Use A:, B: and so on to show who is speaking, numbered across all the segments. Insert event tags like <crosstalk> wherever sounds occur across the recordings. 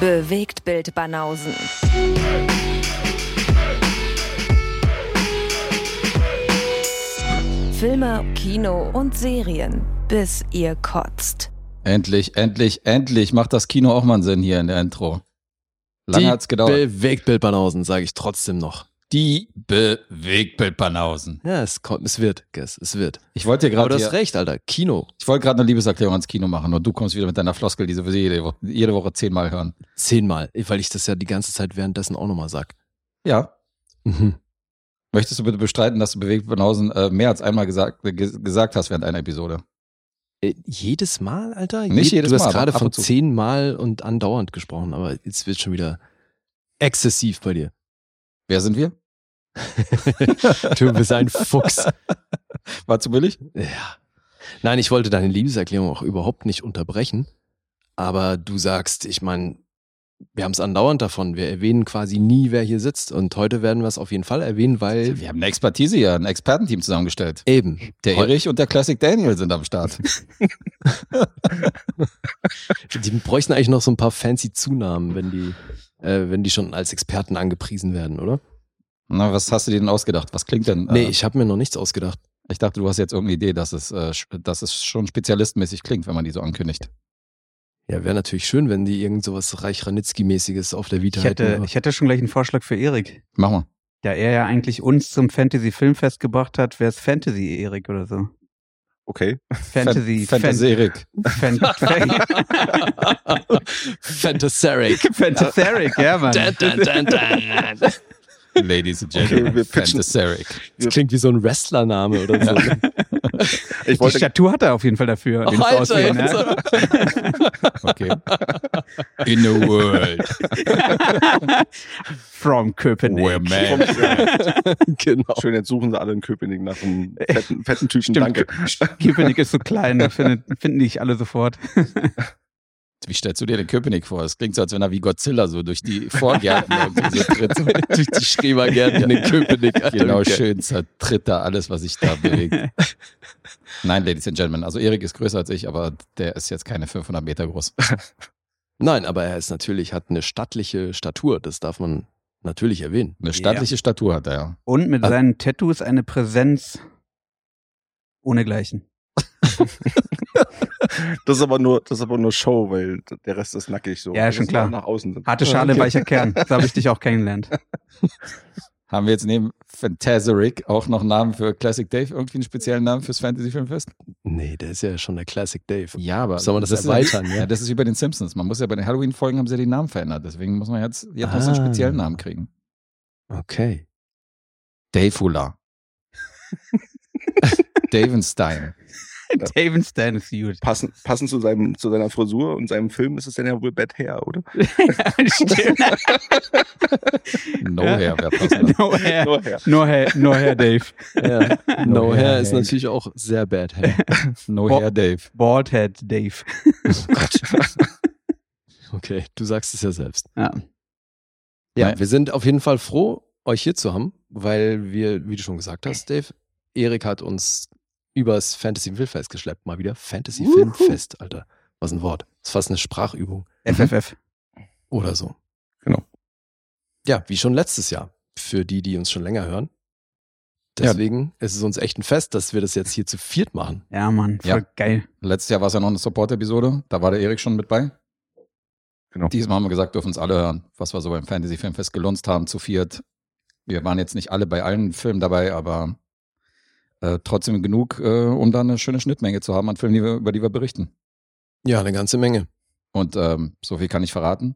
A: Bewegt Bild Banausen. Filme, Kino und Serien, bis ihr kotzt.
B: Endlich, endlich, endlich macht das Kino auch mal einen Sinn hier in der Intro. Lange hat's gedauert.
C: Bewegt Bildbanausen, sage ich trotzdem noch.
B: die Bewegtbildbanausen.
C: Ja, es kommt, es wird, Guess, es wird.
B: Ich wollte dir gerade
C: Aber du hast
B: hier-
C: recht, Alter. Kino.
B: ich wollte gerade eine Liebeserklärung ans Kino machen und du kommst wieder mit deiner Floskel, die wir jede, Wo- jede Woche zehnmal hören.
C: Zehnmal, weil ich das ja die ganze Zeit währenddessen auch nochmal sag.
B: Ja.
C: Mhm.
B: Möchtest du bitte bestreiten, dass du Bewegtbanausen äh, mehr als einmal gesagt, ge gesagt hast während einer Episode?
C: Äh, Jedes Mal, Alter?
B: Nicht jedes
C: du hast
B: Mal,
C: gerade
B: aber ab
C: von
B: und zu.
C: zehnmal und andauernd gesprochen, aber jetzt wird schon wieder exzessiv bei dir.
B: Wer sind wir?
C: Du bist
B: <laughs>
C: ein Fuchs.
B: War zu billig?
C: Ja. Nein, ich wollte deine Liebeserklärung auch überhaupt nicht unterbrechen. Aber du sagst, ich meine, wir haben es andauernd davon. Wir erwähnen quasi nie, wer hier sitzt. Und heute werden wir es auf jeden Fall erwähnen, weil
B: Wir haben eine Expertise hier, ein Expertenteam zusammengestellt.
C: eben.
B: Der
C: Heu-
B: Erich und der Classic Daniel sind am Start.
C: <laughs> Die bräuchten eigentlich noch so ein paar fancy Zunahmen, wenn die, äh, wenn die schon als Experten angepriesen werden, oder?
B: Na, was hast du dir denn ausgedacht? Was klingt denn?
C: Nee,
B: äh,
C: ich habe mir noch nichts ausgedacht.
B: Ich dachte, du hast jetzt irgendeine Idee, dass es, äh, sch- dass es schon spezialistenmäßig klingt, wenn man die so ankündigt.
C: Ja, wäre natürlich schön, wenn die irgend sowas reich mäßiges auf der Vita
D: Ich hätte,
C: hätten.
D: ich hätte schon gleich einen Vorschlag für Erik.
B: Mach mal.
D: Da er ja eigentlich uns zum Fantasy-Filmfest gebracht hat, wäre es Fantasy-Erik oder so.
E: Okay.
D: Fantasy,
B: Fan Fantasierik.
D: Fan, Fan, <laughs>
C: <laughs> Fantaseric.
D: Fantaseric, ja, Mann.
C: Dun, dun, dun, dun.
B: Ladies and Gentlemen,
E: Okay, wir pitchen-
B: Fantaseric.
C: Das klingt wie so ein Wrestlername oder so.
E: Ich
D: Die
E: wollte,
D: Statur hat er auf jeden Fall dafür.
C: Ach, <laughs>
D: dieses
C: Alter,
D: Aussehen, ne?
C: Alter.
B: Okay. In a
E: <laughs>
B: world
D: From Köpenick.
B: where man.
C: genau.
E: schön, jetzt suchen sie alle in Köpenick nach einem fetten, fetten Tüchen.
D: Stimmt,
E: Danke.
D: Köpenick ist so klein, da findet, finden nicht alle sofort.
B: Wie stellst du dir den Köpenick vor? Es klingt so, als wenn er wie Godzilla so durch die
E: <laughs>
B: Vorgärten irgendwie so
C: <laughs>
B: tritt.
C: Durch die Schrebergärten in Köpenick. Alter,
B: <laughs> Genau,
C: wie geil.
B: schön zertritt da alles, was sich da bewegt. Nein, Ladies and Gentlemen, also Erik ist größer als ich, aber der ist jetzt keine 500 Meter groß.
C: Nein, aber er ist natürlich, hat eine stattliche Statur. Das darf man natürlich erwähnen.
B: Eine stattliche Statur hat er, ja.
D: Und mit
B: Also-
D: seinen Tattoos eine Präsenz ohnegleichen.
E: Das ist aber nur, das ist aber nur Show, weil der Rest ist nackig so.
D: Ja,
E: Das
D: schon
E: ist
D: klar.
E: Nach außen sind.
D: Harte Schale, weicher Kern. So habe ich dich auch kennengelernt.
B: Haben wir jetzt neben Fantaseric auch noch Namen für Classic Dave? Irgendwie einen speziellen Namen fürs Fantasy-Filmfest?
C: Nee, der ist ja schon der Classic Dave.
B: Ja, aber.
C: Soll man das erweitern, <laughs>
B: Ist,
C: ja?
B: ja, das ist wie bei den Simpsons. Man muss ja bei den Halloween-Folgen haben sie ja den Namen verändert. Deswegen muss man jetzt, jetzt muss einen
C: Ah.
B: speziellen Namen kriegen.
C: Okay.
B: Dave Hula. <laughs> Davenstein.
D: Daven Stan ist gut.
E: Passend, passend zu, seinem, zu seiner Frisur und seinem Film ist es dann ja wohl Bad Hair, oder?
D: Stimmt.
B: No
D: Ja.
B: hair wäre passender.
C: <laughs>
D: <laughs> No hair.
E: Nur Hair.
D: No hair, no hair, Dave.
C: Ja. No,
B: No
C: Hair,
B: hair,
C: ist
B: ey.
C: natürlich auch sehr bad hair.
B: No
D: Bo-
B: hair Dave.
D: Baldhead Dave.
C: Okay, du sagst es ja selbst.
D: Ja.
C: Ja,
B: Nein.
C: wir sind auf jeden Fall froh, euch hier zu haben, weil wir, wie du schon gesagt hast, Dave, Erik hat uns übers Fantasy Filmfest geschleppt, mal wieder. Fantasy Filmfest, Alter. Was ein Wort. Ist fast eine Sprachübung
D: FFF.
C: oder so.
E: Genau.
C: Ja, wie schon letztes Jahr, für die, die uns schon länger hören. Deswegen ist es uns echt ein Fest, dass wir das jetzt hier zu viert machen.
D: Ja, Mann, voll
B: Ja.
D: geil.
B: Letztes Jahr war es ja noch eine Support-Episode, da war der Erik schon mit bei.
E: Genau.
B: Diesmal haben wir gesagt, dürfen es alle hören, was wir so beim Fantasy-Filmfest gelunzt haben, zu viert. Wir waren jetzt nicht alle bei allen Filmen dabei, aber äh, trotzdem genug, äh, um da eine schöne Schnittmenge zu haben an Filmen, die wir, über die wir berichten.
C: Ja, eine ganze Menge.
B: Und ähm, so viel kann ich verraten.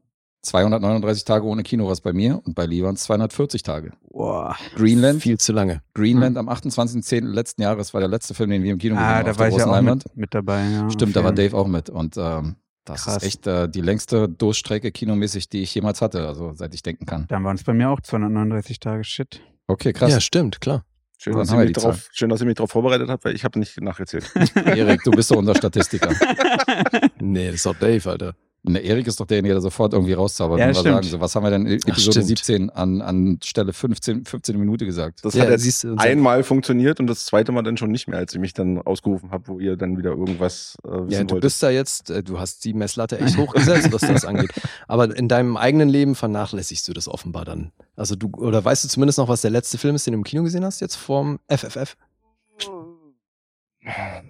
B: 239 Tage ohne Kino war es bei mir und bei Lee waren es 240 Tage.
D: Boah.
B: Greenland,
C: Viel zu lange.
B: Greenland am 28.10. letzten Jahres war der letzte Film, den wir im Kino
D: Hm. Ah,
B: haben.
D: da war ich ja auch mit, mit dabei. Ja,
B: Stimmt, da war
D: Vielen-
B: Dave auch mit. Und ähm, das
D: Krass.
B: ist echt äh, die längste Durststrecke kinomäßig, die ich jemals hatte, also seit ich denken kann.
D: Dann waren es bei mir auch 239 Tage. Shit.
B: Okay, krass.
C: Ja, stimmt, klar.
E: Schön,
B: Dann
E: dass
B: haben
E: ihr
B: wir
E: mich
B: die
E: drauf, schön, dass ihr mich darauf vorbereitet habt, weil ich habe nicht nachgezählt.
B: Erik, du bist so unser Statistiker. <laughs>
C: Nee, das ist doch Dave, Alter.
B: Ne, Erik ist doch derjenige, der sofort irgendwie rauszaubert
D: Ja,
B: und mal
D: stimmt.
B: sagen so, was haben wir denn in
C: Ach,
B: Episode
C: stimmt.
B: 17 an, an Stelle 15, 15 Minute gesagt?
E: Das
C: Ja,
E: hat jetzt
C: siehst du, und so.
E: einmal funktioniert und das zweite Mal dann schon nicht mehr, als ich mich dann ausgerufen habe, wo ihr dann wieder irgendwas äh, wissen
C: Ja, du
E: wolltet.
C: bist da jetzt, äh, du hast die Messlatte echt hochgesetzt, was das
E: <laughs>
C: angeht. Aber in deinem eigenen Leben vernachlässigst du das offenbar dann. Also du, oder weißt du zumindest noch, was der letzte Film ist, den du im Kino gesehen hast, jetzt vorm FFF?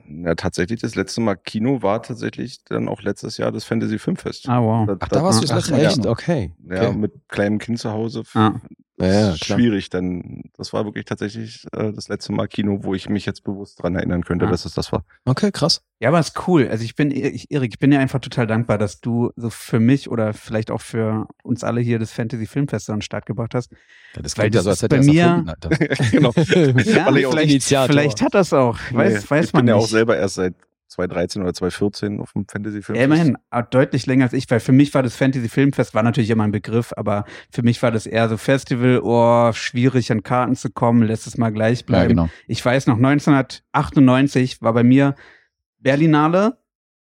E: ja, tatsächlich, das letzte Mal Kino war tatsächlich dann auch letztes Jahr das Fantasy Filmfest.
D: Ah, wow.
B: Ach, da warst du
D: das
B: das letzte Mal.
C: Echt?
B: Ja.
C: Okay.
E: Ja,
C: okay.
E: mit kleinem Kind zu Hause.
D: Ah.
C: Ja, ja, klar.
E: schwierig, denn das war wirklich tatsächlich äh, das letzte Mal Kino, wo ich mich jetzt bewusst dran erinnern könnte,
D: Ah.
E: dass es das war.
C: Okay, krass.
D: Ja, aber ist cool. Also ich bin, ich, Erik, ich bin dir einfach total dankbar, dass du so für mich oder vielleicht auch für uns alle hier das Fantasy Filmfest an den Start gebracht hast.
B: Das
D: Weil
B: klingt ja so,
D: das
B: als hätte
D: ist bei
B: er das
D: mir-
B: erfunden, Alter.
D: <laughs>
E: genau.
D: Ja,
E: Weil ich auch
D: vielleicht,
C: Initiator.
D: vielleicht hat das auch. Weiß,
E: Nee,
D: weiß
E: ich
D: man
E: bin
D: nicht.
E: ja auch selber erst seit 2013 oder 2014 auf dem Fantasy-Film.
D: Ja, immerhin, aber deutlich länger als ich, weil für mich war das Fantasy-Filmfest, war natürlich immer ein Begriff, aber für mich war das eher so Festival, oh, schwierig an Karten zu kommen, lässt es mal gleich bleiben.
B: Ja, genau.
D: Ich weiß noch, 1998 war bei mir Berlinale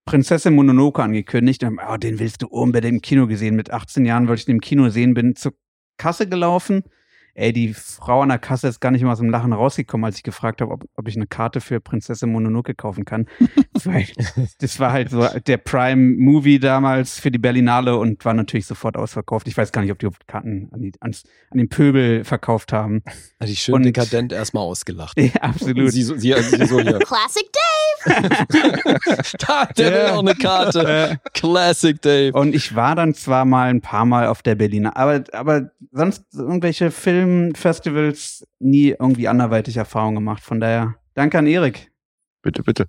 D: Prinzessin Mononoke angekündigt. Und, oh, den willst du unbedingt im Kino gesehen. Mit 18 Jahren wollte ich den im Kino sehen, bin zur Kasse gelaufen. Ey, die Frau an der Kasse ist gar nicht mal aus dem Lachen rausgekommen, als ich gefragt habe, ob, ob ich eine Karte für Prinzessin Mononoke kaufen kann. Weil das war halt so der Prime-Movie damals für die Berlinale und war natürlich sofort ausverkauft. Ich weiß gar nicht, ob die überhaupt Karten an, die, ans, an den Pöbel verkauft haben. <laughs>
C: Hat dich schön
D: Und-
C: dekadent erstmal
E: <laughs>
C: ausgelacht.
D: Ja, absolut.
B: Sie, so- sie, sie so
D: <laughs>
B: hier.
F: Classic
C: <laughs> da, der
D: Ja.
C: will auch eine
D: Äh,
C: Karte. Classic
E: Oh.
C: Dave.
D: Und ich war dann zwar mal ein paar Mal auf der Berliner, aber, aber sonst irgendwelche Filmfestivals nie irgendwie anderweitig Erfahrung gemacht. Von daher, danke an Erik.
E: Bitte,
D: <laughs>
E: bitte.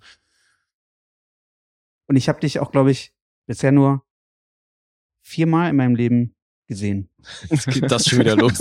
D: Und ich habe dich auch, glaube ich, bisher nur viermal in meinem Leben gesehen.
C: Jetzt geht das schon
E: <laughs>
C: wieder los.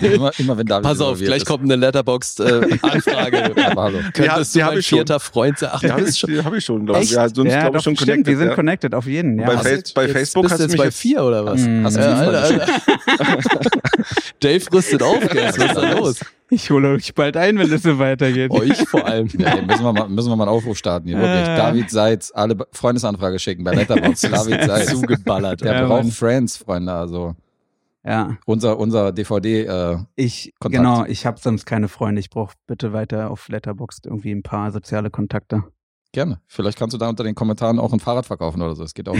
B: Immer, immer wenn David
C: Pass auf,
B: involviert
C: gleich
B: ist.
C: kommt eine
E: <laughs>
C: Letterboxd-Anfrage.
B: Aber hallo.
C: Könntest
E: die
C: du
E: hab
C: mein
E: ich schon.
C: vierter Freund sein? Ach,
E: Die
C: du
E: habe
C: bist
E: ich,
C: schon.
E: die hab ich schon, glaube ich.
C: Echt?
E: Ja, sonst glaube ich schon
D: stimmt, wir sind
E: connected.
D: connected auf jeden. Ja.
E: Bei
D: Also,
E: Face- bei
C: jetzt
E: Facebook
C: bist
E: hat's
C: du jetzt
E: mich
C: bei
E: jetzt-
C: vier oder was?
D: Mm.
B: Hast du
C: Ja,
B: viel
C: Alter,
B: Freunde
C: Alter. <laughs> Dave rüstet auf, Guys. Was ist da los?
D: <laughs> ich hole euch bald ein, wenn das so
E: Oh
D: weitergeht.
C: Euch vor allem. <laughs>
B: Ja, ey, müssen, wir mal, müssen wir mal einen Aufruf starten hier, wirklich.
D: Äh.
B: David Seitz, alle Be- Freundesanfrage schicken bei
D: <laughs>
B: Letterboxd. David Seitz.
C: Zugeballert.
B: Der
D: Ja, Mann.
B: braucht Friends, Freunde, also
D: Ja,
B: unser, unser DVD, äh,
D: ich
B: Kontakt.
D: genau, ich habe sonst keine Freunde. Ich brauche bitte weiter auf Letterboxd irgendwie ein paar soziale Kontakte.
B: gerne. Vielleicht kannst du da unter den Kommentaren auch ein Fahrrad verkaufen oder so, es geht
D: <laughs>
B: auch.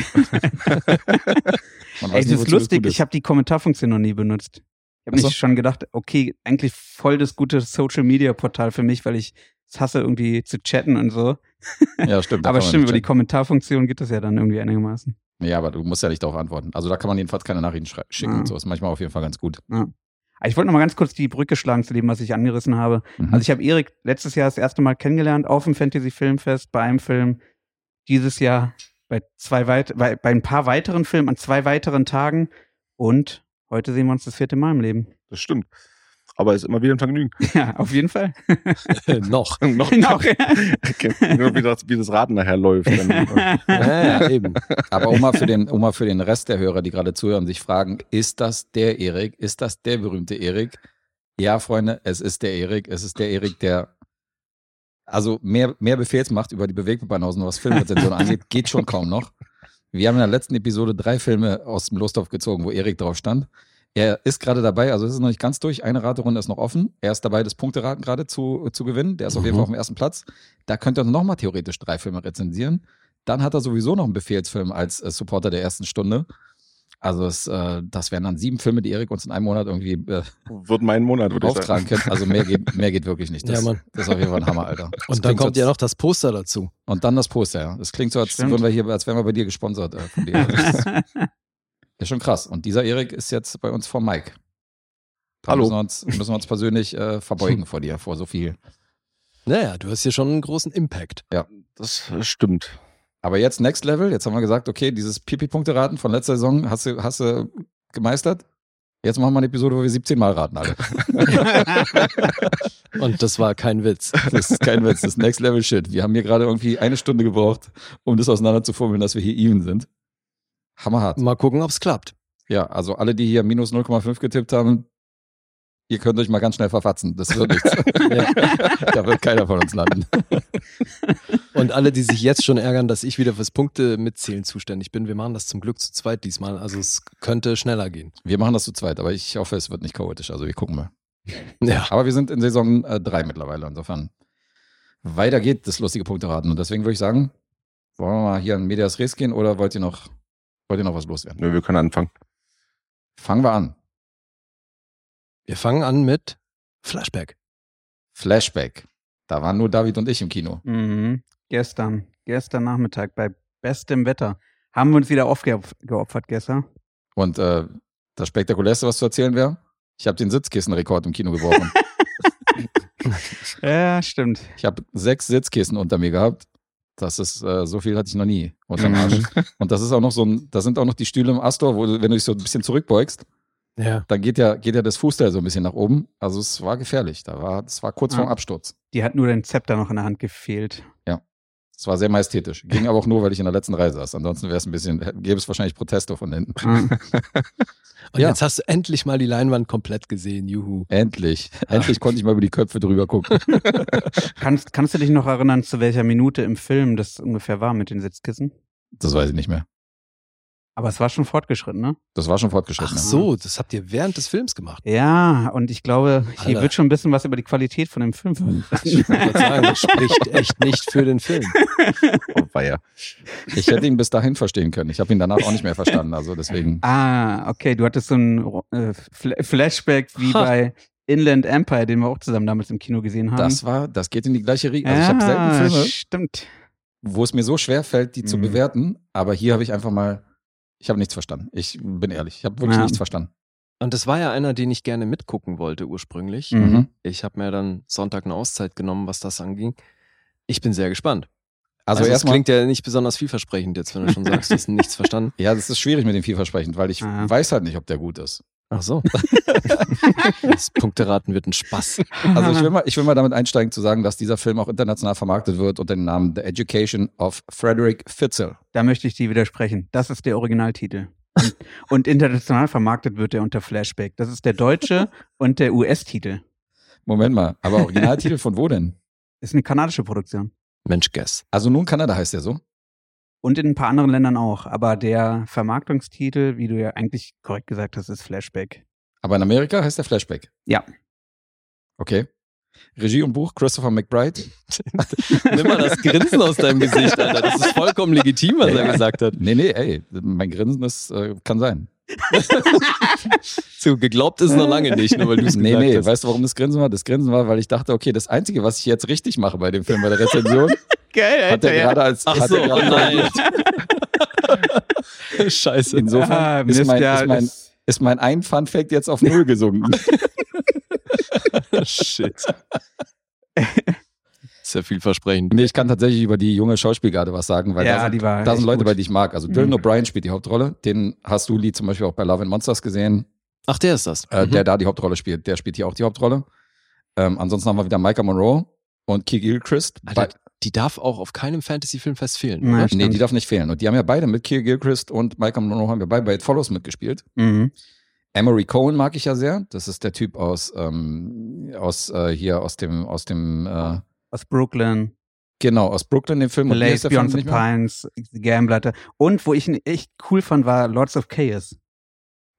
B: Man
D: Ey, das ist
B: wozu
D: lustig,
B: gut
D: ich habe die Kommentarfunktion noch nie benutzt. Ich habe
B: Ach so.
D: mich schon gedacht, okay, eigentlich voll das gute Social-Media-Portal für mich, weil ich es hasse, irgendwie zu chatten und so.
B: Ja, stimmt. da
D: Aber
B: kann man
D: stimmt,
B: nicht
D: über die
B: checken.
D: Kommentarfunktion geht das ja dann irgendwie einigermaßen.
B: Ja, aber du musst ja nicht darauf antworten. Also da kann man jedenfalls keine Nachrichten schrei- schicken
D: Ja.
B: und so. Ist manchmal auf jeden Fall ganz gut.
D: Aber Ah, ich wollte noch mal ganz kurz die Brücke schlagen zu dem, was ich angerissen habe.
B: Mhm.
D: Also ich habe Erik letztes Jahr das erste Mal kennengelernt auf dem Fantasy-Filmfest bei einem Film. Dieses Jahr bei zwei weit bei, bei ein paar weiteren Filmen an zwei weiteren Tagen. Und heute sehen wir uns das vierte Mal im Leben. <laughs>
E: Das stimmt. Aber es ist immer wieder ein Vergnügen.
D: Ja, auf jeden Fall.
C: Noch.
D: <laughs>
E: Noch,
D: Noch.
E: Okay. Nur wie das, wie das Rad nachher
D: <laughs>
E: läuft. Dann, äh,
C: Ja, ja, eben.
B: Aber um mal, für den, um mal für den Rest der Hörer, die gerade zuhören, sich fragen, ist das der Erik? Ist das der berühmte Erik? Ja, Freunde, es ist der Erik. Es ist der Erik, der also mehr, mehr Befehlsmacht über die Bewegbebanausen, was Filmrezension angeht, geht schon kaum noch. Wir haben in der letzten Episode drei Filme aus dem Lostopf gezogen, wo Erik drauf stand. Er ist gerade dabei, also es ist noch nicht ganz durch. Eine Raterunde ist noch offen. Er ist dabei, das Punkteraten gerade zu, zu gewinnen. Der ist auf jeden
C: Mhm.
B: Fall auf dem ersten Platz. Da könnte er nochmal theoretisch drei Filme rezensieren. Dann hat er sowieso noch einen Befehlsfilm als äh, Supporter der ersten Stunde. Also es, äh, das wären dann sieben Filme, die Erik uns in einem Monat irgendwie äh,
E: wird mein Monat, würde ich
B: auftragen
E: sagen.
B: könnte. Also mehr
E: <laughs>
B: geht, mehr geht wirklich nicht. Das,
C: Ja, Mann.
B: das ist auf jeden Fall ein Hammer, Alter. Das
C: Und dann
B: klingt
C: kommt
B: so-
C: ja noch das Poster dazu.
B: Und dann das Poster, ja. Das klingt so, als,
D: Stimmt.
B: würden wir hier, als wären wir bei dir gesponsert. Äh, von dir.
E: <laughs>
D: <laughs>
B: Das ist, ist schon krass. Und dieser Erik ist jetzt bei uns vor Mike. Da
E: Hallo.
B: Müssen wir uns, müssen wir uns persönlich äh, verbeugen vor dir, vor so viel.
C: Naja, du hast hier schon einen großen Impact.
E: Das äh, stimmt.
B: Aber jetzt Next Level, jetzt haben wir gesagt, okay, dieses Pipi-Punkte-Raten von letzter Saison hast du, hast du gemeistert. Jetzt machen wir eine Episode, wo wir 17 Mal raten, alle.
C: Und das war kein Witz.
B: Das ist kein Witz, das ist Next Level Shit. Wir haben hier gerade irgendwie eine Stunde gebraucht, um das auseinanderzufummeln, dass wir hier even sind. Hammerhart.
C: Mal gucken, ob es klappt.
B: Ja, also alle, die hier minus 0,5 getippt haben, ihr könnt euch mal ganz schnell verfatzen. Das wird nichts. Da wird keiner von uns landen.
C: Und alle, die sich jetzt schon ärgern, dass ich wieder fürs Punkte mitzählen zuständig bin, wir machen das zum Glück zu zweit diesmal. Also es könnte schneller gehen.
B: Wir machen das zu zweit, aber ich hoffe, es wird nicht chaotisch. Also wir gucken mal.
C: Ja.
B: Aber wir sind in Saison 3 mittlerweile, insofern. Weiter geht das lustige Punkteraten. Und deswegen würde ich sagen, wollen wir mal hier an Medias Res gehen oder wollt ihr noch, wollt ihr noch was loswerden?
E: Nö, wir können anfangen.
B: Fangen wir an.
C: Wir fangen an mit Flashback.
B: Flashback. Da waren nur David und ich im Kino.
D: Mhm. Gestern, gestern Nachmittag bei bestem Wetter haben wir uns wieder aufgeopf- geopfert gestern.
B: Und äh, das Spektakulärste, was zu erzählen wäre, ich habe den Sitzkissenrekord im Kino gebrochen.
D: Ja, stimmt.
B: ich habe sechs Sitzkissen unter mir gehabt. Das ist, äh, so viel hatte ich noch nie unterm Arsch. Und das ist auch noch so ein, das sind auch noch die Stühle im Astor, wo du, wenn du dich so ein bisschen zurückbeugst,
C: Ja.
B: dann geht ja, geht ja das Fußteil so ein bisschen nach oben. Also es war gefährlich. Da war, es war kurz
D: Ja.
B: vorm Absturz.
D: Die hat nur den Zepter noch in der Hand gefehlt.
B: Es war sehr majestätisch. Ging aber auch nur, weil ich in der letzten Reihe saß. Ansonsten wäre es ein bisschen, gäbe es wahrscheinlich Proteste von hinten.
D: Ah.
C: Und
B: Ja.
C: jetzt hast du endlich mal die Leinwand komplett gesehen. Juhu.
B: Endlich. Endlich konnte ich mal über die Köpfe drüber gucken.
D: kannst, kannst du dich noch erinnern, zu welcher Minute im Film das ungefähr war mit den Sitzkissen?
B: Das weiß ich nicht mehr.
D: Aber es war schon fortgeschritten, ne?
B: Das war schon
C: Ach
B: fortgeschritten.
C: so, das habt ihr während des Films gemacht.
D: Ja, und ich glaube, hier
C: Alter.
D: wird schon ein bisschen was über die Qualität von dem Film
C: <laughs> Ich wollte gerade sagen, das spricht echt nicht für den Film.
E: Oh, weia.
B: Ich hätte ihn bis dahin verstehen können. Ich habe ihn danach auch nicht mehr verstanden. Also deswegen.
D: <laughs> Ah, okay, du hattest so ein äh, Fla- Flashback wie
C: Ha.
D: bei Inland Empire, den wir auch zusammen damals im Kino gesehen haben.
B: Das war, das geht in die gleiche Richtung. Also ich habe selten
D: Ah,
B: Filme,
D: Stimmt.
B: wo es mir so schwer fällt, die zu
D: Mhm.
B: bewerten. Aber hier habe ich einfach mal, ich habe nichts verstanden. Ich bin ehrlich, ich habe wirklich
D: Ja.
B: nichts verstanden.
C: Und das war ja einer, den ich gerne mitgucken wollte ursprünglich.
D: Mhm.
C: Ich habe mir dann Sonntag eine Auszeit genommen, was das anging. Ich bin sehr gespannt.
B: Also,
C: es
B: erstmal,
C: klingt ja nicht besonders vielversprechend jetzt, wenn du schon sagst, das ist nichts verstanden.
B: ja, das ist schwierig mit dem vielversprechend, weil ich
D: Ja.
B: weiß halt nicht, ob der gut ist.
C: Ach <laughs> so. das Punkteraten wird ein Spaß.
B: Also <laughs> ich will mal, ich will mal damit einsteigen zu sagen, dass dieser Film auch international vermarktet wird unter dem Namen The Education of Frederick Fitzel.
D: Da möchte ich dir widersprechen. Das ist der Originaltitel. Und- Und international vermarktet wird er unter Flashback. Das ist der deutsche und der US-Titel.
B: Moment mal, aber Originaltitel von wo denn?
D: Ist eine kanadische Produktion.
C: Mensch, guess.
B: Also nun Kanada heißt der so.
D: Und in ein paar anderen Ländern auch. Aber der Vermarktungstitel, wie du ja eigentlich korrekt gesagt hast, ist Flashback.
B: Aber in Amerika heißt der Flashback.
D: Ja.
B: Okay. Regie und Buch Christopher McBride.
C: <laughs> Nimm mal das Grinsen aus deinem Gesicht, Alter. Das ist vollkommen legitim, was er gesagt hat.
B: Nee, nee, ey, mein Grinsen ist, äh, kann sein.
C: So, geglaubt ist noch lange nicht, nur weil du es
B: Nee,
C: gesagt
B: nee,
C: hast.
B: weißt du, warum das Grinsen war? Das Grinsen war, weil ich dachte, okay, das Einzige, was ich jetzt richtig mache bei dem Film, bei der
C: <laughs>
B: Rezension,
D: Geil,
B: hat er gerade als...
C: Ach
B: hat
C: so,
B: er
C: oh
B: gerade-
C: nein. <laughs> Scheiße.
D: Ah,
B: Insofern ist, mein, ist, mein, ist mein ein Fun-Fact jetzt auf Null
C: <laughs>
B: gesunken.
C: Shit. Ist ja vielversprechend.
B: nee, ich kann tatsächlich über die junge Schauspielgarde was sagen, weil da
D: ja,
B: sind
D: die war
B: Da sind
D: Ah, echt
B: Leute,
D: gut.
B: bei die ich mag. Also Dylan
D: Mhm.
B: O'Brien spielt die Hauptrolle. Den hast du, Lee, zum Beispiel auch bei Love and Monsters gesehen,
C: Ach, der ist das.
B: äh,
C: Mhm.
B: der da die Hauptrolle spielt. Der spielt hier auch die Hauptrolle. Ähm, ansonsten haben wir wieder Micah Monroe und Kiki Gilchrist.
D: Ah,
C: Alter,
B: Bei-
C: die darf auch auf keinem Fantasy-Filmfest fehlen.
D: Nein,
C: oder?
B: Nee, die
D: stimmt.
B: darf nicht fehlen. Und die haben ja beide mit Kiki Gilchrist und Micah Monroe haben ja beide bei It Follows mitgespielt.
D: Mhm.
B: Emery Cohen mag ich ja sehr. Das ist der Typ aus, ähm, aus äh, hier, aus dem, aus dem, äh,
D: Aus Brooklyn,
B: genau, aus Brooklyn, dem Film. Und wie
D: Place
B: heißt der Film
D: Beyond the
B: nicht mehr?
D: Pines, The Gambler. hatte. Und wo ich ihn echt cool fand, war Lords of Chaos.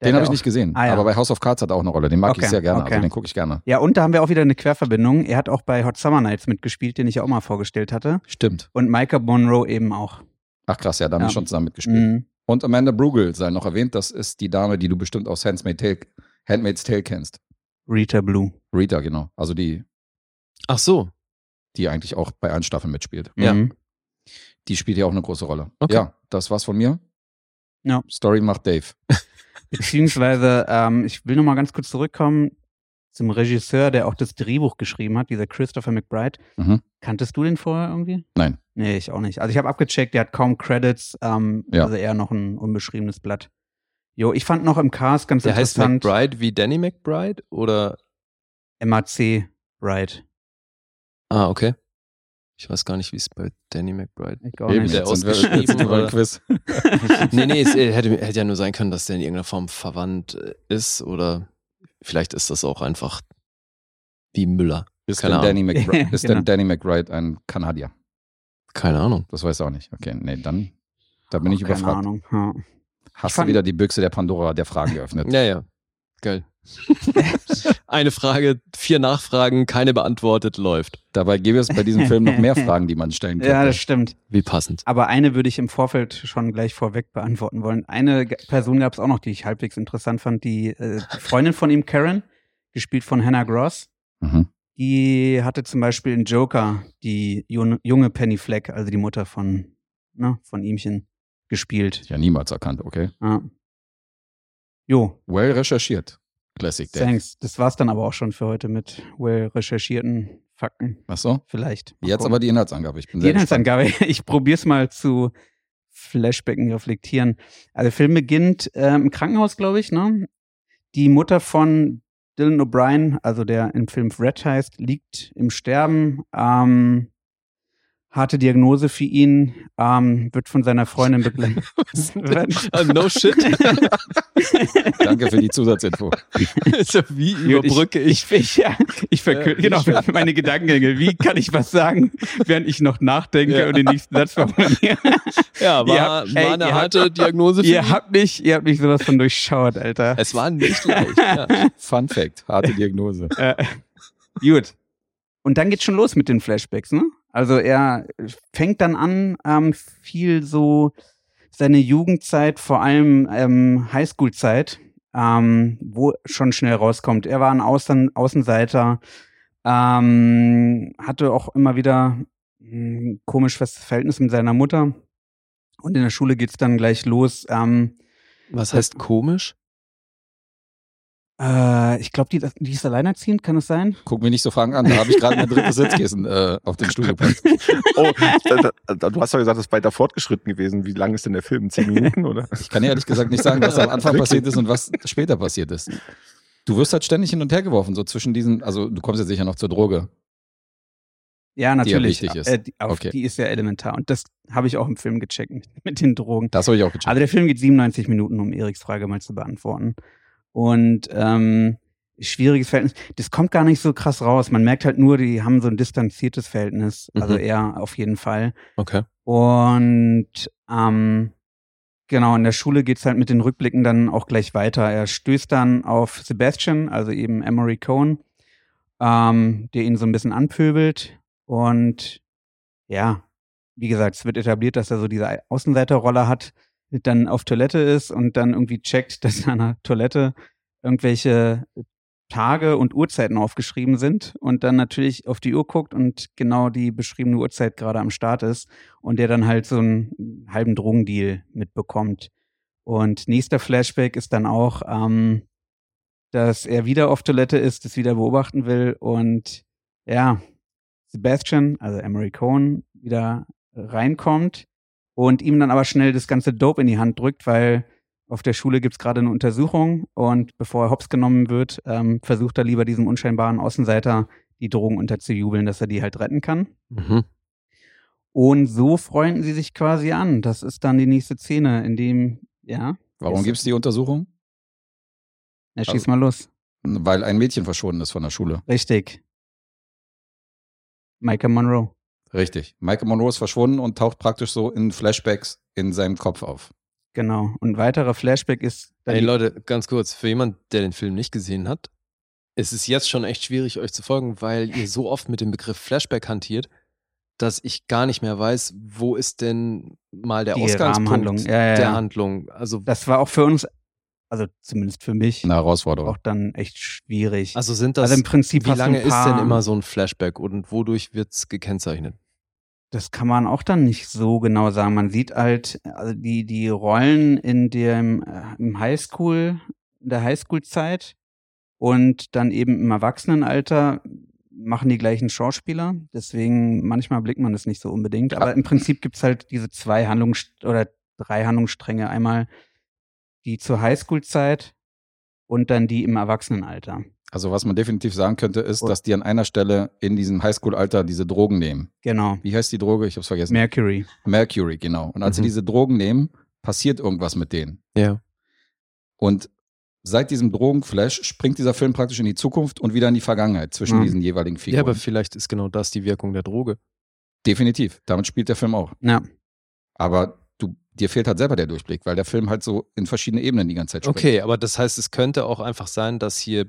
D: Der
B: Den
D: hat
B: habe ich
D: auch-
B: nicht gesehen.
D: Ah, ja.
B: Aber bei House of Cards hat er auch eine Rolle. Den mag
D: Okay,
B: ich sehr gerne.
D: okay.
B: Also den gucke ich gerne.
D: Ja, und da haben wir auch wieder eine Querverbindung. Er hat auch bei Hot Summer Nights mitgespielt, den ich ja auch mal vorgestellt hatte.
B: Stimmt.
D: Und Micah Monroe eben auch.
B: Ach krass, ja, da haben
D: Ja.
B: wir schon zusammen mitgespielt.
D: Mhm.
B: Und Amanda Brugel sei noch erwähnt, das ist die Dame, die du bestimmt aus Handmaid's Tale, Handmaid's Tale kennst.
D: Rita Blue.
B: Rita, genau. Also die,
C: Ach so.
B: die eigentlich auch bei allen Staffeln mitspielt.
C: Ja.
D: Mhm.
B: Die spielt hier auch eine große Rolle.
C: Okay.
B: Ja, das war's von mir.
D: Ja.
B: Story macht Dave.
D: Beziehungsweise, ähm, ich will nochmal ganz kurz zurückkommen zum Regisseur, der auch das Drehbuch geschrieben hat, dieser Christopher McBride.
B: Mhm.
D: Kanntest du den vorher irgendwie?
B: Nein.
D: Nee, ich auch nicht. Also ich habe abgecheckt, der hat kaum Credits, ähm,
B: Ja.
D: also eher noch ein unbeschriebenes Blatt. Jo, ich fand noch im Cast ganz
C: Der heißt
D: interessant
C: McBride wie Danny McBride? Oder?
D: MAC Bright.
C: Ah, okay. Ich weiß gar nicht, wie es bei Danny McBride.
D: Ich auch
B: Eben,
D: nicht.
C: der
B: <laughs> jetzt sind wir,
C: ausgeschrieben,
B: jetzt sind wir beim
C: oder?
B: Quiz.
D: <laughs>
C: nee, nee, es äh, hätte, hätte ja nur sein können, dass der in irgendeiner Form verwandt äh, ist oder Vielleicht ist das auch einfach wie Müller.
B: Ist,
C: Keine
B: denn Danny, McBride,
D: <laughs>
B: ist
D: Genau.
B: denn Danny McBride ein Kanadier?
C: Keine Ahnung.
B: Das weiß er auch nicht. Okay, nee, dann da bin
D: Auch
B: ich überfragt.
D: Keine Ahnung. Ja.
B: Hast
D: Ich
B: du
D: fand-
B: wieder die Büchse der Pandora der Fragen geöffnet?
C: <laughs> Ja, ja. Geil. Eine Frage, vier Nachfragen, keine beantwortet, läuft.
B: Dabei gäbe es bei diesem Film noch
D: <laughs>
B: mehr Fragen, die man stellen
D: ja,
B: könnte.
D: das stimmt.
C: Wie passend.
D: Aber eine würde ich im Vorfeld schon gleich vorweg beantworten wollen. Eine G- Person gab es auch noch, die ich halbwegs interessant fand, die äh, die Freundin von ihm, Karen, gespielt von Hannah Gross.
B: mhm.
D: Die hatte zum Beispiel in Joker die jun- junge Penny Fleck, also die Mutter von, ne, von ihmchen, gespielt.
B: Ja, niemals erkannt, okay.
D: Ja. Jo,
B: Well recherchiert. Classic Dave.
D: thanks. Das war's dann aber auch schon für heute mit well recherchierten Fakten.
B: Ach so.
D: Vielleicht. Mal
B: Jetzt
D: gucken.
B: aber die Inhaltsangabe. Ich bin
D: Die
B: sehr gespannt.
D: Inhaltsangabe, <laughs> ich probier's mal zu Flashbacken reflektieren. Also der Film beginnt äh, im Krankenhaus, glaube ich, ne? Die Mutter von Dylan O'Brien, also der im Film Red heißt, liegt im Sterben. Ähm, harte Diagnose für ihn, ähm, wird von
C: <laughs>
D: seiner Freundin begleitet.
C: Ah, no
D: <laughs>
C: shit.
B: Danke für die <laughs> Zusatzinfo.
C: Also, wie überbrücke ich?
D: Ich, ja, ich verkür-
C: Äh,
D: genau, meine Gedankengänge. Wie kann ich was sagen, während ich noch nachdenke
C: Ja.
D: und den nächsten
C: <laughs>
D: Satz formuliere?
C: Ja, war,
D: Ihr habt-
C: war
D: ey,
C: eine
D: ihr habt- <laughs>
C: harte Diagnose für
D: ihr
C: mich.
D: habt mich, ihr habt mich sowas von durchschaut, Alter.
C: Es war nicht leicht. Ja.
D: <laughs>
B: Fun Fact. Harte Diagnose.
D: Äh, <laughs> gut. Und dann geht's schon los mit den Flashbacks, ne? Also er fängt dann an, ähm, viel so seine Jugendzeit, vor allem ähm, Highschool-Zeit, ähm, wo schon schnell rauskommt. Er war ein Außen Außenseiter, ähm, hatte auch immer wieder ein komisch festes Verhältnis mit seiner Mutter. Und in der Schule geht's dann gleich los. Ähm,
C: Was heißt komisch?
D: äh, ich glaube, die, die ist alleinerziehend, kann es sein?
B: Guck mich nicht so Fragen an. Da habe ich gerade mein drittes Sitzkissen äh, auf den Stuhl gepackt.
E: Oh, da, da, du hast doch gesagt, es ist weiter fortgeschritten gewesen. Wie lang ist denn der Film? Zehn Minuten, oder?
B: Ich kann dir ehrlich gesagt nicht sagen, was am Anfang passiert ist und was später passiert ist. Du wirst halt ständig hin und her geworfen, so zwischen diesen, also du kommst ja sicher noch zur Droge.
D: Ja,
B: die ja
D: natürlich.
B: wichtig ist.
D: Äh, die, auf,
B: Okay.
D: die ist ja elementar. Und das habe ich auch im Film gecheckt mit, mit den Drogen.
B: Das habe ich auch gecheckt.
D: Also der Film geht 97 Minuten, um Eriks Frage mal zu beantworten. Und ähm, schwieriges Verhältnis. Das kommt gar nicht so krass raus. Man merkt halt nur, die haben so ein distanziertes Verhältnis. Also
C: Mhm.
D: er auf jeden Fall.
C: Okay.
D: Und ähm, genau, in der Schule geht's halt mit den Rückblicken dann auch gleich weiter. Er stößt dann auf Sebastian, also eben Emery Cohn, ähm, der ihn so ein bisschen anpöbelt. Und ja, wie gesagt, es wird etabliert, dass er so diese Außenseiterrolle hat, dann auf Toilette ist und dann irgendwie checkt, dass an der Toilette irgendwelche Tage und Uhrzeiten aufgeschrieben sind und dann natürlich auf die Uhr guckt und genau die beschriebene Uhrzeit gerade am Start ist und der dann halt so einen halben Drogendeal mitbekommt. Und nächster Flashback ist dann auch, ähm, dass er wieder auf Toilette ist, das wieder beobachten will und ja, Sebastian, also Emery Cohn, wieder reinkommt und ihm dann aber schnell das ganze Dope in die Hand drückt, weil auf der Schule gibt's gerade eine Untersuchung und bevor er hops genommen wird, ähm, versucht er lieber diesem unscheinbaren Außenseiter die Drogen unterzujubeln, dass er die halt retten kann.
C: Mhm.
D: Und so freunden sie sich quasi an. Das ist dann die nächste Szene, in dem, ja,
B: Warum gibt es die Untersuchung?
D: er schießt
C: Also
D: mal los.
B: Weil ein Mädchen verschwunden ist von der Schule.
D: Richtig. Micah Monroe.
B: Richtig. Michael Monroe ist verschwunden und taucht praktisch so in Flashbacks in seinem Kopf auf.
D: Genau. Und weiterer Flashback ist dann
C: Ey
D: die-
C: Leute, ganz kurz, für jemand, der den Film nicht gesehen hat, es ist jetzt schon echt schwierig, euch zu folgen, weil ihr so oft mit dem Begriff Flashback hantiert, dass ich gar nicht mehr weiß, wo ist denn mal der
D: Die Rahmenhandlung.
C: Ausgangspunkt
D: Ja, ja,
C: der
D: ja.
C: Handlung. Also,
D: das war auch für uns, also zumindest für mich,
B: Eine Herausforderung.
D: auch dann echt schwierig.
C: also sind das,
D: Also im Prinzip
C: wie
D: hast du
C: lange
D: ein
C: ist
D: paar,
C: denn immer so ein Flashback und wodurch wird es gekennzeichnet?
D: Das kann man auch dann nicht so genau sagen. Man sieht halt, also die, die Rollen in dem äh, im Highschool, in der Highschool-Zeit und dann eben im Erwachsenenalter machen die gleichen Schauspieler. Deswegen manchmal blickt man das nicht so unbedingt. Aber im Prinzip gibt's halt diese zwei Handlungs- oder drei Handlungsstränge. Einmal die zur Highschool-Zeit und dann die im Erwachsenenalter.
B: Also was man definitiv sagen könnte, ist, dass die an einer Stelle in diesem Highschool-Alter diese Drogen nehmen.
D: Genau.
B: Wie heißt die Droge? Ich hab's vergessen.
D: Mercury.
B: Mercury, genau. Und als sie
C: Mhm.
B: diese Drogen nehmen, passiert irgendwas mit denen.
C: Ja.
B: Und seit diesem Drogenflash springt dieser Film praktisch in die Zukunft und wieder in die Vergangenheit zwischen
D: Mhm.
B: diesen jeweiligen Figuren.
C: Ja, aber vielleicht ist genau das die Wirkung der Droge.
B: Definitiv. Damit spielt der Film auch.
D: Ja.
B: Aber du, dir fehlt halt selber der Durchblick, weil der Film halt so in verschiedene Ebenen die ganze Zeit springt.
C: Okay, aber das heißt, es könnte auch einfach sein, dass hier,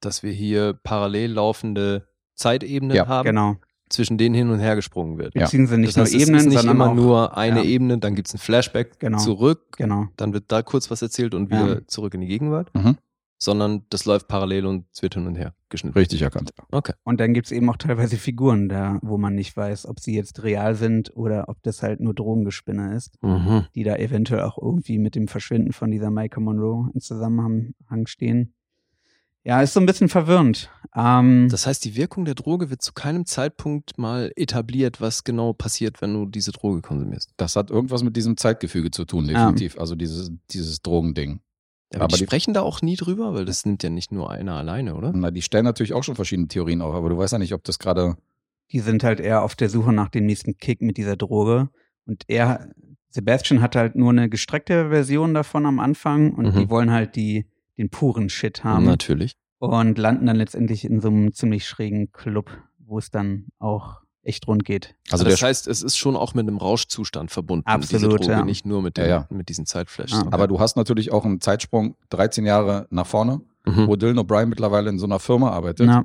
C: dass wir hier parallel laufende Zeitebenen
B: Ja,
C: haben,
D: Genau.
C: zwischen denen hin und her gesprungen wird.
B: Ja.
D: Beziehen sie nicht
C: das heißt,
D: nur
C: es
D: Ebenen,
C: ist nicht
D: sondern
C: immer
D: auch,
C: nur eine
D: ja.
C: Ebene, dann gibt es ein Flashback
D: Genau.
C: zurück,
D: Genau.
C: dann wird da kurz was erzählt und wieder zurück in die Gegenwart,
B: Mhm.
C: sondern das läuft parallel und es wird hin und her geschnitten.
B: Richtig erkannt.
D: Und dann gibt's eben auch teilweise Figuren da, wo man nicht weiß, ob sie jetzt real sind oder ob das halt nur Drogengespinne ist,
C: Mhm.
D: die da eventuell auch irgendwie mit dem Verschwinden von dieser Michael Monroe in Zusammenhang stehen. Ja, ist so ein bisschen verwirrend. Ähm,
C: Das heißt, die Wirkung der Droge wird zu keinem Zeitpunkt mal etabliert, was genau passiert, wenn du diese Droge konsumierst.
B: Das hat irgendwas mit diesem Zeitgefüge zu tun, definitiv. Also dieses, dieses Drogending.
C: Aber,
B: Aber
C: die
B: die-
C: sprechen Ah. da auch nie drüber, weil das nimmt ja nicht nur einer alleine, oder?
B: Na, die stellen natürlich auch schon verschiedene Theorien auf, aber du weißt ja nicht, ob das gerade.
D: die sind halt eher auf der Suche nach dem nächsten Kick mit dieser Droge. Und er, Sebastian hat halt nur eine gestreckte Version davon am Anfang und
C: Mhm.
D: die wollen halt die, den puren Shit haben.
C: Natürlich.
D: und landen dann letztendlich in so einem ziemlich schrägen Club, wo es dann auch echt rund geht.
B: Also
C: das
B: der,
C: heißt, es ist schon auch mit einem Rauschzustand verbunden, diese
D: Absolut,
C: Droge,
D: ja.
C: nicht nur mit, dem,
B: Ja, ja.
C: mit diesen Zeitflashes.
D: Ja.
B: aber du hast natürlich auch einen Zeitsprung 13 Jahre nach vorne,
C: Mhm.
B: wo Dylan O'Brien mittlerweile in so einer Firma arbeitet
D: Na,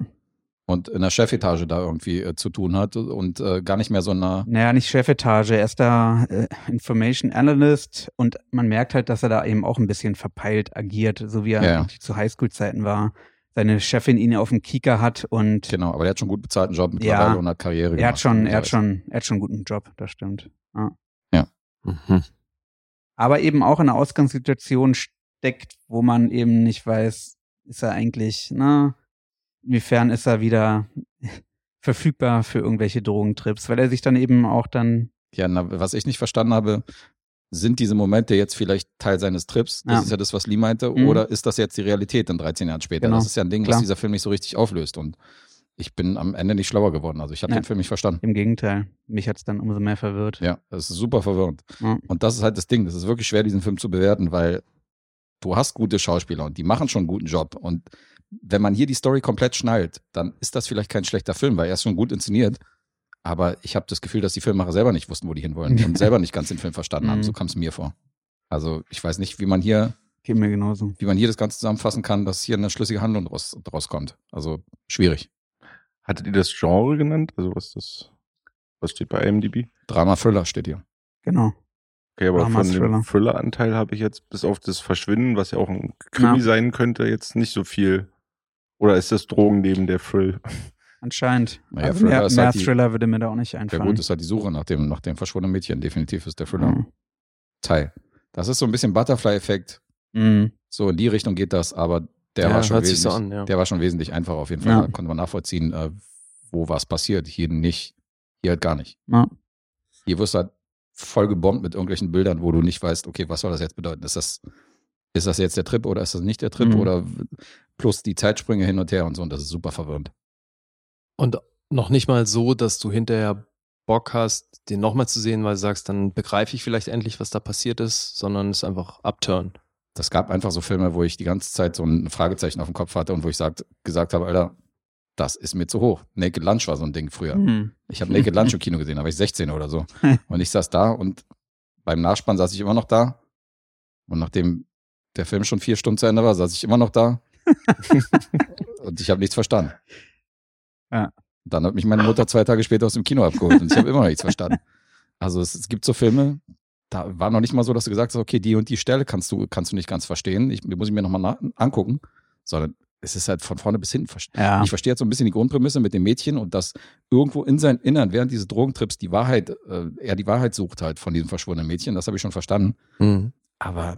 B: und in der Chefetage da irgendwie äh, zu tun hat und äh, gar nicht mehr so einer.
D: naja, nicht Chefetage, er ist da äh, Information Analyst und man merkt halt, dass er da eben auch ein bisschen verpeilt agiert, so wie er
B: Ja, ja.
D: eigentlich zu Highschool-Zeiten war. Seine Chefin ihn auf dem Kieker hat und
B: Genau, aber der hat schon gut bezahlten Job mittlerweile und hat Karriere gemacht. also
D: er hat schon, er hat
B: Das heißt,
D: schon, er hat schon einen guten Job, das stimmt. Ja.
C: Mhm.
D: aber eben auch in einer Ausgangssituation steckt, wo man eben nicht weiß, ist er eigentlich, na, inwiefern ist er wieder <laughs> verfügbar für irgendwelche Drogentrips, weil er sich dann eben auch dann,
B: Ja, na, was ich nicht verstanden habe, sind diese Momente jetzt vielleicht Teil seines Trips? Das
D: Ja.
B: ist ja das, was Lee meinte.
D: Mhm.
B: Oder ist das jetzt die Realität in 13 Jahren später?
D: Genau.
B: Das ist ja ein Ding,
D: Klar.
B: was dieser Film nicht so richtig auflöst. Und ich bin am Ende nicht schlauer geworden. Also ich habe
D: Ja.
B: den Film nicht verstanden.
D: im Gegenteil, mich hat's dann umso mehr verwirrt.
B: Ja, das ist super verwirrend.
D: Ja.
B: Und das ist halt das Ding. Das ist wirklich schwer, diesen Film zu bewerten, weil du hast gute Schauspieler und die machen schon einen guten Job. Und wenn man hier die Story komplett schnallt, dann ist das vielleicht kein schlechter Film, weil er ist schon gut inszeniert. Aber ich habe das Gefühl, dass die Filmemacher selber nicht wussten, wo die
D: <laughs>
B: hinwollen und selber nicht ganz den Film verstanden haben.
D: Mhm.
B: So kam es mir vor. Also ich weiß nicht, wie man hier,
D: Geht mir genauso.
B: wie man hier das Ganze zusammenfassen kann, dass hier eine schlüssige Handlung draus, draus kommt. Also schwierig.
E: Hattet ihr das Genre genannt? Also was das, was steht bei IMDb?
B: Drama Thriller steht hier.
D: Genau.
E: Okay, aber
D: Drama,
E: von
D: Thriller.
E: dem Thriller-Anteil habe ich jetzt bis auf das Verschwinden, was ja auch ein Krimi
D: Ja.
E: sein könnte, jetzt nicht so viel. Oder ist das Drogen neben der Thrill?
D: Anscheinend.
B: Naja,
D: also
B: Thriller
D: mehr
B: ist
D: mehr
B: halt die-
D: Thriller würde mir da auch nicht
B: Ja
D: einfallen.
B: gut, ist halt die Suche nach dem, nach dem verschwundenen Mädchen. Definitiv ist der Thriller.
D: Ja.
B: Teil. Das ist so ein bisschen Butterfly-Effekt.
D: Mhm.
B: So in die Richtung geht das, aber der,
C: Ja,
B: war, schon
C: hört sich
B: wesentlich,
C: so an, ja.
B: der war schon wesentlich einfacher auf jeden Fall.
D: Ja.
B: Da konnte man nachvollziehen, äh, wo was passiert. Hier nicht, hier halt gar nicht.
D: Ja.
B: Hier wirst du halt voll gebombt mit irgendwelchen Bildern, wo du nicht weißt, okay, was soll das jetzt bedeuten? Ist das, ist das jetzt der Trip oder ist das nicht der Trip?
D: Mhm.
B: Oder w- plus die Zeitsprünge hin und her und so. Und das ist super verwirrend.
C: Und noch nicht mal so, dass du hinterher Bock hast, den nochmal zu sehen, weil du sagst, dann begreife ich vielleicht endlich, was da passiert ist, sondern es ist einfach Upturn.
B: Das gab einfach so Filme, wo ich die ganze Zeit so ein Fragezeichen auf dem Kopf hatte und wo ich sagt, gesagt habe, Alter, das ist mir zu hoch. Naked Lunch war so ein Ding früher.
D: Mhm.
B: Ich habe Naked Lunch im Kino gesehen, da war ich 16 oder so. Und ich saß da und beim Nachspann saß ich immer noch da. Und nachdem der Film schon vier Stunden zu Ende war, saß ich immer noch da. und ich habe nichts verstanden.
D: Ja.
B: Dann hat mich meine Mutter zwei Tage später aus dem Kino abgeholt und ich habe immer noch nichts verstanden. Also es, es gibt so Filme, da war noch nicht mal so, dass du gesagt hast, okay, die und die Stelle kannst du, kannst du nicht ganz verstehen. Ich die muss ich mir nochmal angucken, sondern es ist halt von vorne bis hinten verstanden.
D: Ja.
B: Ich verstehe jetzt so ein bisschen die Grundprämisse mit dem Mädchen und dass irgendwo in seinem Innern während dieses Drogentrips die Wahrheit, äh, er die Wahrheit sucht halt von diesem verschwundenen Mädchen, das habe ich schon verstanden.
C: Mhm.
B: Aber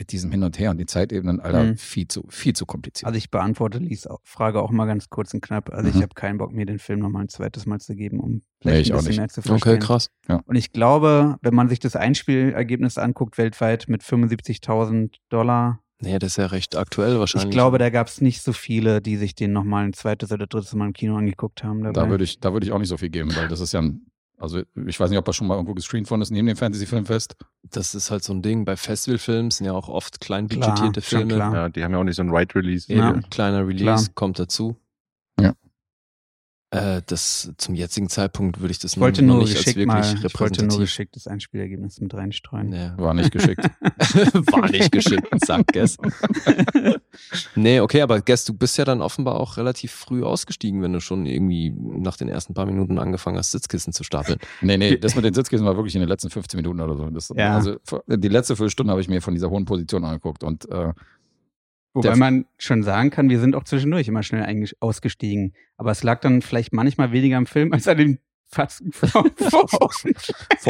B: mit diesem Hin und Her und den Zeitebenen, Alter,
D: Mhm.
B: viel zu, viel zu kompliziert.
D: Also ich beantworte Lies auch- Frage auch mal ganz kurz und knapp. Also
B: Mhm.
D: ich habe keinen Bock, mir den Film nochmal ein zweites Mal zu geben, um
B: Nee,
D: vielleicht
B: ich
D: ein
B: auch
D: bisschen
B: nicht.
D: mehr zu verstehen.
C: Okay, krass.
D: Und ich glaube, wenn man sich das Einspielergebnis anguckt weltweit mit 75.000 Dollar,
C: Naja, das ist ja recht aktuell wahrscheinlich.
D: ich glaube, da gab es nicht so viele, die sich den nochmal ein zweites oder drittes Mal im Kino angeguckt haben. Dabei.
B: da würde ich, da würde ich auch nicht so viel geben, weil das ist ja ein Also ich weiß nicht, ob er schon mal irgendwo gescreent worden ist neben dem Fantasy-Filmfest.
C: Das ist halt so ein Ding. Bei Festivalfilmen sind ja auch oft
D: Klar,
C: kleinbudgetierte
D: schon
C: Filme.
D: klar.
E: Ja, die haben ja auch nicht so ein Right Release.
C: Eben,
D: Ja.
C: kleiner Release
D: Klar.
C: kommt dazu.
B: Ja.
C: Äh, das zum jetzigen Zeitpunkt würde ich das
D: Ich wollte
C: noch
D: nur
C: nicht als
D: geschickt
C: wirklich
D: mal, ich wollte nur
C: repräsentativ.
D: geschickt das Einspielergebnis mit reinstreuen.
C: Nee.
B: War nicht
D: <laughs>
B: geschickt.
C: <laughs> War nicht geschickt, sag es. nee, okay, aber Guess, du bist ja dann offenbar auch relativ früh ausgestiegen, wenn du schon irgendwie nach den ersten paar Minuten angefangen hast, Sitzkissen zu stapeln.
B: nee, nee, das mit den Sitzkissen war wirklich in den letzten 15 Minuten oder so. Das,
D: Ja.
B: Also vor- die letzte Viertelstunde habe ich mir von dieser hohen Position angeguckt und äh,
D: <laughs> Wobei
B: Der-
D: man schon sagen kann, wir sind auch zwischendurch immer schnell eingesch- ausgestiegen. Aber es lag dann vielleicht manchmal weniger am Film als an dem <laughs>
C: <laughs>
D: Fasten
B: vor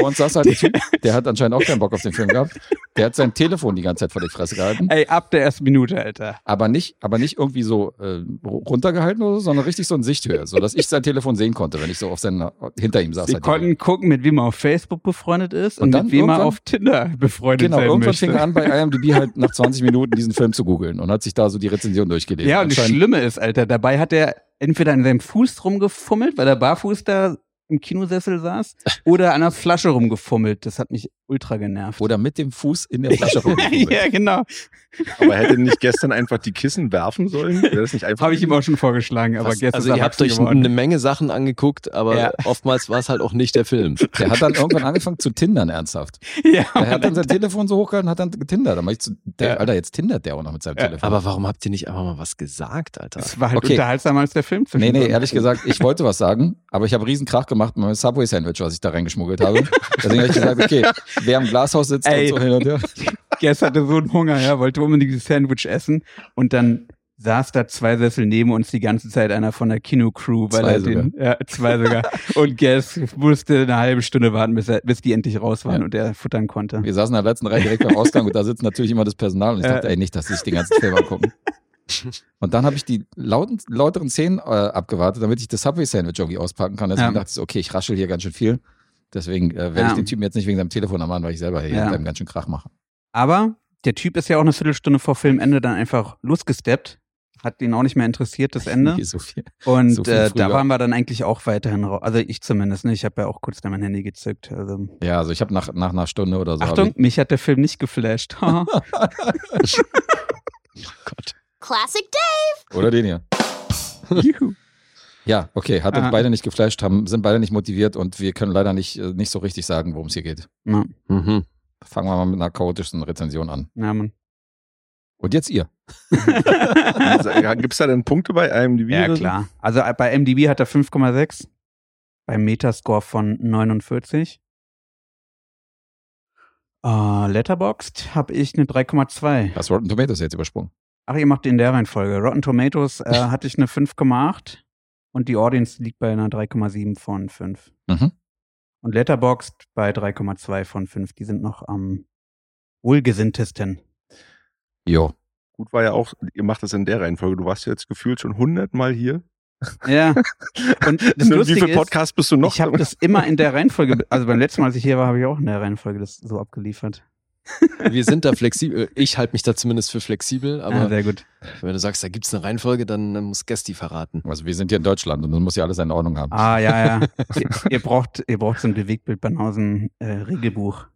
B: uns saß halt ein Typ, der hat anscheinend auch keinen Bock auf den Film gehabt. Der hat sein Telefon die ganze Zeit vor die Fresse gehalten.
D: Ey, ab der ersten Minute, Alter.
B: Aber nicht, aber nicht irgendwie so äh, ru- runtergehalten oder so, sondern richtig so in Sichthöhe, sodass ich sein Telefon sehen konnte, wenn ich so auf seinen, hinter ihm saß.
D: Sie
B: halt
D: konnten gucken, mit wem man auf Facebook befreundet ist und,
B: Und dann
D: mit wem man
B: irgendwann-
D: auf Tinder befreundet
B: Genau,
D: sein
B: irgendwann
D: möchte.
B: fing er an, bei IMDb halt nach 20 Minuten diesen Film zu googeln und hat sich da so die Rezension durchgelesen.
D: ja, und das
B: Anscheinend-
D: Schlimme ist, Alter, dabei hat er entweder an seinem Fuß rumgefummelt, weil er barfuß da im Kinosessel saß,
B: <laughs>
D: oder an der Flasche rumgefummelt. Das hat mich ultra genervt. <laughs>
B: Oder mit dem Fuß in der Flasche rumgefummelt.
D: ja, genau.
E: Aber hätte nicht gestern einfach die Kissen werfen sollen? Wäre das nicht einfach?
D: Habe ich ihm auch schon vorgeschlagen, aber
C: Was-
D: gestern
C: also ihr habt euch eine Menge Sachen angeguckt, aber
D: Ja.
C: oftmals war es halt auch nicht der
D: <laughs>
C: Film.
B: Der hat dann irgendwann angefangen zu tindern, ernsthaft.
D: Ja,
B: Der hat
D: Mann,
B: dann sein Telefon so hochgehalten und hat dann getindert. Dann mach ich zu, der,
D: Ja.
B: Alter, jetzt tindert der auch noch mit seinem Telefon.
C: Aber warum habt ihr nicht einfach mal was gesagt, Alter?
D: <laughs> es war halt
B: Okay.
D: unterhaltsamer als der Film.
B: Nee, nee,
D: zwischendurch.
B: ehrlich gesagt, ich wollte was sagen, aber ich habe riesen Krach gemacht mit meinem Subway-Sandwich, was ich da reingeschmuggelt habe. Deswegen habe ich gesagt, okay, wer im Glashaus sitzt
D: Ey.
B: und so hin und her.
D: Gestern hatte so einen Hunger, ja, wollte unbedingt dieses Sandwich essen und dann saß da zwei Sessel neben uns die ganze Zeit einer von der Kinocrew, weil
B: Zwei
D: er den, ja, zwei sogar, und Guess musste eine halbe Stunde warten, bis, er, bis die endlich raus waren
B: Ja.
D: und er futtern konnte.
B: Wir saßen in der letzten Reihe direkt beim Ausgang und da sitzt natürlich immer das Personal und ich dachte,
D: Äh.
B: ey, nicht, dass sie sich den ganzen Film angucken. Und dann habe ich die lauten, lauteren Szenen äh, abgewartet, damit ich das Subway-Sandwich irgendwie auspacken kann. Deswegen
D: Ja.
B: dachte ich, so, okay, ich raschel hier ganz schön viel. Deswegen äh, werde
D: Ja.
B: ich den Typen jetzt nicht wegen seinem Telefon ermahnen, weil ich selber hier
D: Ja.
B: mit einem ganz schön Krach mache.
D: Aber der Typ ist ja auch eine Viertelstunde vor Filmende dann einfach losgesteppt, hat ihn auch nicht mehr interessiert,
B: <laughs>
D: das Ende.
B: Hier so viel.
D: Und
B: So viel
D: äh, da
B: früher.
D: waren wir dann eigentlich auch weiterhin raus. Also ich zumindest, ne? Ich habe ja auch kurz da mein Handy gezückt. Also.
B: Ja, also ich habe nach, nach einer Stunde oder so. hab
D: Achtung, mich hat der Film nicht geflasht. <laughs> Oh
C: Gott.
F: Classic
B: Ich, oder den hier.
D: Juhu.
B: Ja, okay, hat
D: Ah.
B: uns beide nicht geflasht, haben, sind beide nicht motiviert und wir können leider nicht, äh, nicht so richtig sagen, worum es hier geht.
D: Na,
C: Mhm.
B: Fangen wir mal mit einer chaotischen Rezension an.
D: na Mann.
B: Und jetzt ihr.
E: <laughs> Gibt es da denn Punkte bei
D: Also,
E: IMDb?
D: ja,
E: oder so?
D: klar. Also äh, bei MDB hat er 5,6. Beim Metascore von 49. Äh, Letterboxd habe ich eine 3,2.
B: Das Rotten Tomatoes jetzt übersprungen.
D: Ach, ihr macht die in der Reihenfolge. Rotten Tomatoes
E: <laughs>
D: äh, hatte ich eine 5,8 und die Audience liegt bei einer 3,7 von 5.
B: Mhm.
D: Und Letterboxd bei 3,2 von 5. Die sind noch am wohlgesinntesten.
B: Jo.
E: Gut war ja auch, ihr macht das in der Reihenfolge. Du warst ja jetzt gefühlt schon hundertmal hier. <laughs>
D: Ja. Und das
E: Nur wie
D: Lustige
E: viel
D: ist,
E: Podcast bist du noch?
D: ich habe das immer in der Reihenfolge, be- also beim letzten Mal, als ich hier war, habe ich auch in der Reihenfolge das so abgeliefert.
C: Wir sind da flexibel. äh, Ich halte mich da zumindest für flexibel,
D: ah,
C: aber
D: sehr gut.
C: wenn du sagst, da gibt's eine Reihenfolge, dann äh, muss Guess die verraten.
B: Also wir sind hier in Deutschland und dann muss ja alles in Ordnung haben.
D: Ah, ja, ja. ihr, ihr braucht, ihr braucht so ein Bewegtbild Banausen äh, Regelbuch,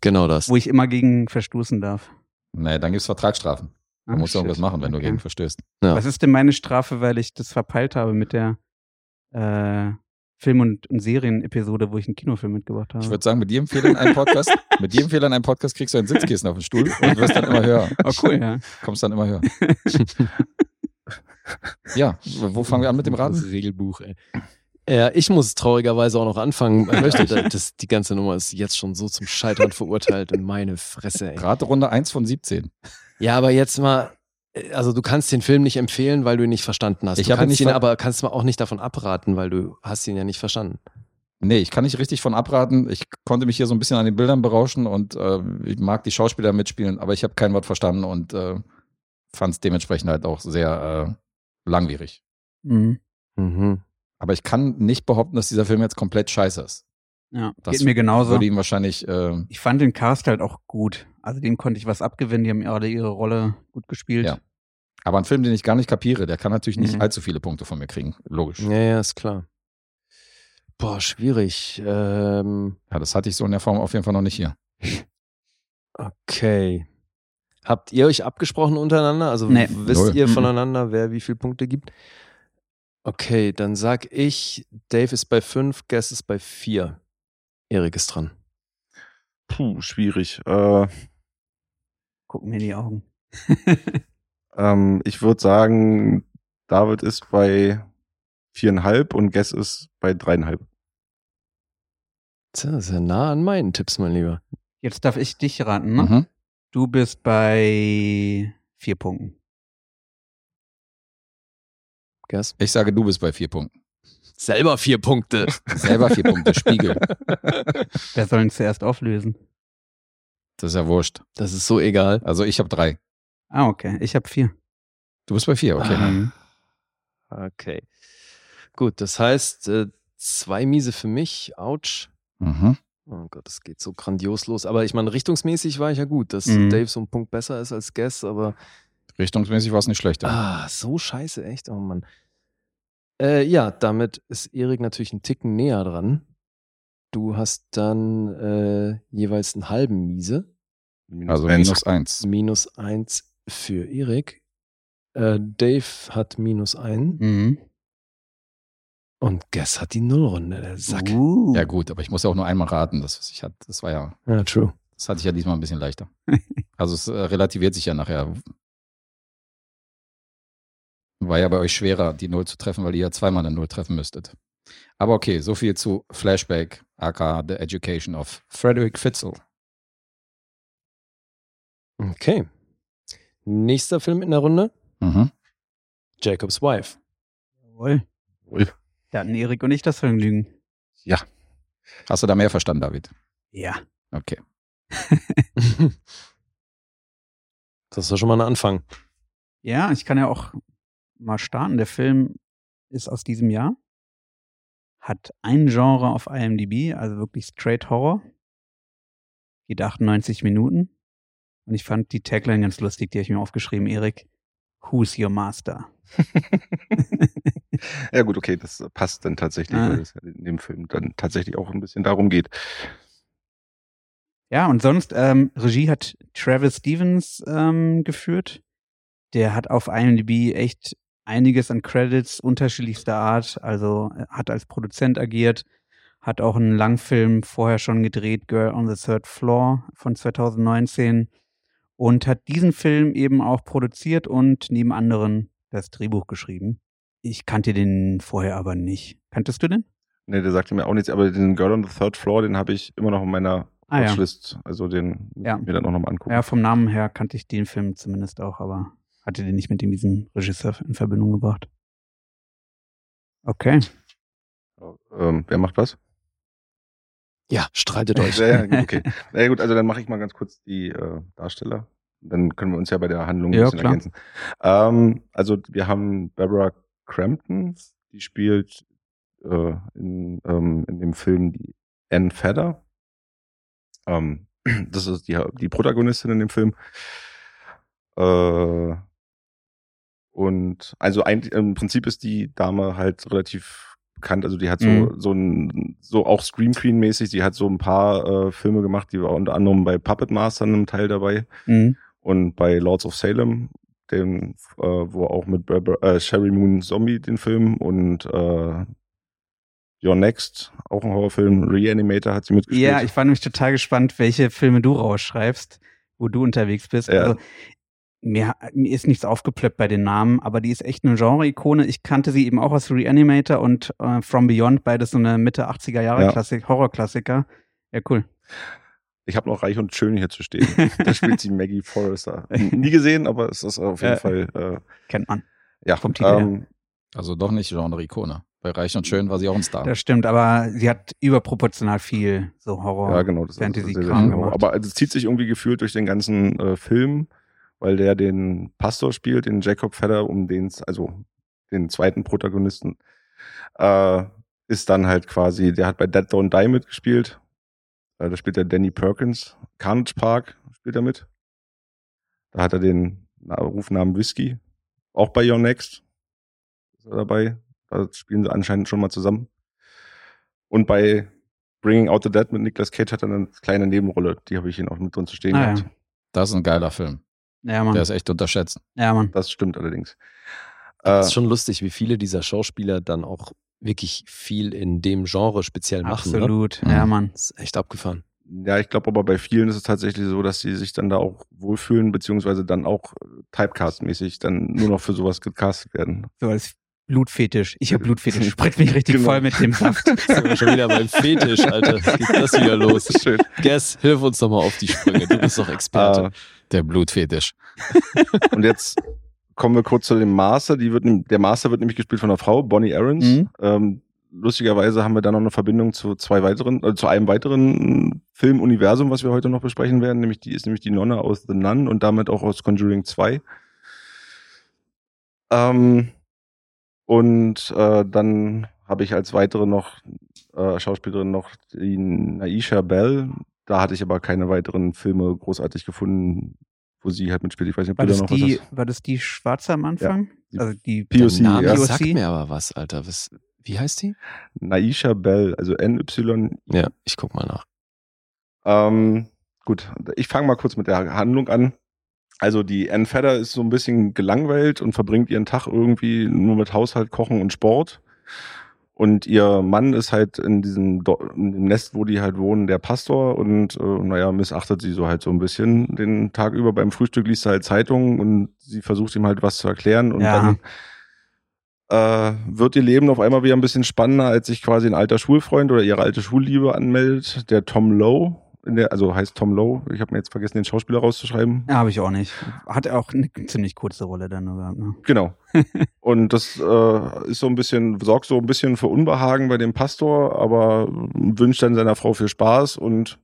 C: Genau das.
D: wo ich immer gegen verstoßen darf.
B: Nee, dann gibt's Vertragsstrafen. Da
D: Ah,
B: musst du
D: shit.
B: irgendwas machen, wenn du
D: Okay. Ah.
B: gegen verstößt.
D: Was ist denn meine Strafe, weil ich das verpeilt habe mit der äh, Film- und, und Serien-Episode, wo ich einen Kinofilm mitgebracht habe?
B: Ich würde sagen, mit jedem Fehler in einem Podcast,
D: <laughs>
B: mit jedem Fehler in einem Podcast kriegst du ein Sitzkissen auf den Stuhl und wirst dann immer höher.
D: oh, cool, ja.
B: Kommst dann immer
D: <laughs>
B: höher. ja, wo fangen wir an mit dem
C: Das
B: Raten?
C: Regelbuch, ey. Ja, ich muss traurigerweise auch
B: <laughs>
C: noch anfangen. Richtig. Das, die ganze Nummer ist jetzt schon so zum Scheitern verurteilt und meine Fresse, ey.
B: Raterunde 1 von 17.
C: Ja, aber jetzt mal, äh, also du kannst den Film nicht empfehlen, weil du ihn nicht verstanden hast.
B: Ich
C: du
B: hab ihn
C: kannst
B: nicht
C: ihn
B: ver-
C: aber kannst mal auch nicht davon abraten, weil du hast ihn ja nicht verstanden.
B: Nee, ich kann nicht richtig von abraten. Ich konnte mich hier so ein bisschen an den Bildern berauschen und äh, ich mag die Schauspieler mitspielen, aber ich habe kein Wort verstanden und äh, fand es dementsprechend halt auch sehr äh, langwierig.
D: Mhm.
C: Mhm.
B: Aber ich kann nicht behaupten, dass dieser Film jetzt komplett scheiße ist.
D: ja.
B: Das
D: Geht mir genauso.
B: Würde ihm wahrscheinlich, äh,
D: Ich fand den Cast halt auch gut. Also dem konnte ich was abgewinnen. Die haben alle ihre Rolle gut gespielt.
B: Ja. aber ein Film, den ich gar nicht kapiere, der kann natürlich nicht
D: Mhm.
B: allzu viele Punkte von mir kriegen. Logisch.
C: Ja, ja, ist klar. Boah, schwierig. Ähm,
B: Ja, das hatte ich so in der Form auf jeden Fall noch nicht hier.
C: okay. Habt ihr euch abgesprochen untereinander? Also
D: Nee.
C: wisst
B: Null.
C: ihr
D: Mhm.
C: voneinander, wer wie viele Punkte gibt? Okay, dann sag ich, Dave ist bei fünf, Guess ist bei vier. Erik ist dran.
E: Puh, schwierig. Äh,
D: Gucken mir in die Augen.
E: ähm, ich würde sagen, David ist bei viereinhalb und Guess ist bei dreieinhalb.
C: Tja, ist ja nah an meinen Tipps, mein Lieber.
D: Jetzt darf ich dich raten, ne?
B: Mhm.
D: Du bist bei vier Punkten.
C: Guess.
B: Ich sage, du bist bei vier Punkten.
C: Selber vier Punkte.
B: Selber vier Punkte,
D: <laughs>
B: Spiegel.
D: Wer soll ihn zuerst auflösen?
B: Das ist ja wurscht.
C: <laughs> Das ist so egal.
B: Also ich habe drei.
D: Ah, okay. Ich habe vier.
B: Du bist bei vier, okay.
D: Mhm.
C: Okay. Gut, das heißt, äh, zwei Miese für mich. Autsch.
B: Mhm.
C: Oh Gott, das geht so grandios los. Aber ich meine, richtungsmäßig war ich ja gut, dass
D: Mhm.
C: Dave so ein Punkt besser ist als Guess, aber
B: Richtungsmäßig war es nicht schlechter.
C: ah, so scheiße, echt. Oh Mann. Äh, ja, damit ist Erik natürlich einen Ticken näher dran. Du hast dann äh, jeweils einen halben Miese.
E: Minus
B: Also
E: eins.
B: minus eins.
C: Minus eins für Erik. Äh, Dave hat minus ein.
D: Mhm.
C: Und Guess hat die Nullrunde, der Sack.
D: Uh.
B: Ja gut, aber ich muss ja auch nur einmal raten. Das, was ich hatte, das war ja,
C: Ja, true.
B: das hatte ich ja diesmal ein bisschen <laughs> leichter. Also es äh, relativiert sich ja nachher. War ja bei euch schwerer, die Null zu treffen, weil ihr ja zweimal eine Null treffen müsstet. Aber okay, so viel zu Flashback, aka The Education of Frederick Fitzel.
C: Okay. Nächster Film in der Runde:
B: Mhm.
C: Jacob's Wife. <laughs>
D: Jawohl.
E: Jawohl.
D: Da hatten Erik und ich das Vergnügen.
B: Hast du da mehr verstanden, David?
D: Ja.
B: Okay.
C: das war schon mal ein Anfang.
D: Ja, ich kann ja auch mal starten. Der Film ist aus diesem Jahr, hat ein Genre auf IMDb, also wirklich straight Horror. Geht 98 Minuten. Und ich fand die Tagline ganz lustig, die habe ich mir aufgeschrieben, Erik. Who's your master?
E: <laughs> Ja gut, okay, das passt dann tatsächlich,
D: Ah.
E: weil es in dem Film dann tatsächlich auch ein bisschen darum geht.
D: Ja, und sonst, ähm, Regie hat Travis Stevens ähm, geführt. Der hat auf IMDb echt einiges an Credits unterschiedlichster Art. Also äh, hat als Produzent agiert, hat auch einen Langfilm vorher schon gedreht, Girl on the Third Floor von 2019. Und hat diesen Film eben auch produziert und neben anderen das Drehbuch geschrieben. Ich kannte den vorher aber nicht. Kanntest du den?
E: Ne, der sagte mir auch nichts, aber den Girl on the Third Floor, den habe ich immer noch in meiner
D: Ah, ja.
E: Watchlist. Also den
D: Ja.
E: ja. mir dann auch nochmal angucken.
D: Ja, vom Namen her kannte ich den Film zumindest auch, aber hatte den nicht mit dem- diesem Regisseur in Verbindung gebracht. Okay.
E: Ähm, wer macht was?
C: Ja, streitet euch.
E: Ja, ja, gut, okay. Na ja, gut, also dann mache ich mal ganz kurz die äh, Darsteller. Dann können wir uns ja bei der Handlung ein
D: Ja,
E: bisschen
D: klar.
E: ergänzen. Ähm, also wir haben Barbara Crampton, die spielt äh, in, ähm, in dem Film die Anne Fedder. Ähm, <clears throat> das ist die, die Protagonistin in dem Film. Äh, und also eigentlich im Prinzip ist die Dame halt relativ bekannt. Also die hat so
D: Mhm.
E: so ein so auch Scream Queen mäßig. Die hat so ein paar äh, Filme gemacht. Die war unter anderem bei Puppet Master in einem Teil dabei
D: Mhm.
E: und bei Lords of Salem, dem äh, wo auch mit Barbara, äh, Sherry Moon Zombie den Film und äh, Your Next auch ein Horrorfilm. Reanimator hat sie mitgespielt.
D: Ja, ich war nämlich total gespannt, welche Filme du rausschreibst, wo du unterwegs bist.
E: Ja.
D: Also, mir, mir ist nichts aufgeplöppt bei den Namen, aber die ist echt eine Genre-Ikone. Ich kannte sie eben auch aus Reanimator und äh, From Beyond, beides so eine Mitte 80er Jahre
E: Ja.
D: Klassik, Horrorklassiker. Ja, cool.
E: Ich habe noch Reich und Schön hier zu stehen. da
D: <laughs>
E: spielt sie Maggie Forrester. Nie gesehen, aber es ist auf jeden
D: Ja.
E: Fall äh,
D: Kennt man.
E: ja
D: Vom Titel her.
E: ähm,
B: Also doch nicht Genre Ikone. Bei Reich und Schön war sie auch ein Star.
D: Das stimmt, aber sie hat überproportional viel so Horror.
E: Ja, genau. Das
D: Fantasy
E: ist sehr, sehr
D: Kram
E: viel
D: gemacht.
E: Horror. Aber es zieht sich irgendwie gefühlt durch den ganzen äh, Film, weil der den Pastor spielt, den Jacob Fedder, um den, also den zweiten Protagonisten, äh, ist dann halt quasi, der hat bei Dead Don't Die mitgespielt. Äh, da spielt der Danny Perkins. Carnage Park spielt er mit. Da hat er den Na Rufnamen Whiskey. Auch bei Your Next ist er dabei. Da spielen sie anscheinend schon mal zusammen. Und bei Bringing Out the Dead mit Nicolas Cage hat er eine kleine Nebenrolle. Die habe ich ihn auch mit drin zu stehen
D: Ah, ja.
E: gehabt.
B: Das ist ein geiler Film.
E: genau.
D: Ja, Mann.
B: Der ist echt unterschätzt.
D: Ja, Mann.
E: Das stimmt allerdings.
C: Das
E: Äh,
C: ist schon lustig, wie viele dieser Schauspieler dann auch wirklich viel in dem Genre speziell machen. Ne?
D: Absolut.
B: ne?
D: Ja,
B: Mhm.
D: Mann.
C: Das ist echt abgefahren.
E: ja, ich glaube aber bei vielen ist es tatsächlich so, dass sie sich dann da auch wohlfühlen, beziehungsweise dann auch äh, Typecast-mäßig dann nur noch für sowas gecastet werden.
D: So als Blutfetisch. Ich habe
E: <laughs>
D: Blutfetisch. Spritzt mich richtig
E: Äh, Genau.
D: voll mit dem
E: <laughs>
D: Saft.
C: Sind wir schon wieder beim Fetisch, Alter. Was geht das wieder <laughs> los?
E: Das ist schön.
C: Guess, hilf uns doch mal auf die Sprünge.
B: <laughs>
C: Du bist doch Experte.
E: Äh,
B: Der Blutfetisch.
E: Und jetzt kommen wir kurz zu dem Master. Die wird, nem- der Master wird nämlich gespielt von einer Frau, Bonnie Aarons.
D: Mhm.
E: Ähm, lustigerweise haben wir da noch eine Verbindung zu zwei weiteren, äh, zu einem weiteren Filmuniversum, was wir heute noch besprechen werden. Nämlich die ist nämlich die Nonne aus The Nun und damit auch aus Conjuring 2. Ähm, und äh, dann habe ich als weitere noch äh, Schauspielerin noch die Naisha Bell. Da hatte ich aber keine weiteren Filme großartig gefunden, wo sie halt mitspielt. Ich weiß nicht, ob
D: War
E: du da
D: das,
E: noch was
D: die,
E: hast.
D: war das die Schwarze am Anfang?
E: Die
D: Also die
E: POC,
C: Der Name
E: ja.
D: POC?
C: sagt mir aber was, Alter. Was, wie heißt die?
E: Naisha Bell, also NY.
C: Ja, ich guck mal nach.
E: Ähm, gut, ich fange mal kurz mit der Handlung an. Also die Ann Fedder ist so ein bisschen gelangweilt und verbringt ihren Tag irgendwie nur mit Haushalt, Kochen und Sport. Und ihr Mann ist halt in diesem Do in dem Nest, wo die halt wohnen, der Pastor und äh, naja, missachtet sie so halt so ein bisschen den Tag über. Beim Frühstück liest er halt Zeitungen und sie versucht ihm halt was zu erklären und
D: Ja.
E: dann äh, wird ihr Leben auf einmal wieder ein bisschen spannender, als sich quasi ein alter Schulfreund oder ihre alte Schulliebe anmeldet, der Tom Lowe. In der, also heißt Tom Lowe. Ich habe mir jetzt vergessen, den Schauspieler rauszuschreiben.
D: Ja, habe Ah, ich auch nicht. Hat auch eine ziemlich kurze Rolle dann nur gehabt. Ne?
E: Genau. Und das äh, ist so ein bisschen, sorgt so ein bisschen für Unbehagen bei dem Pastor, aber wünscht dann seiner Frau viel Spaß und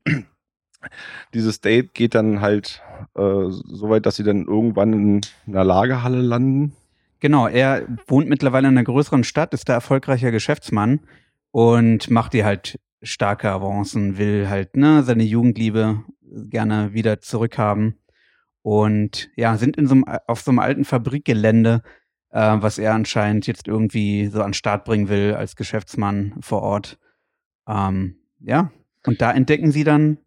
E: <clears throat> dieses Date geht dann halt äh, so weit, dass sie dann irgendwann in einer Lagerhalle landen.
D: Genau, er wohnt mittlerweile in einer größeren Stadt, ist da erfolgreicher Geschäftsmann und macht ihr halt starke Avancen, will halt ne, seine Jugendliebe gerne wieder zurückhaben. Und ja, sind in so einem, auf so einem alten Fabrikgelände, äh, was er anscheinend jetzt irgendwie so an den Start bringen will als Geschäftsmann vor Ort. Ähm, ja, und da entdecken sie dann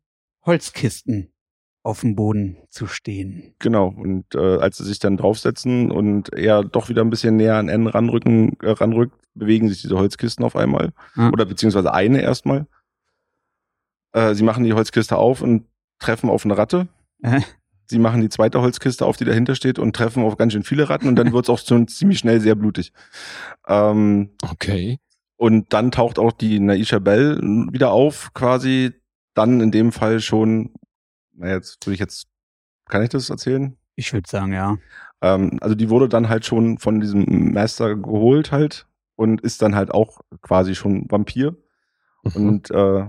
D: Holzkisten auf dem Boden zu stehen.
E: Genau, und äh, als sie sich dann draufsetzen und eher doch wieder ein bisschen näher an N ranrücken, äh, ranrückt, bewegen sich diese Holzkisten auf einmal.
D: Ja.
E: Oder beziehungsweise eine erstmal. Äh, sie machen die Holzkiste auf und treffen auf eine Ratte.
D: Äh.
E: Sie machen die zweite Holzkiste auf, die dahinter steht, und treffen auf ganz schön viele Ratten und dann wird es auch schon ziemlich schnell sehr blutig. Ähm,
C: Okay.
E: und dann taucht auch die Naisha Bell wieder auf, quasi dann in dem Fall schon, naja, jetzt würde ich jetzt, kann ich das erzählen?
D: Ich würde sagen, ja.
E: Ähm, also die wurde dann halt schon von diesem Master geholt halt und ist dann halt auch quasi schon Vampir
C: Mhm.
E: und äh,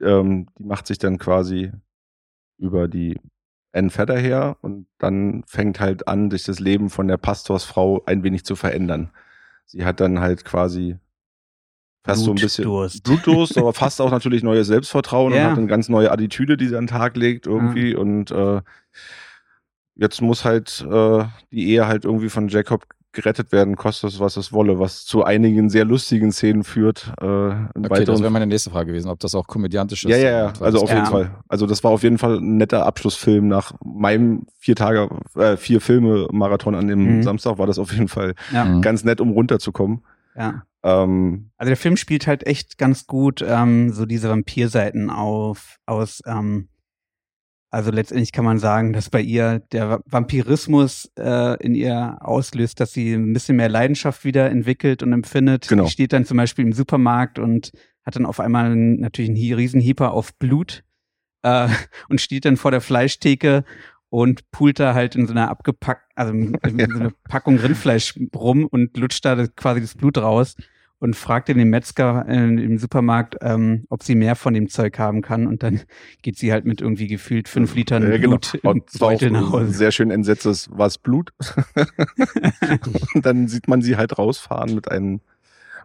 E: ähm, die macht sich dann quasi über die Anne Fedder her und dann fängt halt an, sich das Leben von der Pastorsfrau ein wenig zu verändern. Sie hat dann halt quasi fast so ein bisschen
D: Blutdurst.
B: <laughs>
E: Blutdurst, aber fast auch natürlich neues Selbstvertrauen
D: Ja.
E: und hat eine ganz neue Attitüde, die sie an den Tag legt irgendwie. Und äh, jetzt muss halt äh, die Ehe halt irgendwie von Jacob gerettet werden, kostet es, was es wolle, was zu einigen sehr lustigen Szenen führt. Äh, im
B: Okay, das
E: weiteren
B: wäre meine nächste Frage gewesen, ob das auch komödiantisch ist.
E: ja, ja, ja,
B: Und
E: also auf
D: Ja.
E: jeden Fall. Also das war auf jeden Fall ein netter Abschlussfilm nach meinem vier Tage, äh, vier Filme Marathon an dem
D: Mhm.
E: Samstag war das auf jeden Fall
B: Mhm.
E: ganz nett, um runterzukommen.
D: Ja.
E: Ähm,
D: Also der Film spielt halt echt ganz gut ähm, so diese Vampirseiten auf aus. Ähm, also letztendlich kann man sagen, dass bei ihr der Va- Vampirismus äh, in ihr auslöst, dass sie ein bisschen mehr Leidenschaft wieder entwickelt und empfindet.
E: Genau.
D: Die steht dann zum Beispiel im Supermarkt und hat dann auf einmal einen, natürlich einen hi- riesen Hieper auf Blut äh, <laughs> und steht dann vor der Fleischtheke und pult da halt in so einer abgepackten, also in, in so einer Packung Rindfleisch rum und lutscht da das, quasi das Blut raus und fragt den Metzger äh, im Supermarkt, ähm, ob sie mehr von dem Zeug haben kann. Und dann <laughs> geht sie halt mit irgendwie gefühlt fünf Litern
E: ja, genau.
D: Blut im
E: Und zwar auch
D: Beutel nach
E: ein
D: Hause.
E: sehr schön entsetztes, was
D: <laughs>
E: Blut. Und dann sieht man sie halt rausfahren mit einem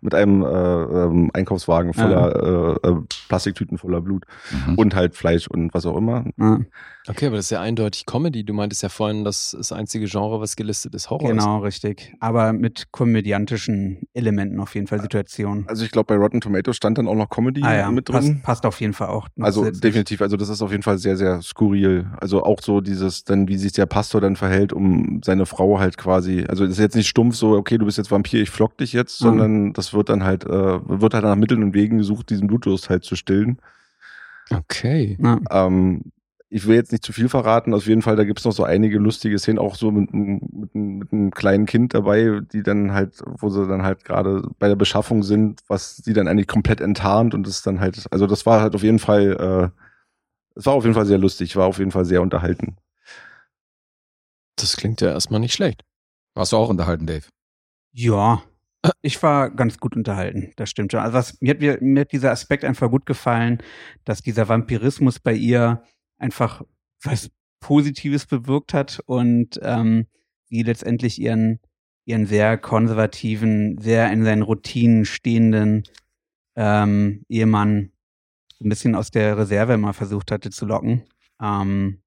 E: mit einem äh, ähm,
D: Ah.
E: Einkaufswagen voller äh, äh, Plastiktüten voller Blut
B: Mhm.
E: und halt Fleisch und was auch immer.
D: Ja.
C: Okay, aber das ist ja eindeutig Comedy. Du meintest ja vorhin, dass das einzige Genre, was gelistet ist, Horror
D: Genau, richtig. Aber mit komödiantischen Elementen auf jeden Fall, Situationen.
E: Also ich glaube, bei Rotten Tomatoes stand dann auch noch Comedy
D: ah ja,
E: mit drin.
D: passt, passt auf jeden Fall auch. noch
E: Also
D: zusätzlich.
E: definitiv, also das ist auf jeden Fall sehr, sehr skurril. Also auch so dieses, dann wie sich der Pastor dann verhält, um seine Frau halt quasi, also das ist jetzt nicht stumpf so, okay, du bist jetzt Vampir, ich flock dich jetzt,
D: Mhm.
E: sondern das wird dann halt, äh, wird halt nach Mitteln und Wegen gesucht, diesen Blutdurst halt zu stillen.
C: ist. Okay.
D: Ja.
E: Ähm, ich will jetzt nicht zu viel verraten, auf jeden Fall, da gibt's noch so einige lustige Szenen, auch so mit, einem- mit, einem- mit einem kleinen Kind dabei, die dann halt, wo sie dann halt gerade bei der Beschaffung sind, was sie dann eigentlich komplett enttarnt und das dann halt, also das war halt auf jeden Fall, äh, es war auf jeden Fall sehr lustig, war auf jeden Fall sehr unterhalten.
C: Das klingt ja erstmal nicht schlecht.
B: Warst du auch unterhalten, Dave?
D: Ja, ich war ganz gut unterhalten, das stimmt schon. Also was, mir, hat, mir mir hat dieser Aspekt einfach gut gefallen, dass dieser Vampirismus bei ihr einfach was Positives bewirkt hat und ähm, sie letztendlich ihren, ihren sehr konservativen, sehr in seinen Routinen stehenden ähm, Ehemann so ein bisschen aus der Reserve mal versucht hatte zu locken. Ähm,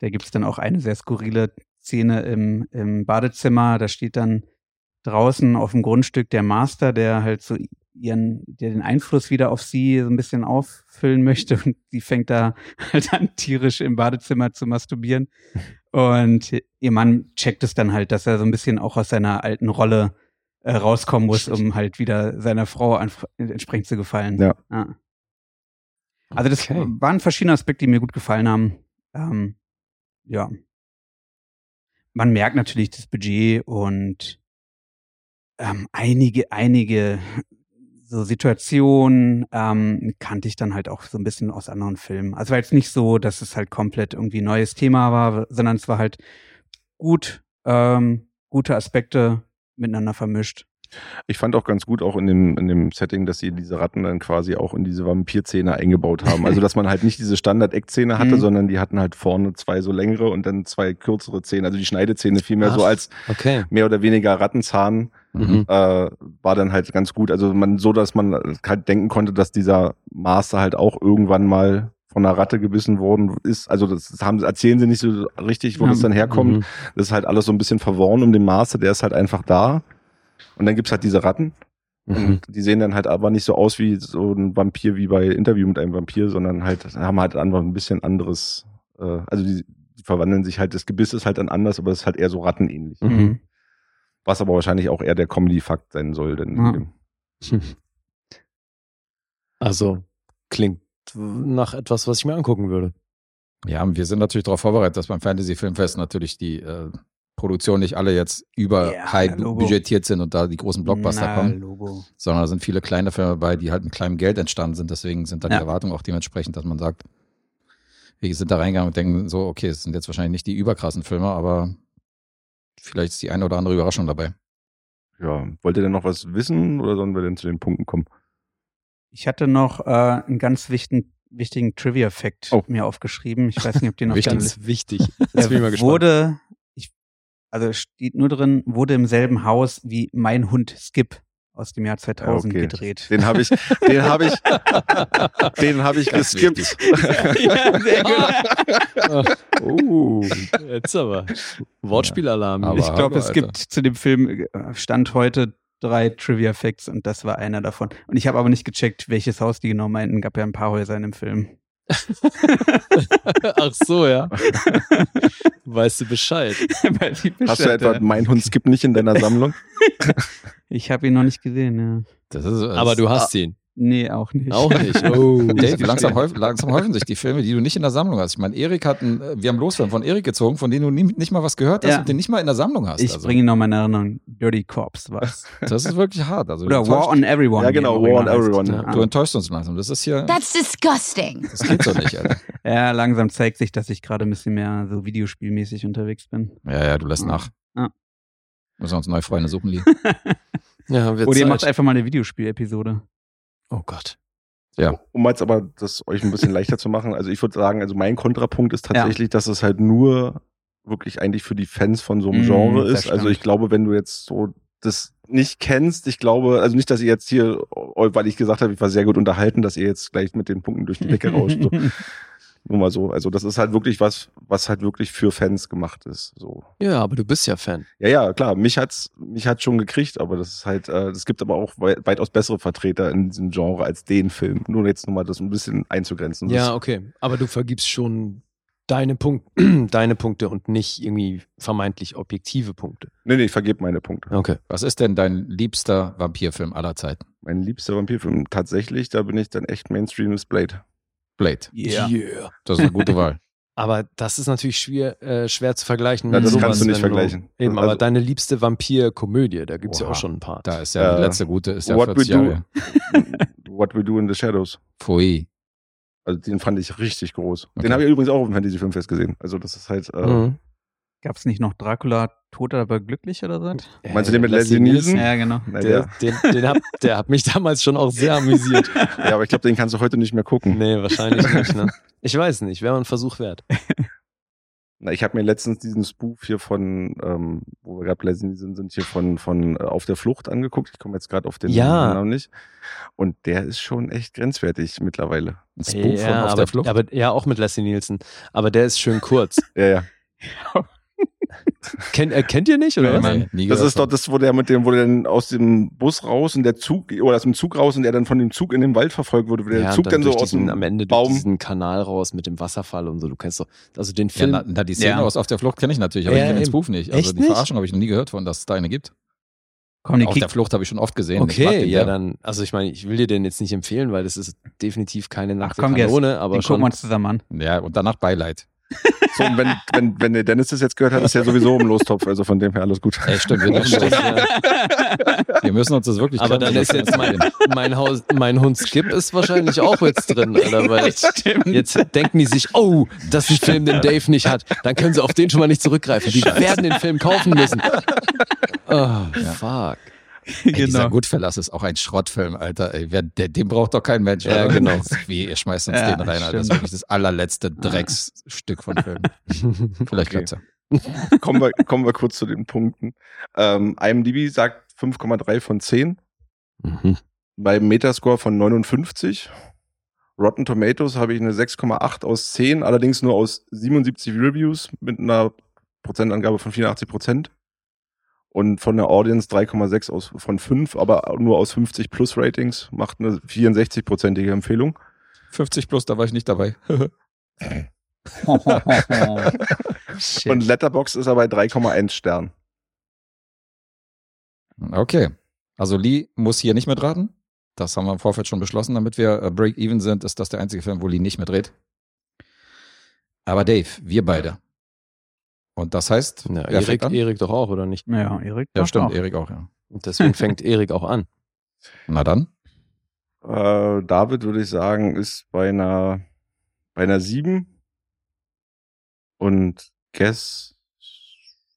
D: da gibt's dann auch eine sehr skurrile Szene im, im Badezimmer. Da steht dann draußen auf dem Grundstück der Master, der halt so ihren, der den Einfluss wieder auf sie so ein bisschen auffüllen möchte und sie fängt da <laughs> halt an, tierisch im Badezimmer zu masturbieren. Und ihr Mann checkt es dann halt, dass er so ein bisschen auch aus seiner alten Rolle äh, rauskommen muss, um halt wieder seiner Frau anf- entsprechend zu gefallen. Ah.
E: Ja.
D: Also das
C: Okay.
D: waren verschiedene Aspekte, die mir gut gefallen haben. Ähm, ja. Man merkt natürlich das Budget und ähm, einige, einige so Situationen ähm, kannte ich dann halt auch so ein bisschen aus anderen Filmen. Also war jetzt nicht so, dass es halt komplett irgendwie neues Thema war, sondern es war halt gut, ähm, gute Aspekte miteinander vermischt.
E: Ich fand auch ganz gut auch in dem, in dem Setting, dass sie diese Ratten dann quasi auch in diese Vampirszene eingebaut haben. Also dass man halt nicht
C: <laughs>
E: diese Standard-Eckzähne hatte,
D: Mhm.
E: sondern die hatten halt vorne zwei so längere und dann zwei kürzere Zähne. Also die Schneidezähne vielmehr so
C: Ach,
E: als
C: Okay.
E: mehr oder weniger Rattenzahn
C: Mhm.
E: äh, war dann halt ganz gut. Also man so, dass man halt denken konnte, dass dieser Master halt auch irgendwann mal von einer Ratte gebissen worden ist. Also das haben, erzählen sie nicht so richtig, wo
D: Ja.
E: das dann herkommt.
C: Mhm.
E: Das ist halt alles so ein bisschen verworren um den Master, der ist halt einfach da. Und dann gibt's halt diese Ratten.
C: Mhm.
E: Und die sehen dann halt aber nicht so aus wie so ein Vampir wie bei Interview mit einem Vampir, sondern halt haben halt einfach ein bisschen anderes. Äh, also die, die verwandeln sich halt, das Gebiss ist halt dann anders, aber es ist halt eher so rattenähnlich.
C: Mhm.
E: Was aber wahrscheinlich auch eher der Comedy-Fakt sein soll. Denn
D: Ja.
C: Also klingt nach etwas, was ich mir angucken würde.
B: Ja, und wir sind natürlich darauf vorbereitet, dass beim Fantasy Filmfest natürlich die äh, Produktionen nicht alle jetzt über
D: Ja,
B: high
D: Logo.
B: budgetiert sind und da die großen Blockbuster
D: Na,
B: kommen,
D: Logo.
B: sondern da sind viele kleine Filme dabei, die halt mit kleinem Geld entstanden sind. Deswegen sind dann
D: Ja.
B: die Erwartungen auch dementsprechend, dass man sagt, wir sind da reingegangen und denken so, okay, es sind jetzt wahrscheinlich nicht die überkrassen Filme, aber vielleicht ist die eine oder andere Überraschung dabei.
E: Ja, wollt ihr denn noch was wissen oder sollen wir denn zu den Punkten kommen?
D: Ich hatte noch äh, einen ganz wichtigen, wichtigen Trivia-Fact
E: Oh.
D: mir aufgeschrieben. Ich weiß nicht, ob
C: <laughs>
D: den noch
C: Wichtig
D: ganz
C: ist wichtig. Jetzt bin ich mal gespannt.
D: wurde, ich, also steht nur drin, wurde im selben Haus wie Mein Hund Skip aus dem Jahr 2000
E: Okay. <laughs>
D: gedreht.
E: Den habe ich, den habe ich, den habe ich
B: Ganz
E: geskippt. <laughs>
D: <laughs> ja, sehr gut.
C: oh, jetzt aber. <laughs> Wortspielalarm.
B: Aber-
D: Ich glaube, es
B: Alter.
D: gibt zu dem Film äh, Stand heute drei Trivia Facts und das war einer davon. Und ich habe aber nicht gecheckt, welches Haus die genau meinten. Gab ja ein paar Häuser in dem Film. <laughs>
C: <laughs> Ach so, ja. Weißt du Bescheid.
D: Weil die
E: Hast du
D: Bescheid,
E: etwa
D: äh,
E: mein Hund skippt nicht in deiner Sammlung?
D: Ich habe ihn noch nicht gesehen, ja.
B: Das ist, das
C: Aber du hast <laughs> ihn.
D: Nee, auch nicht.
C: Auch nicht. Oh.
B: Dave, langsam, häuf, langsam häufen sich die Filme, die du nicht in der Sammlung hast. Ich meine, Erik hat einen, äh, wir haben Losfilm von Erik gezogen, von denen du nie, nicht mal was gehört hast
D: Ja.
B: und den nicht mal in der Sammlung hast.
D: Ich
B: also,
D: bringe ihn noch mal in Erinnerung. Dirty Cops war's.
B: das ist wirklich hart. Also,
D: Oder
B: du,
D: War
B: enttäuscht-
D: on Everyone.
E: Ja,
D: wie
E: genau,
D: im
E: War on
D: Original heißt.
E: Everyone.
D: Ja.
B: du enttäuschst uns langsam. Das ist hier,
F: That's disgusting.
B: das geht so nicht,
D: <laughs>
B: Alter.
D: Ja, langsam zeigt sich, dass ich gerade ein bisschen mehr so videospielmäßig unterwegs bin.
B: Ja, ja, du lässt nach.
D: Ja.
B: Müssen wir uns neue Freunde suchen,
D: <laughs>
B: Lee.
C: Ja, wird
D: Oder ihr macht
C: Zeit.
D: einfach mal eine Videospiel-Episode.
C: Oh Gott.
E: Um jetzt aber das euch ein bisschen leichter zu machen, also ich würde sagen, also mein Kontrapunkt ist tatsächlich, dass es halt nur wirklich eigentlich für die Fans von so einem
D: Mm,
E: Genre
D: das
E: ist. Also ich
D: stimmt.
E: glaube, wenn du jetzt so das nicht kennst, ich glaube, also nicht, dass ihr jetzt
D: <laughs>
E: oh, hier, weil ich gesagt habe, ich war sehr gut unterhalten, dass ihr jetzt gleich mit den Punkten durch die Decke rauscht. So. Nur mal so. Also das ist halt wirklich was, was halt wirklich für Fans gemacht ist. So.
C: Ja, aber du bist ja Fan.
E: Ja, ja, klar. Mich hat's, mich hat's schon gekriegt, aber das ist halt, äh, es gibt aber auch wei- weitaus bessere Vertreter in diesem Genre als den Film. Nur jetzt nochmal das ein bisschen einzugrenzen.
C: Ja,
E: Das-
C: okay. Aber du vergibst schon deine, Punkt <clears throat> deine Punkte und nicht irgendwie vermeintlich objektive Punkte.
E: Nee, nee, ich vergebe meine Punkte.
C: Okay.
B: Was ist denn dein liebster Vampirfilm aller Zeiten?
E: Mein liebster Vampirfilm. Tatsächlich, da bin ich dann echt Mainstream ist Blade.
B: Blade.
D: Yeah.
B: Das ist eine gute Wahl.
C: Aber das ist natürlich schwer, äh, schwer zu vergleichen.
E: Ja,
C: mit
E: das
C: sowas,
E: kannst du nicht
C: wenn
E: vergleichen.
C: Eben, aber
E: Also-
C: deine liebste Vampir-Komödie, da gibt's ja
B: Oha.
C: auch schon ein paar.
B: Da ist ja die
E: Äh,
B: letzte gute, ist ja
E: What
B: 40
E: We Do.
B: Jahre.
E: What We Do in the Shadows.
B: Pfui.
E: Also den fand ich richtig groß.
B: Okay.
E: Den habe ich übrigens auch auf dem Fantasy Filmfest gesehen. Also das ist halt. Äh,
C: Mhm.
D: Gab's nicht noch Dracula, Toter, aber glücklich oder so?
C: Hm.
E: Meinst du den mit
C: Äh,
E: Leslie Nielsen?
D: Ja, genau.
E: na,
C: Der,
E: der,
C: den, den hab, der hat mich <laughs> damals schon auch sehr amüsiert.
E: ja, aber ich glaube, den kannst du heute nicht mehr gucken.
C: <laughs> Nee, wahrscheinlich nicht, ne? Ich weiß nicht, wäre mal ein Versuch wert.
E: Na, ich habe mir letztens diesen Spoof hier von, ähm, wo wir gerade Leslie sind, sind hier von, von äh, Auf der Flucht angeguckt. Ich komme jetzt gerade auf den
C: Ja.
E: Namen nicht. Und der ist schon echt grenzwertig mittlerweile.
B: Ein Spoof von Auf
C: aber,
B: der Flucht.
C: aber ja, auch mit Leslie Nielsen. Aber der ist schön kurz.
E: Ja, ja.
C: Kennt, äh, kennt ihr nicht, oder? was?
B: Nee, nie
E: Das
B: gehört
E: ist doch das, wo der mit dem, wo der dann aus dem Bus raus und der Zug, oder aus dem Zug raus und der dann von dem Zug in den Wald verfolgt wurde, wo der
C: Ja, und
E: Zug dann, so
C: durch
E: aus
C: diesen,
E: dem
C: am Ende
E: Baum-
C: durch diesen Kanal raus mit dem Wasserfall und so. Du kennst doch, also den
B: Ja,
C: Film.
B: na, na, die Szene
D: Ja.
B: aus Auf der Flucht kenne ich natürlich, aber
C: Ja,
B: ich kenne den
C: eben.
B: Spoof nicht. Also
C: Echt
B: die
C: nicht?
B: Verarschung habe ich noch nie gehört von, dass es da eine gibt.
D: Komm, die
B: Auf
D: Kick.
B: der Flucht habe ich schon oft gesehen. Ich mag
C: okay,
B: den
C: ja
B: sehr.
C: dann, also ich meine, ich will dir den jetzt nicht empfehlen, weil das ist definitiv keine Nacht
D: komm, Gerd,
C: ohne, aber
D: Den gucken
C: <laughs>
D: wir
C: schon.
D: uns zusammen an.
B: Ja, und danach
C: <laughs>
B: Beileid.
E: So, und wenn, wenn, wenn der Dennis das jetzt gehört hat, ist er sowieso im Lostopf. Also von dem her alles gut.
B: Ey, stimmt, wir,
C: Ja,
B: dürfen
C: stimmt,
B: das,
C: ja.
B: wir müssen uns das wirklich
C: Aber
B: glauben,
C: dann
B: wir
C: ist
B: müssen
C: jetzt
B: das
C: mein,
B: sehen.
C: mein, Haus, mein Hund Skip ist wahrscheinlich auch jetzt drin, Alter, <laughs> weil
D: <laughs>
C: jetzt denken die sich, oh, das ist ein Film, den Dave nicht hat. Dann können sie auf den schon mal nicht zurückgreifen. Die werden den Film kaufen <laughs> müssen. Oh, fuck.
B: Ey,
C: Genau.
B: Dieser Goodfellas ist auch ein Schrottfilm, Alter. Ey, wer, der, den braucht doch kein Mensch.
C: Ja,
B: Alter.
C: genau. Ah.
B: Wie, ihr schmeißt uns
D: Ja,
B: den rein, Alter. Das ist
D: stimmt.
B: wirklich das allerletzte Drecksstück von
C: <laughs>
B: Film. Vielleicht
E: Okay.
B: okay. ja.
E: kommen, wir, kommen wir kurz zu den Punkten. Ähm, IMDb sagt 5,3 von 10.
C: Mhm.
E: Beim Metascore von 59. Rotten Tomatoes habe ich eine 6,8 aus 10, allerdings nur aus 77 Reviews mit einer Prozentangabe von 84 Prozent. Und von der Audience 3,6 aus, von 5, aber nur aus 50 plus Ratings, macht eine 64-prozentige Empfehlung.
B: 50 plus, da war ich nicht dabei.
D: genau. <laughs>
C: Shit.
E: Und Letterbox ist er bei 3,1 Sternen.
B: Okay. Also Lee muss hier nicht mitraten. Das haben wir im Vorfeld schon beschlossen. Damit wir äh, Break-Even sind, ist das der einzige Film, wo Lee nicht mitdreht. Aber Dave, wir beide. Und das heißt,
C: Ja,
B: wer fängt
C: Erik,
B: an?
C: Erik doch auch, oder nicht?
D: Ja, Erik.
B: ja
D: macht
B: stimmt,
D: auch.
B: Erik auch, ja.
C: Und deswegen fängt Erik auch an.
B: Na dann.
E: Äh, David würde ich sagen, ist bei einer, bei einer 7. Und Guess.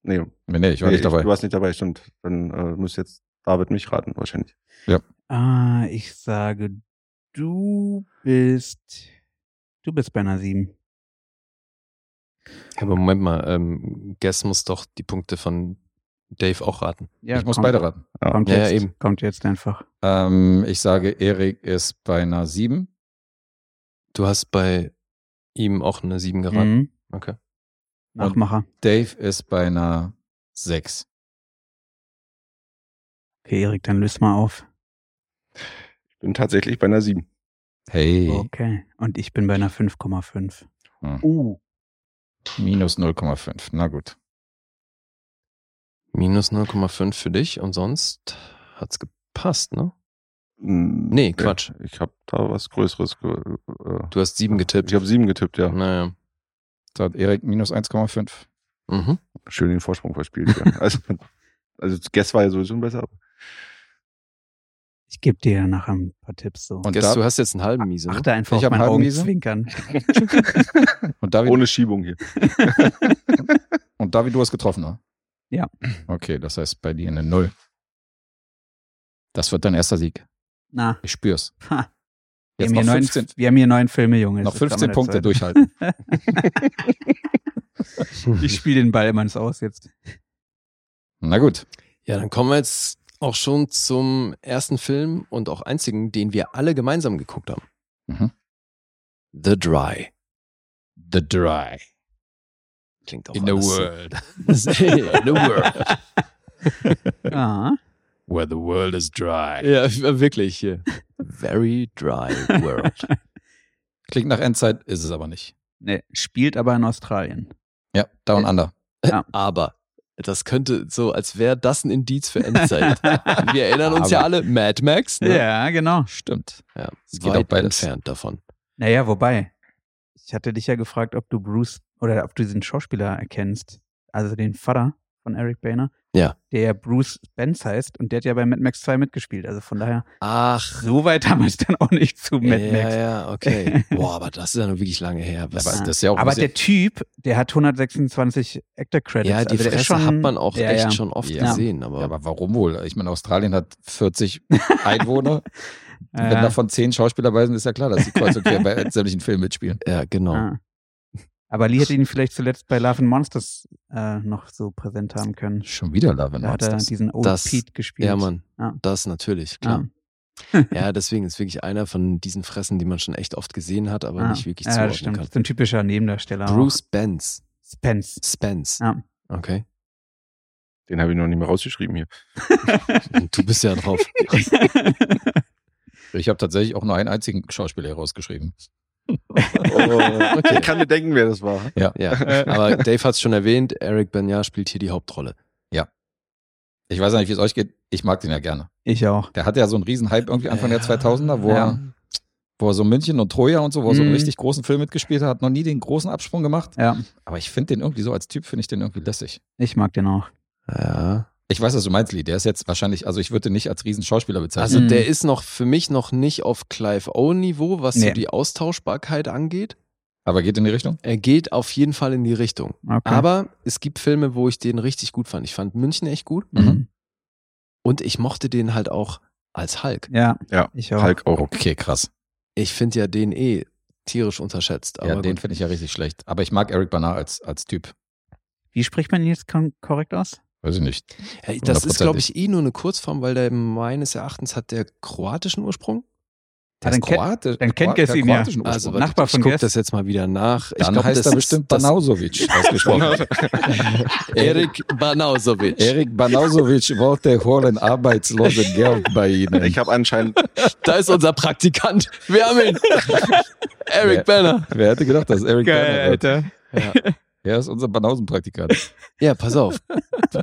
E: Nee,
B: Nee, nee ich war
E: nee,
B: nicht dabei.
E: du warst nicht dabei, stimmt. Dann äh, muss jetzt David mich raten, wahrscheinlich.
D: Ah, ich sage, du bist. Du bist bei einer 7.
C: Aber Moment mal, ähm, Guess muss doch die Punkte von Dave auch raten.
D: Ja,
B: ich muss beide raten.
D: Kommt
C: Ja,
D: jetzt,
C: ja, eben.
D: Kommt jetzt einfach.
B: Ähm, ich sage, Erik ist bei einer 7.
C: Du hast bei ihm auch eine 7 geraten.
D: Mhm.
C: Okay.
D: Nachmacher.
B: Dave ist bei einer 6.
D: Okay, Erik, dann löst mal auf.
E: Ich bin tatsächlich bei einer 7.
B: Hey, Hm.
D: Okay. Und ich bin bei einer 5,5.
E: Uh.
B: minus 0,5. Na gut.
C: Minus 0,5 für dich und sonst hat's gepasst, ne?
E: Hm, Nee,
C: Quatsch.
E: Ich habe da was Größeres. Ge äh,
C: Du hast 7 getippt.
E: ich habe 7 getippt, ja.
C: Naja.
B: Da hat Erik minus 1,5.
C: Mhm.
E: Schön den Vorsprung verspielt. Ja. also, also, Guess war ja sowieso besser.
D: Ich gebe dir nachher ein paar Tipps so.
B: Und,
C: Guess, du
B: da,
C: hast jetzt einen halben Miese. Ne?
D: Achte einfach
B: Ich hab
D: auf mein
B: einen halben Wiese.
D: Augenzwinkern.
B: und, David,
E: Ohne Schiebung hier.
B: und David, du hast getroffen, ne?
D: Ja.
B: Okay, das heißt bei dir eine 0. Das wird dein erster Sieg.
D: Na,
B: Ich spür's.
D: <laughs> Ha. wir
B: Jetzt
D: haben,
B: noch
D: hier neun,
B: 15,
D: wir haben hier neun Filme, Junge. Es
B: noch
D: ist am
B: 15
D: Ende
B: Punkte
D: Zeit. <laughs>
B: durchhalten.
D: Ich spiele den Ball immer ins Aus jetzt.
B: Na gut.
C: Ja, dann kommen wir jetzt auch schon zum ersten Film und auch einzigen, den wir alle gemeinsam geguckt haben.
B: Mhm.
C: The Dry.
B: the dry
C: Klingt auch
B: in the
C: alles-
B: world
C: <laughs> in the world.
D: Ah.
B: where the world is dry.
C: Ja, wirklich. Hier. Very dry world.
B: Klingt nach Endzeit, ist es aber nicht.
D: Nee, spielt aber in Australien. <laughs>
B: Ja, Down Under.
C: Aber das könnte so, als wäre das ein Indiz für Endzeit. Wir erinnern uns ja
B: Aber-
C: alle Mad Max. Ne?
D: Ja, genau.
B: Stimmt.
C: Ja,
B: Es geht auch
C: weit
B: beides.
C: entfernt davon.
D: Naja, wobei. Ich hatte dich ja gefragt, ob du Bruce oder ob du diesen Schauspieler erkennst. Also den Vater von Eric Boehner.
C: Ja.
D: Der ja Bruce Spence heißt und der hat ja bei Mad Max 2 mitgespielt. Also von daher,
C: Ach,
D: so weit <laughs> haben wir es dann auch nicht zu Mad
C: ja,
D: Max.
B: <laughs>
C: ja, okay. Boah, aber das ist ja nun wirklich lange her. Was,
B: Aber das ist ja auch
D: Aber
B: sehr-
D: der Typ, der hat 126 Actor Credits.
C: ja, die
D: also der
C: Fresse
D: ist schon,
C: hat man auch
D: ja,
C: echt
D: ja.
C: schon oft
B: Ja.
C: gesehen. Aber,
B: Ja, aber warum wohl? Ich meine, Australien hat
D: <laughs>
B: 40 Einwohner.
D: Ja,
B: Wenn davon 10 Schauspieler bei sind, ist ja klar,
D: <laughs>
B: dass sie kreuz und quer bei sämtlichen Filmen mitspielen.
C: ja, genau.
D: ja. <laughs> Aber Lee hätte ihn vielleicht zuletzt bei Love and Monsters äh, noch so präsent haben können.
B: Schon wieder Love and
D: Da hat er
B: Monsters.
D: diesen Old
C: Das-
D: Pete gespielt.
C: Ja, Mann.
D: Ja.
C: Das natürlich,
D: Ja.
C: klar. Ja, deswegen ist wirklich einer von diesen Fressen, die man schon echt oft gesehen hat, aber
D: Ja.
C: nicht wirklich
D: Ah. ja, das
C: zuordnen
D: stimmt.
C: kann.
D: So ein typischer Nebendarsteller.
C: Bruce Spence.
D: auch. Spence.
C: Spence. <laughs>
D: Ja.
C: Okay.
E: Den habe ich noch nicht mehr rausgeschrieben hier.
C: Und du bist ja
D: <laughs>
C: drauf.
B: Ich habe tatsächlich auch nur einen einzigen Schauspieler herausgeschrieben.
D: Oh,
C: Oh, okay.
E: Ich kann mir denken, wer das war.
C: Ja, aber Dave hat es schon erwähnt, Eric Bernard spielt hier die Hauptrolle.
B: Ich weiß ja nicht, wie es euch geht. Ich mag den ja gerne.
D: ich auch.
B: Der hatte ja so einen riesen Hype irgendwie Anfang der 2000er, wo,
D: Ja.
B: er, wo er so München und Troja und so, wo er so einen
D: Mhm.
B: richtig großen Film mitgespielt hat, hat noch nie den großen Absprung gemacht.
D: Ja,
B: Aber ich finde den irgendwie so, als Typ finde ich den irgendwie lässig.
D: ich mag den auch.
C: Ja.
B: Ich weiß, was du meinst, Lee. Der ist jetzt wahrscheinlich, also ich würde den nicht als Riesenschauspieler bezeichnen.
C: Also
D: Mhm.
C: der ist noch für mich noch nicht auf Clive Owen Niveau, was so
D: Nee.
C: die Austauschbarkeit angeht.
B: aber geht in die Richtung?
C: Er geht auf jeden Fall in die Richtung.
D: Okay.
C: Aber es gibt Filme, wo ich den richtig gut fand. Ich fand München echt gut
D: Mhm.
C: und ich mochte den halt auch als Hulk.
D: ja,
E: Ja,
D: ich auch.
E: Hulk auch.
B: Okay, krass.
C: Ich finde ja den eh tierisch unterschätzt. Aber
B: ja, den
C: gut.
B: finde ich ja richtig schlecht. Aber ich mag Eric Bana als, als Typ.
D: Wie spricht man ihn jetzt kon- korrekt aus?
B: Weiß ich nicht.
C: Hey, das ist, glaube ich, eh nur eine Kurzform, weil der meines Erachtens hat der kroatischen Ursprung.
D: Ah, dann kennt-
B: Kroate,
D: dann kennt
B: Kroate-
D: Gess ihn
B: der
D: ja.
B: kroatischen
C: Also,
B: Ursprung.
C: warte,
D: Nachbar
C: ich
D: von
C: guck
D: Guess.
C: das jetzt mal wieder nach.
B: dann
C: glaub,
B: heißt
C: das
B: er
C: ist-
B: bestimmt
C: das-
B: Banausovic ausgesprochen.
C: Erik Banausovic.
B: Erik Banausovic wollte holen arbeitslose Geld bei Ihnen.
E: Ich habe anscheinend
C: Da ist unser Praktikant. Wir haben <laughs> ihn. Eric Banner.
B: Wer hätte gedacht, dass Eric Banner wird?
D: Alter.
B: Er ist unser Banausenpraktikant. <laughs>
C: Ja, pass auf.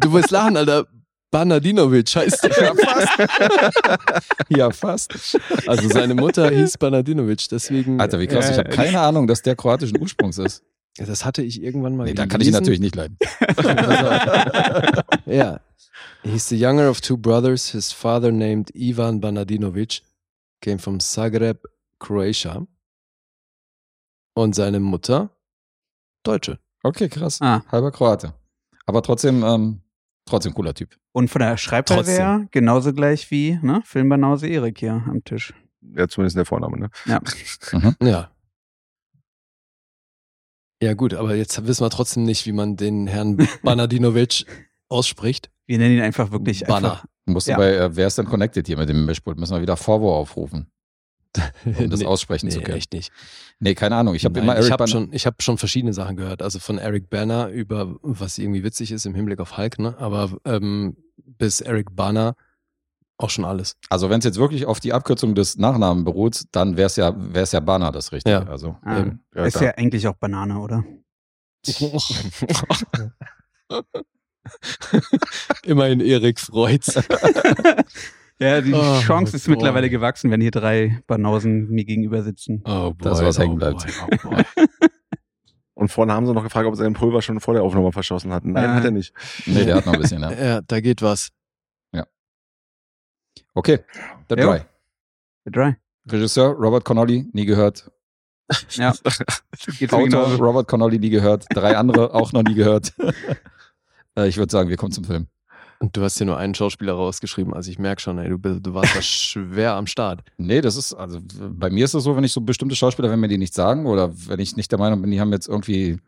C: Du wirst lachen, Alter. Banadinovic heißt er. <laughs>
B: ja, fast.
C: Also seine Mutter hieß Banadinovic, deswegen. äh,
B: Alter, wie krass. Ich habe keine Ahnung, dass der kroatischen Ursprungs ist.
C: Das hatte ich irgendwann mal.
B: Nee, da kann ich ihn natürlich nicht leiden.
C: <laughs> nicht. Ja. He's the younger of two brothers. His father named Ivan Banadinovic came from Zagreb, Croatia. Und seine Mutter Deutsche.
B: Okay, krass.
D: Ah,
B: Halber Kroate. Aber trotzdem, ähm, trotzdem cooler Typ.
D: und von der Schreibweise
C: Trotzdem.
D: her genauso gleich wie ne? Filmbanause Erik hier am Tisch.
E: Ja, zumindest der Vorname, ne?
C: Ja. Ja, gut, aber jetzt wissen wir trotzdem nicht, wie man
B: <laughs>
C: den Herrn Banadinovic ausspricht.
D: Wir nennen ihn einfach wirklich
C: Banner.
B: Musst
D: Ja.
B: du bei äh, Wer ist denn connected hier mit dem Mischpult? Müssen wir wieder Vorwurf aufrufen,
C: <laughs>
B: um das
C: Nee,
B: aussprechen zu
C: nee,
B: können.
C: echt nicht.
B: Nee, keine Ahnung. Ich habe
C: Nein,
B: immer Eric
C: ich hab
B: Bana-
C: schon, ich habe schon verschiedene Sachen gehört, also von Eric Banner über was irgendwie witzig ist im Hinblick auf Hulk, ne? Aber ähm, bis Eric Banner auch
B: <laughs>
C: schon alles.
B: Also wenn es jetzt wirklich auf die Abkürzung des Nachnamen beruht, dann wäre es ja, wär's ja Bana das Richtige.
C: Ja.
B: Also,
D: Ah.
B: ähm,
E: Ja,
D: Banner. Ist
E: da.
D: ja eigentlich auch Banane, oder?
C: Immerhin Erik freut's.
D: Ja, die
C: Oh,
D: Chance ist
C: boy.
D: mittlerweile gewachsen, wenn hier drei Banausen mir gegenüber sitzen.
C: <laughs> Oh boy,
B: Das, was hängen bleibt.
C: boy,
B: <laughs>
C: oh boy.
E: Und vorne haben sie noch gefragt, ob er seinen Pulver schon vor der Aufnahme verschossen hat. Nein,
D: Äh.
E: hat er nicht.
B: nee, der hat noch ein bisschen,
C: <laughs>
B: ja.
C: ja, da geht was.
B: Okay, The
D: Jo.
B: Dry.
D: The Dry.
B: Regisseur Robert Connolly, nie gehört.
D: <laughs> Ja. Geht's mir
B: Autor
D: genauso.
B: Robert Connolly, nie gehört. Drei andere auch noch nie gehört. Äh, ich würde sagen, wir kommen zum Film.
C: Und du hast hier nur einen Schauspieler rausgeschrieben, also ich merk schon, ey, du, bist- du warst da schwer am Start.
B: Nee, das ist, also bei mir ist es so, wenn ich so bestimmte Schauspieler, wenn mir die nicht sagen oder wenn ich nicht der Meinung bin, die haben jetzt irgendwie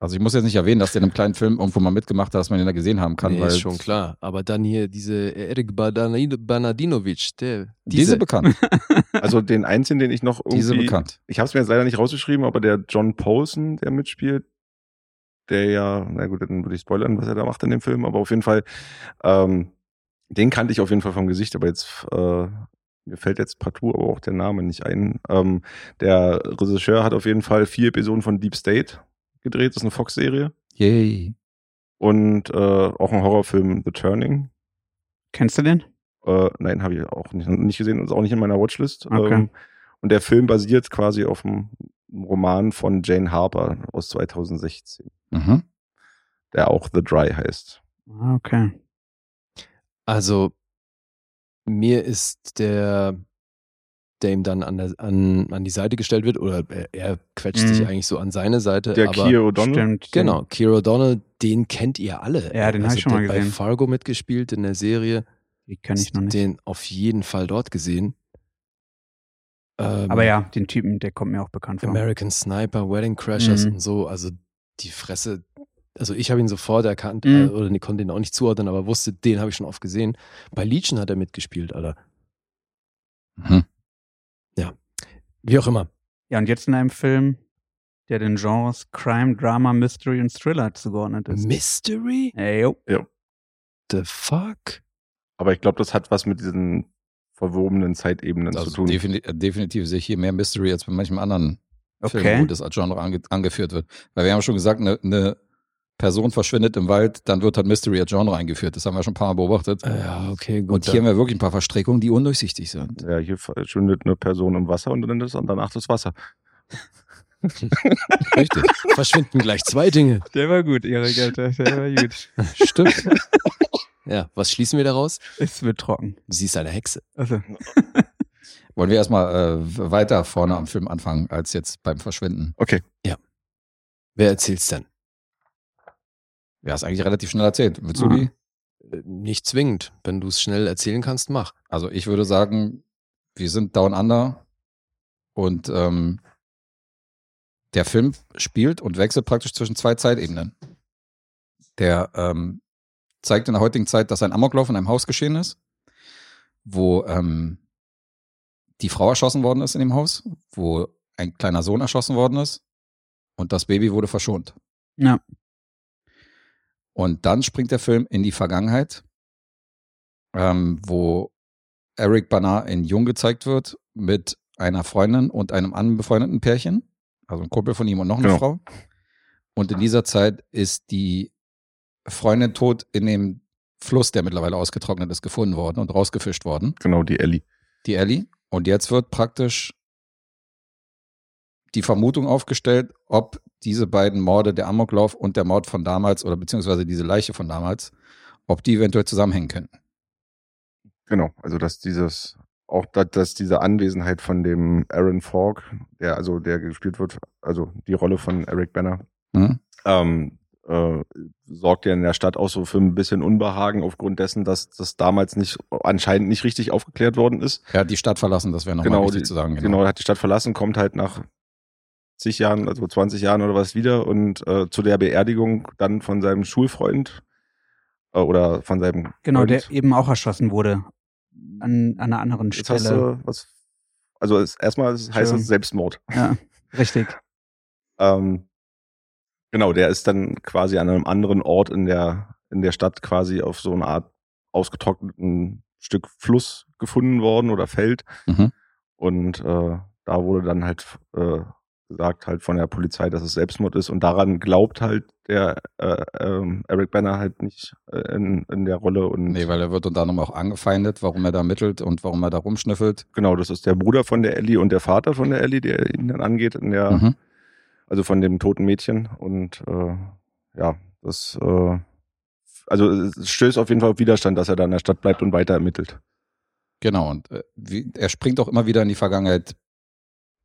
B: Also ich muss jetzt nicht erwähnen, dass der in einem kleinen Film irgendwo mal mitgemacht hat, dass man den da gesehen haben kann,
C: nee,
B: weil
C: ist schon klar. Aber dann hier diese Erik Badani- Banadinovic, der,
B: diese bekannt,
E: Also den einzigen, den ich noch
B: diese
E: irgendwie.
B: bekannt.
E: Ich habe es mir jetzt leider nicht rausgeschrieben, aber der John Paulson, der mitspielt, der ja, na gut, dann würde ich spoilern, was er da macht in dem Film, aber auf jeden Fall, ähm, den kannte ich auf jeden Fall vom Gesicht, aber jetzt, äh, mir fällt jetzt partout aber auch der Name nicht ein. Ähm, der Regisseur hat auf jeden Fall vier Episoden von Deep State gedreht, das ist eine Fox-Serie.
B: Yay.
E: Und äh, auch ein Horrorfilm The Turning.
D: Kennst du den?
E: Äh, nein, habe ich auch nicht, nicht gesehen, ist auch nicht in meiner Watchlist.
D: Okay.
E: Ähm, und der Film basiert quasi auf einem Roman von Jane Harper aus 2016,
B: Mhm.
E: der auch The Dry heißt.
D: Ah, Okay.
C: Also, mir ist der, der ihm dann an, der, an, an die Seite gestellt wird, oder er, er quetscht
D: Mhm.
C: sich eigentlich so an seine Seite.
E: Der
C: Äh, aber,
E: Keir O'Donnell.
D: Stimmt.
C: Genau, Keir O'Donnell, den kennt ihr alle. Also
D: Ja, den hab ich schon
C: der
D: mal
C: hat
D: gesehen.
C: bei Fargo mitgespielt in der Serie.
D: Die kenne ich noch nicht.
C: Den auf jeden Fall dort gesehen. Ähm,
D: Aber ja, den Typen, der kommt mir auch bekannt vor.
C: American Sniper, Wedding Crashers
D: Mhm.
C: und so, also die Fresse. Also ich habe ihn sofort erkannt,
D: Mhm.
C: äh, oder nee, konnte ihn auch nicht zuordnen, aber wusste, den habe ich schon oft gesehen. Bei Legion hat er mitgespielt, Alter.
B: Mhm.
C: Wie auch immer.
D: Ja, und jetzt in einem Film, der den Genres Crime, Drama, Mystery und Thriller zugeordnet ist.
C: Mystery?
D: Ey, jo.
C: The fuck?
E: Aber ich glaube, das hat was mit diesen verwobenen Zeitebenen zu
B: Also
E: tun.
B: defini äh, definitiv sehe ich hier mehr Mystery als bei manchem anderen Film, wo
D: Okay.
B: das als Genre ange angeführt wird. Weil wir haben schon gesagt, eine ne Person verschwindet im Wald, dann wird halt Mystery als Genre eingeführt. Das haben wir schon ein paar Mal beobachtet.
C: Ja, okay,
B: Und
C: gut.
B: hier haben wir wirklich ein paar Verstrickungen, die undurchsichtig sind.
E: Ja, hier verschwindet eine Person im Wasser und dann ist und danach das Wasser.
B: Richtig.
C: <laughs> verschwinden gleich zwei Dinge.
D: Der war gut, Erik, Alter. Der war gut.
C: <laughs> Stimmt. ja, was schließen wir daraus?
D: <laughs> Es wird trocken.
C: Sie ist eine Hexe.
D: Also,
B: Wollen wir erstmal äh, weiter vorne am Film anfangen, als jetzt beim Verschwinden.
C: Wer erzählt's denn?
B: Ja, ist eigentlich relativ schnell erzählt. Willst du
D: Mhm.
B: die?
C: Äh, Nicht zwingend. Wenn du es schnell erzählen kannst, mach.
B: Also ich würde sagen, wir sind Down Under und ähm, der Film spielt und wechselt praktisch zwischen zwei Zeitebenen. Der ähm, zeigt in der heutigen Zeit, dass ein Amoklauf in einem Haus geschehen ist, wo ähm, die Frau erschossen worden ist in dem Haus, wo ein kleiner Sohn erschossen worden ist und das Baby wurde verschont.
D: Ja.
B: Und dann springt der Film in die Vergangenheit, ähm, wo Eric Bana in Jung gezeigt wird mit einer Freundin und einem anderen befreundeten Pärchen, also ein Kumpel von ihm und noch eine
E: Genau.
B: Frau. Und in dieser Zeit ist die Freundin tot in dem Fluss, der mittlerweile ausgetrocknet ist, gefunden worden und rausgefischt worden,
E: Genau, die Ellie.
B: die Ellie. Und jetzt wird praktisch die Vermutung aufgestellt, ob diese beiden Morde, der Amoklauf und der Mord von damals oder beziehungsweise diese Leiche von damals, ob die eventuell zusammenhängen können.
E: Genau, also dass dieses, auch dass, dass diese Anwesenheit von dem Aaron Falk, der also der gespielt wird, also die Rolle von Eric Banner,
B: Mhm.
E: ähm, äh, sorgt ja in der Stadt auch so für ein bisschen Unbehagen aufgrund dessen, dass das damals nicht anscheinend nicht richtig aufgeklärt worden ist.
B: Er hat die Stadt verlassen, das wäre nochmal
E: Genau,
B: wichtig
E: die-
B: zu sagen.
E: Genau, er hat die Stadt verlassen, kommt halt nach zig Jahren, also 20 Jahren oder was wieder und äh, zu der Beerdigung dann von seinem Schulfreund äh, oder von seinem
D: genau,
E: Freund.
D: der eben auch erschossen wurde. An, an einer anderen
E: Jetzt
D: Stelle.
E: hast du was. Also es, erstmal es heißt
D: Schön.
E: es Selbstmord.
D: ja, <laughs> richtig.
E: Ähm, genau, der ist dann quasi an einem anderen Ort in der, in der Stadt quasi auf so eine Art ausgetrockneten Stück Fluss gefunden worden oder Feld.
B: Mhm.
E: Und äh, da wurde dann halt äh, gesagt halt von der Polizei, dass es Selbstmord ist. Und daran glaubt halt der äh, ähm, Eric Banner halt nicht äh, in, in der Rolle. Und
B: Nee, weil er wird unter anderem auch angefeindet, warum er da mittelt und warum er da rumschnüffelt.
E: genau, das ist der Bruder von der Ellie und der Vater von der Ellie, der ihn dann angeht in der
B: Mhm.
E: also von dem toten Mädchen. Und äh, ja, das, äh, also es stößt auf jeden Fall auf Widerstand, dass er da in der Stadt bleibt und weiter ermittelt.
B: Genau, und äh, wie, er springt auch immer wieder in die Vergangenheit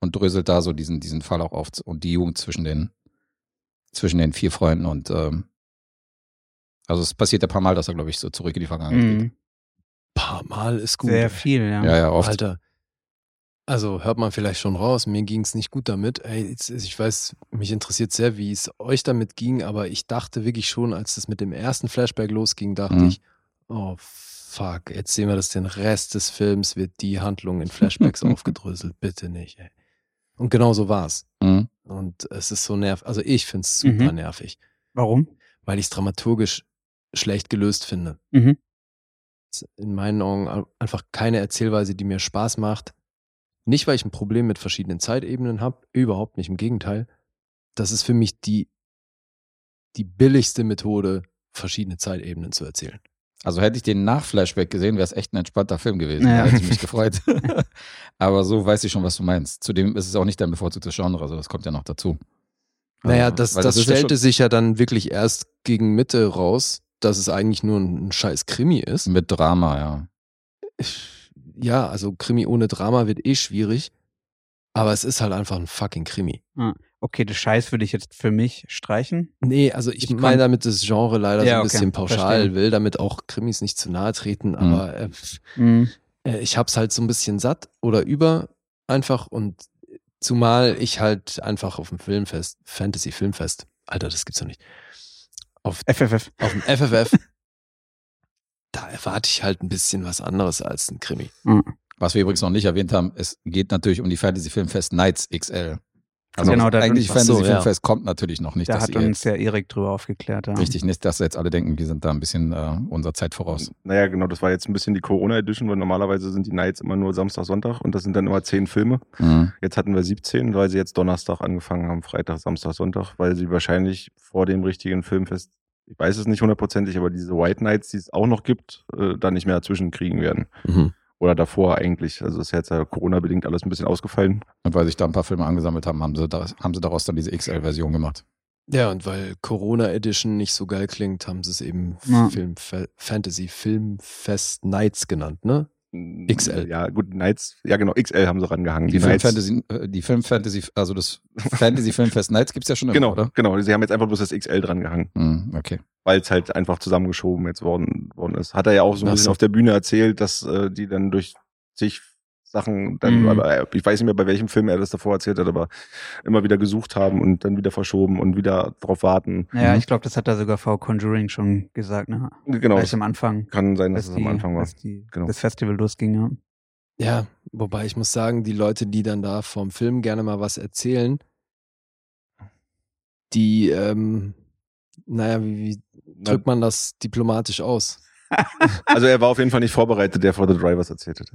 B: und dröselt da so diesen, diesen Fall auch auf und die Jugend zwischen den, zwischen den vier Freunden und ähm, also es passiert ja ein paar Mal, dass er, glaube ich, so
C: Mhm.
B: zurück in die Vergangenheit geht.
D: Mhm.
C: Paar Mal ist gut.
D: Sehr Mhm. viel, ja.
B: Ja, ja, oft.
C: Alter, Also hört man vielleicht schon raus, mir ging es nicht gut damit. Ey, jetzt, ich weiß, mich interessiert sehr, wie es euch damit ging, aber ich dachte wirklich schon, als das mit dem ersten Flashback losging, dachte
B: Mhm.
C: ich, oh fuck, jetzt sehen wir das den Rest des Films, wird die Handlung in
B: <laughs>
C: Flashbacks aufgedröselt, bitte nicht. Ey. Und genau so war's.
B: Mhm.
C: Und es ist so nervig, also ich finde es
D: Mhm.
C: super nervig,
D: Warum?
C: weil ich es dramaturgisch schlecht gelöst finde
D: Mhm.
C: ist in meinen Augen ein- einfach keine Erzählweise, die mir Spaß macht. Nicht, weil ich ein Problem mit verschiedenen Zeitebenen habe, überhaupt nicht, im Gegenteil. Das ist für mich die, die billigste Methode, verschiedene Zeitebenen zu erzählen.
B: Also hätte ich den nach Flashback gesehen, wäre es echt ein entspannter Film gewesen.
D: Ja.
B: Da hätte ich mich
C: <laughs>
B: gefreut. <laughs> Aber so weiß ich schon, was du meinst. Zudem ist es auch nicht dein bevorzugtes Genre, also das kommt ja noch dazu.
C: Naja,
B: Also,
C: das,
B: weil
C: das,
B: ist ja
C: stellte sich ja dann wirklich erst gegen Mitte raus, dass es eigentlich nur ein, ein scheiß Krimi ist.
B: schon mit Drama, ja.
C: Ja, also Krimi ohne Drama wird eh schwierig, aber es ist halt einfach ein fucking Krimi.
D: Okay, das Scheiß würde ich jetzt für mich streichen.
C: Nee, also ich,
D: Ich
C: meine
D: kann-
C: damit das Genre leider
D: Ja,
C: so ein
D: okay,
C: bisschen pauschal
D: verstehe.
C: will, damit auch Krimis nicht zu nahe treten, aber äh, pf,
D: Mhm.
C: äh, ich hab's halt so ein bisschen satt oder über einfach und zumal ich halt einfach auf dem Filmfest, Fantasy Filmfest, Alter, das gibt's doch nicht, auf,
D: FFF.
C: auf dem
D: <laughs>
C: FFF, da erwarte ich halt ein bisschen was anderes als ein Krimi.
B: Was wir übrigens noch nicht erwähnt haben, es geht natürlich um die Fantasy Filmfest Nights XL. Also
D: Genau, da-
B: eigentlich
C: Ach so,
B: Fantasy
C: ja.
B: Filmfest kommt natürlich noch nicht,
D: Da
B: dass
D: hat
B: ihr
D: uns ja Erik drüber aufgeklärt. Ja.
B: richtig nicht, dass jetzt alle denken, wir sind da ein bisschen äh, unserer Zeit voraus.
E: Naja, genau, das war jetzt ein bisschen die Corona-Edition, weil normalerweise sind die Nights immer nur Samstag, Sonntag und das sind dann immer zehn Filme.
B: Mhm.
E: Jetzt hatten wir 17, weil sie jetzt Donnerstag angefangen haben, Freitag, Samstag, Sonntag, weil sie wahrscheinlich vor dem richtigen Filmfest, ich weiß es nicht hundertprozentig, aber diese White Nights, die es auch noch gibt, äh, da nicht mehr dazwischen kriegen werden.
D: Mhm.
E: Oder davor eigentlich. Also ist jetzt ja Corona-bedingt alles ein bisschen ausgefallen.
B: Und weil sich da ein paar Filme angesammelt haben, haben sie, da, haben sie daraus dann diese XL-Version gemacht.
C: Ja, und weil Corona Edition nicht so geil klingt, haben sie es eben
D: Ja.
C: Film, Fantasy Filmfest Nights genannt, ne? XL.
E: Ja, gut, Nights, ja genau, XL haben sie rangehangen.
B: Die,
E: Die,
B: Film
E: Nights.
B: Fantasy, äh, die Film Fantasy, also das
C: <laughs>
B: Fantasy Filmfest Nights gibt's ja schon immer,
E: genau,
B: oder?
E: genau. Sie haben jetzt einfach bloß das XL drangehangen.
B: Mhm, okay.
E: weil es halt einfach zusammengeschoben jetzt worden, worden ist. Hat er ja auch so ein
C: Ach
E: bisschen
C: so.
E: auf der Bühne erzählt, dass äh, die dann durch sich Sachen dann,
D: Mhm.
E: aber äh, ich weiß nicht mehr, bei welchem Film er das davor erzählt hat, aber immer wieder gesucht haben und dann wieder verschoben und wieder drauf warten.
D: Ja,
B: Mhm.
D: ich glaube, das hat da sogar V Conjuring schon gesagt, ne?
E: Genau,
D: Gleich
E: es
D: am Anfang.
E: kann sein, dass
D: Als
E: es
D: die-
E: am Anfang war.
D: als die,
E: Genau.
D: das Festival losging, ja.
C: Ja, wobei ich muss sagen, die Leute, die dann da vom Film gerne mal was erzählen, die, ähm, naja, wie, wie drückt man das diplomatisch aus?
E: Also er war auf jeden Fall nicht vorbereitet, der vor The Drivers erzählt hat.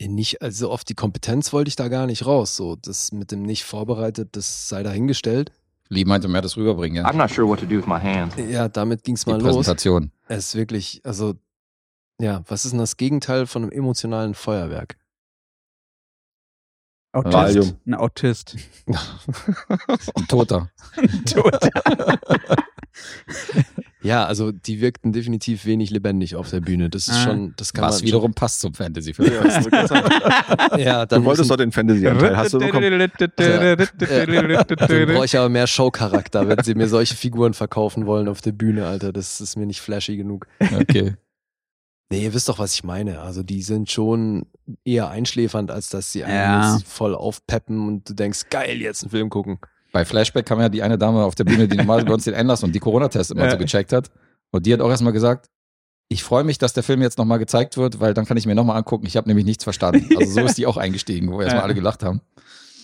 C: Nicht, also auf die Kompetenz wollte ich da gar nicht raus. So, das mit dem nicht vorbereitet, das sei dahingestellt.
B: Lee meinte, mehr das rüberbringen, ja.
F: I'm not sure what to do with my hands.
C: Ja, damit ging's
B: Die
C: mal los.
B: Präsentation.
C: Es ist wirklich, also, ja, was ist denn das Gegenteil von einem emotionalen Feuerwerk?
D: Autist.
E: Valium.
D: Ein Autist.
B: Ein Toter.
C: Ja, also die wirkten definitiv wenig lebendig auf der Bühne. Das ist
D: Ah.
C: schon, das kann
B: Was
C: man
B: wiederum passt zum Fantasy Filmfest.
E: du
C: Schon, <laughs> ja, dann
E: wolltest doch
C: müssen,
E: den Fantasy-Anteil, hast du bekommen.
C: dann brauche ich aber mehr Showcharakter, wenn sie mir solche Figuren verkaufen wollen auf der Bühne, Alter. Das ist mir nicht flashy genug.
B: <laughs> Okay.
C: Nee, ihr wisst doch, was ich meine. Also die sind schon eher einschläfernd, als dass sie einen
D: Ja.
C: jetzt voll aufpeppen und du denkst, geil, jetzt einen Film gucken.
B: Bei Flashback kam ja die eine Dame auf der Bühne, die normal bei uns den Einlass und die Corona-Tests immer
D: Ja.
B: so gecheckt hat. Und die hat auch erstmal gesagt, ich freue mich, dass der Film jetzt nochmal gezeigt wird, weil dann kann ich mir nochmal angucken. Ich habe nämlich nichts
D: <laughs>
B: verstanden. Also so ist die auch eingestiegen, wo erstmal
D: Ja.
B: alle gelacht haben.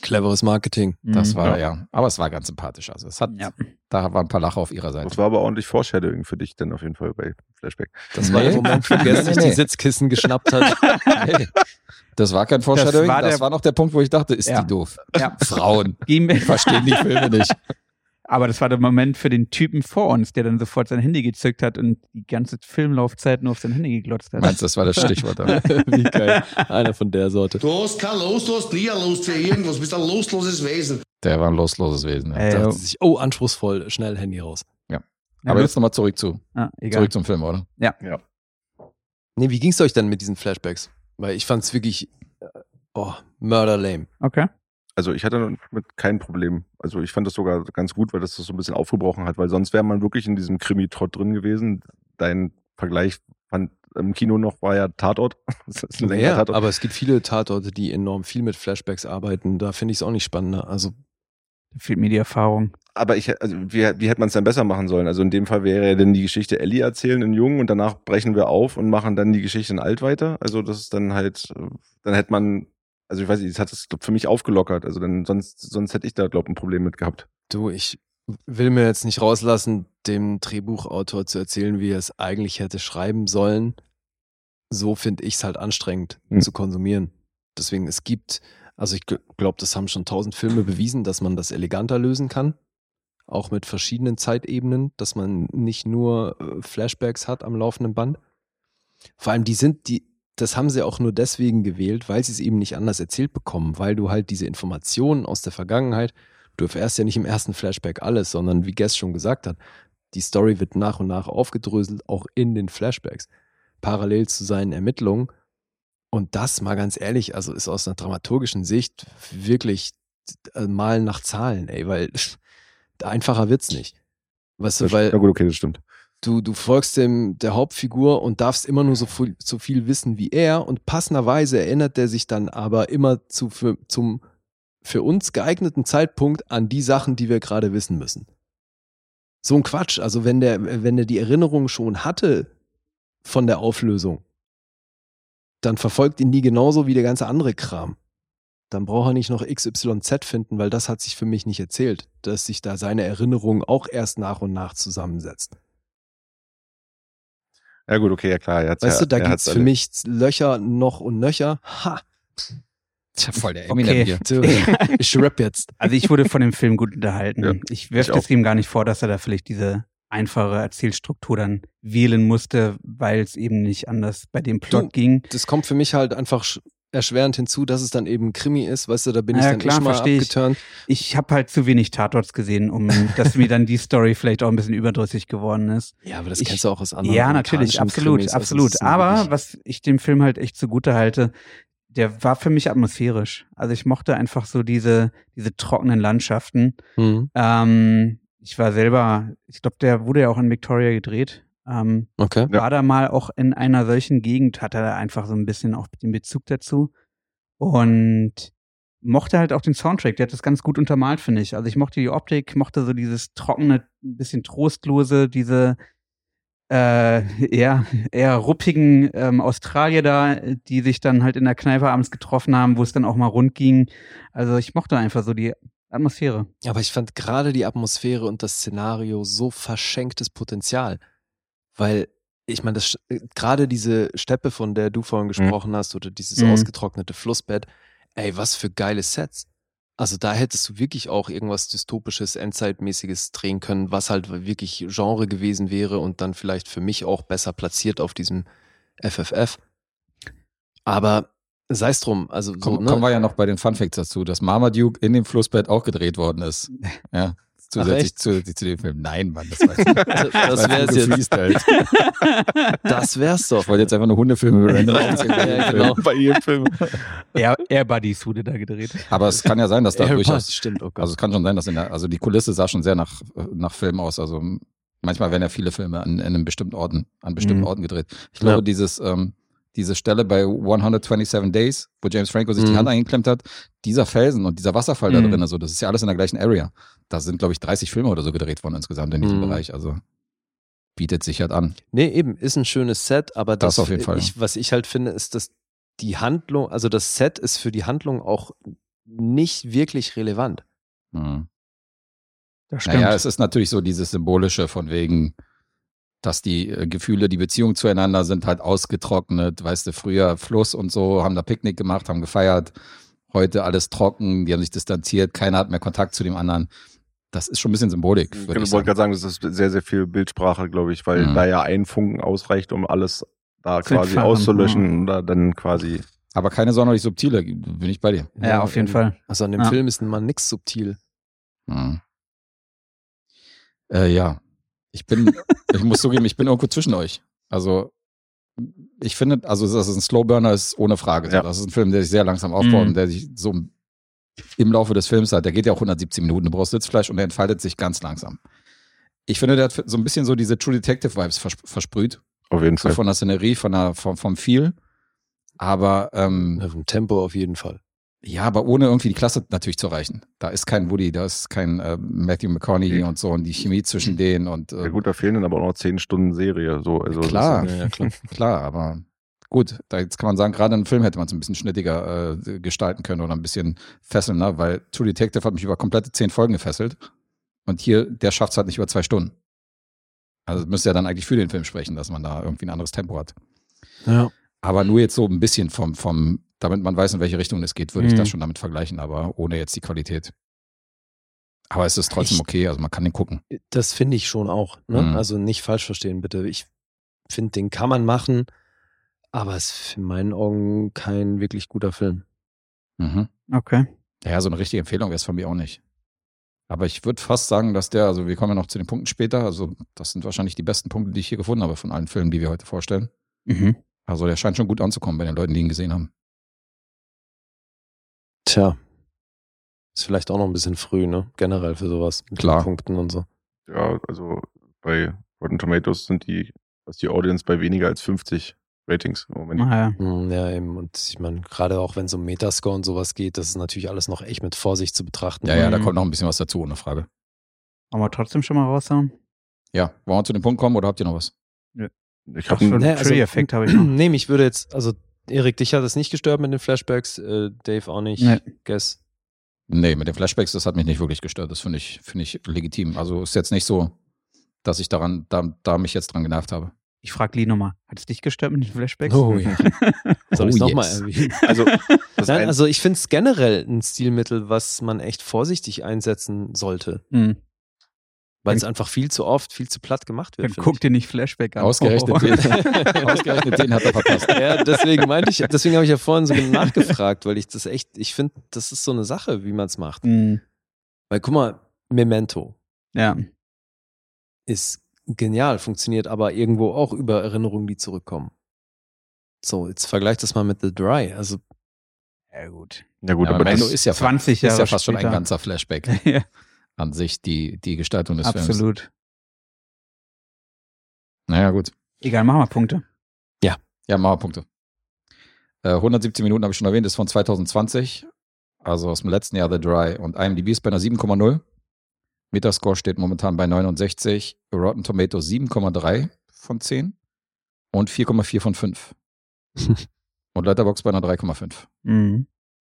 C: Cleveres Marketing.
B: Das
D: Mhm.
B: war ja. Aber es war ganz sympathisch. Also es hat,
D: <laughs> Ja.
B: da waren ein paar Lacher auf ihrer Seite.
E: Das war aber ordentlich Foreshadowing für dich dann auf jeden Fall bei Flashback.
C: Das war
B: Nee.
C: der
B: <laughs>
C: Moment, wo Guest sich
B: Nee, nee.
C: die Sitzkissen geschnappt hat.
B: <laughs> Hey, das war kein Foreshadowing. Das
D: war
B: war,
D: der-
B: noch der Punkt, wo ich dachte, ist
D: Ja.
B: die doof.
D: Ja.
B: Frauen
D: Gmail.
B: verstehen die Filme
D: <laughs>
B: nicht.
D: Aber das war der Moment für den Typen vor uns, der dann sofort sein Handy gezückt hat und die ganze Filmlaufzeit nur auf sein Handy geglotzt hat.
B: Meinst du, das war das Stichwort?
D: <laughs>
B: da?
C: Wie geil. Einer von der Sorte.
G: Du hast kein Los, du hast nie ein Los für irgendwas, bist ein losloses Wesen.
B: Der war ein losloses Wesen. Ja.
D: Ey,
C: dachte
D: ja,
C: sich, oh, anspruchsvoll, schnell Handy raus.
B: Aber jetzt nochmal zurück zu,
D: ah, egal.
B: zurück zum Film, oder?
C: Nee, wie ging's euch denn mit diesen Flashbacks? Weil ich fand's wirklich, äh, oh, murder lame.
D: Okay.
E: Also ich hatte mit kein Problem. Also ich fand das sogar ganz gut, weil das das so ein bisschen aufgebrochen hat, weil sonst wäre man wirklich in diesem Krimi-Trott drin gewesen. Dein Vergleich fand im Kino noch war ja Tatort. <laughs> Das ist ein längerer
C: Ja,
E: Tatort.
C: aber es gibt viele Tatorte, die enorm viel mit Flashbacks arbeiten. Da finde ich es auch nicht spannender. Also
D: Fehlt mir die Erfahrung. <laughs>
E: aber ich, also wie, wie hätte man es dann besser machen sollen? Also in dem Fall wäre ja dann die Geschichte Ellie erzählen in Jung und danach brechen wir auf und machen dann die Geschichte in Alt weiter. Also das ist dann halt, äh, dann hätte man, also ich weiß nicht, das hat es glaub, für mich aufgelockert. Also dann sonst, sonst hätte ich da glaube ein Problem mit gehabt.
C: du, ich will mir jetzt nicht rauslassen, dem Drehbuchautor zu erzählen, wie er es eigentlich hätte schreiben sollen. So finde ich es halt anstrengend
E: Hm.
C: zu konsumieren. Deswegen, es gibt, also ich glaube, das haben schon tausend Filme bewiesen, dass man das eleganter lösen kann. Auch mit verschiedenen Zeitebenen, dass man nicht nur äh, Flashbacks hat am laufenden Band. Vor allem, die sind, die, das haben sie auch nur deswegen gewählt, weil sie es eben nicht anders erzählt bekommen, weil du halt diese Informationen aus der Vergangenheit, du erfährst ja nicht im ersten Flashback alles, sondern wie Guest schon gesagt hat, die Story wird nach und nach aufgedröselt, auch in den Flashbacks, parallel zu seinen Ermittlungen. Und das, mal ganz ehrlich, also ist aus einer dramaturgischen Sicht wirklich äh, Malen nach Zahlen, ey, weil <laughs> einfacher wird's nicht. Weißt du,
E: Das-
C: weil
E: Na gut, okay, das stimmt.
C: du, du folgst dem, der Hauptfigur und darfst immer nur so viel, so viel wissen wie er und passenderweise erinnert der sich dann aber immer zu, für, zum für uns geeigneten Zeitpunkt an die Sachen, die wir gerade wissen müssen. So ein Quatsch. Also wenn der, wenn der die Erinnerung schon hatte von der Auflösung, dann verfolgt ihn die genauso wie der ganze andere Kram. Dann braucht er nicht noch XYZ finden, weil das hat sich für mich nicht erzählt, dass sich da seine Erinnerung auch erst nach und nach zusammensetzt.
E: Ja gut, okay, ja klar. er hat's
C: Weißt
E: ja,
C: du, da
E: er
C: gibt's
E: hat's
C: für
E: alle.
C: mich Löcher noch und Nöcher. Ha,
B: Tja, voll der Eminem
D: Okay.
B: hier.
C: <laughs> du, ich rap jetzt.
D: Also ich wurde von dem Film gut unterhalten.
E: Ja,
D: ich werfe
E: ich
D: das
E: auch.
D: ihm gar nicht vor, dass er da vielleicht diese einfache Erzählstruktur dann wählen musste, weil es eben nicht anders bei dem Plot
C: Du,
D: ging.
C: Das kommt für mich halt einfach sch- erschwerend hinzu, dass es dann eben ein Krimi ist. Weißt du, da bin ich
D: Ja,
C: dann
D: klar,
C: schon mal
D: versteh ich.
C: abgeturnt.
D: Ich habe halt zu wenig Tatorts gesehen,
E: <laughs>
D: um dass mir dann die Story vielleicht auch ein bisschen überdrüssig geworden ist.
C: Ja, aber das
D: Ich-
C: kennst du auch aus anderen
D: Ja,
C: amerikanischen
D: natürlich, absolut,
C: Krimis. Also das
D: absolut.
C: ist ein
D: Aber
C: wirklich-
D: was ich dem Film halt echt zugute halte, der war für mich atmosphärisch. Also ich mochte einfach so diese, diese trockenen Landschaften.
C: Hm,
D: Ähm, ich war selber, ich glaube, der wurde ja auch in Victoria gedreht. Ähm,
C: okay.
E: Ja.
D: war da mal auch in einer solchen Gegend, hatte er einfach so ein bisschen auch den Bezug dazu und mochte halt auch den Soundtrack, der hat das ganz gut untermalt, finde ich. Also ich mochte die Optik, mochte so dieses trockene, ein bisschen trostlose, diese äh, eher, eher ruppigen ähm, Australier da, äh, die sich dann halt in der Kneipe abends getroffen haben, wo es dann auch mal rund ging. Also ich mochte einfach so die Atmosphäre.
C: Aber ich fand gerade die Atmosphäre und das Szenario so verschenktes Potenzial. Weil, ich meine, das sch- äh, gerade diese Steppe, von der du vorhin gesprochen hast, oder dieses
D: Mhm.
C: ausgetrocknete Flussbett, ey, was für geile Sets. Also da hättest du wirklich auch irgendwas dystopisches, endzeitmäßiges drehen können, was halt wirklich Genre gewesen wäre und dann vielleicht für mich auch besser platziert auf diesem FFF. Aber sei es drum, also
B: Komm,
C: so, ne?
B: Kommen wir ja noch bei den Funfacts dazu, dass Marmaduke in dem Flussbett auch gedreht worden
C: <laughs>
B: ist. Ja, zusätzlich
C: echt?
B: zu, zu dem Film. Nein, Mann,
C: <laughs>
B: das weiß ich nicht.
C: <laughs>
B: Weil du
C: das das wär's jetzt.
B: gefliest Halt.
C: Das wär's
B: Ich
C: doch.
B: wollte jetzt einfach nur
C: <laughs>
B: Hundefilme random aufzählen.
C: Ja, genau.
E: <laughs> Bei jedem Film.
D: Air, Air Buddies wurde da gedreht.
B: Aber es kann ja sein, dass da
C: Air
B: durchaus.
C: Bud, stimmt, oh Gott.
B: Also es kann schon sein, dass in der, also die Kulisse sah schon sehr nach, äh, nach Film aus. Also m- manchmal werden ja viele Filme an, in einem bestimmten Orten, an bestimmten
D: Mhm.
B: Orten gedreht. Ich glaube,
C: Ja.
B: dieses, ähm, diese Stelle bei 127 Days, wo James Franco sich die
C: Mhm.
B: Hand eingeklemmt hat, dieser Felsen und dieser Wasserfall da
D: Mhm.
B: drin, also das ist ja alles in der gleichen Area. Da sind, glaube ich, 30 Filme oder so gedreht worden insgesamt in diesem
C: Mhm.
B: Bereich. Also bietet sich halt an.
C: Nee, eben, ist ein schönes Set, aber das,
B: Das auf jeden Fall,
C: Ich, was ich halt finde, ist, dass die Handlung, also das Set ist für die Handlung auch nicht wirklich relevant.
B: Mhm.
D: Das
B: Naja, es ist natürlich so dieses Symbolische von wegen, dass die äh, Gefühle, die Beziehung zueinander sind halt ausgetrocknet. Weißt du, früher Fluss und so, haben da Picknick gemacht, haben gefeiert. Heute alles trocken, die haben sich distanziert, keiner hat mehr Kontakt zu dem anderen. Das ist schon ein bisschen Symbolik,
E: Genau, Ich
B: würde ich
E: wollte
B: sagen.
E: gerade sagen, das ist sehr, sehr viel Bildsprache, glaube ich, weil
B: Mhm.
E: da ja ein Funken ausreicht, um alles da
D: Zu
E: quasi
D: entfachen,
E: auszulöschen oder dann quasi.
B: Aber keine sonderlich subtile, bin ich bei dir.
D: ja, auf jeden Fall.
C: Also an dem
D: Ja.
C: Film ist mal nix subtil.
B: Mhm. Äh, ja, ich bin, ich muss zugeben, ich bin irgendwo zwischen euch. Also ich finde, also dass es ein Slowburner ist ohne Frage. So,
E: Ja.
B: Das ist ein Film, der sich sehr langsam aufbaut
D: Mhm.
B: und der sich so im Laufe des Films hat. Der geht ja auch 117 Minuten. Du brauchst Sitzfleisch und der entfaltet sich ganz langsam. Ich finde, der hat so ein bisschen so diese True Detective Vibes vers- versprüht.
E: Auf jeden
B: so
E: Fall.
B: von der Szenerie, von der, vom, vom Feel. Aber ähm,
C: Auf dem Tempo auf jeden Fall.
B: ja, aber ohne irgendwie die Klasse natürlich zu erreichen. Da ist kein Woody, da ist kein äh, Matthew McConaughey
E: Mhm.
B: und so und die Chemie zwischen denen und äh,
E: Ja, gut, da fehlen dann aber auch noch zehn Stunden Serie. So, also das ist
B: Klar.
E: ja-
C: Ja, ja, klar.
B: <laughs> klar, aber gut, da jetzt kann man sagen, gerade im Film hätte man es ein bisschen schnittiger äh, gestalten können oder ein bisschen fesselnder, weil True Detective hat mich über komplette zehn Folgen gefesselt und hier, der schafft es halt nicht über zwei Stunden. Also müsste ja dann eigentlich für den Film sprechen, dass man da irgendwie ein anderes Tempo hat.
C: Ja.
B: Aber nur jetzt so ein bisschen vom, vom damit man weiß, in welche Richtung es geht, würde ich
D: Mhm.
B: das schon damit vergleichen, aber ohne jetzt die Qualität. Aber es ist trotzdem
C: Ich-
B: okay, also man kann den gucken.
C: Das finde ich schon auch. Ne?
B: Mhm.
C: Also nicht falsch verstehen, bitte. Ich finde, den kann man machen, aber es ist in meinen Augen kein wirklich guter Film.
B: Mhm.
D: Okay.
B: Ja, so eine richtige Empfehlung wäre es von mir auch nicht. Aber ich würde fast sagen, dass der, also wir kommen ja noch zu den Punkten später, also das sind wahrscheinlich die besten Punkte, die ich hier gefunden habe von allen Filmen, die wir heute vorstellen.
D: Mhm.
B: Also der scheint schon gut anzukommen bei den Leuten, die ihn gesehen haben.
C: Tja. Ist vielleicht auch noch ein bisschen früh, ne? Generell für sowas. Mit
B: Klar.
C: Den Punkten und so.
E: ja, also bei Rotten Tomatoes sind die, was die Audience bei weniger als 50 Ratings im Moment.
D: Naja.
C: Hm, Ja, eben. Und ich meine, gerade auch wenn es um Metascore und sowas geht, das ist natürlich alles noch echt mit Vorsicht zu betrachten.
B: Ja, ja, da
D: Mhm.
B: kommt noch ein bisschen was dazu, ohne Frage.
D: Wollen wir trotzdem schon mal raushauen?
B: Ja, wollen wir zu dem Punkt kommen oder habt ihr noch was?
E: Ich
D: Ach,
E: habe
D: so einen
C: Nee, also-
D: Tree-Effekt habe ich
C: <clears throat>
D: noch.
C: nee, mich würde jetzt, also Erik, dich hat es nicht gestört mit den Flashbacks, äh, Dave auch nicht,
D: Nee.
C: Guess.
B: Nee, mit den Flashbacks, das hat mich nicht wirklich gestört. Das finde ich, finde ich legitim. Also ist jetzt nicht so, dass ich daran, da, da mich jetzt dran genervt habe.
D: Ich frage Lee nochmal. Hat es dich gestört mit den Flashbacks?
C: Oh ja.
D: <laughs>
C: Soll ich
B: Oh,
C: nochmal
B: yes.
C: erwähnen?
E: Also, das
C: Nein,
E: ein-
C: also ich finde es generell ein Stilmittel, was man echt vorsichtig einsetzen sollte,
D: Hm.
C: weil es einfach viel zu oft, viel zu platt gemacht wird.
D: Dann
C: find
D: guck dir nicht Flashback an.
B: Ausgerechnet,
D: Oh.
B: den,
C: <laughs>
B: ausgerechnet den hat er verpasst.
C: Ja, deswegen meinte ich, deswegen habe ich ja vorhin so nachgefragt, weil ich das echt, ich finde, das ist so eine Sache, wie man es macht.
D: <laughs> Hm.
C: Weil guck mal, Memento
D: Ja.
C: ist genial, funktioniert aber irgendwo auch über Erinnerungen, die zurückkommen. So, jetzt vergleich das mal mit The Dry. Also,
D: Ja, gut.
E: ja gut,
B: Ja,
E: aber
B: Mando
E: das,
B: ist ja,
D: 20 Jahre
B: ist ja fast schon
D: später.
B: ein ganzer Flashback
D: <laughs> ja,
B: an sich, die, die Gestaltung des Films.
D: absolut.
B: Naja, gut.
D: Egal, machen wir Punkte.
B: Ja, machen wir Punkte. Äh, 117 Minuten habe ich schon erwähnt, ist von 2020, also aus dem letzten Jahr The Dry. Und IMDb ist bei einer 7,0. Metascore steht momentan bei 69, Rotten Tomatoes 7,3 von 10 und 4,4 von
C: <laughs>
B: 5. und Letterbox bei einer 3,5.
D: Mhm.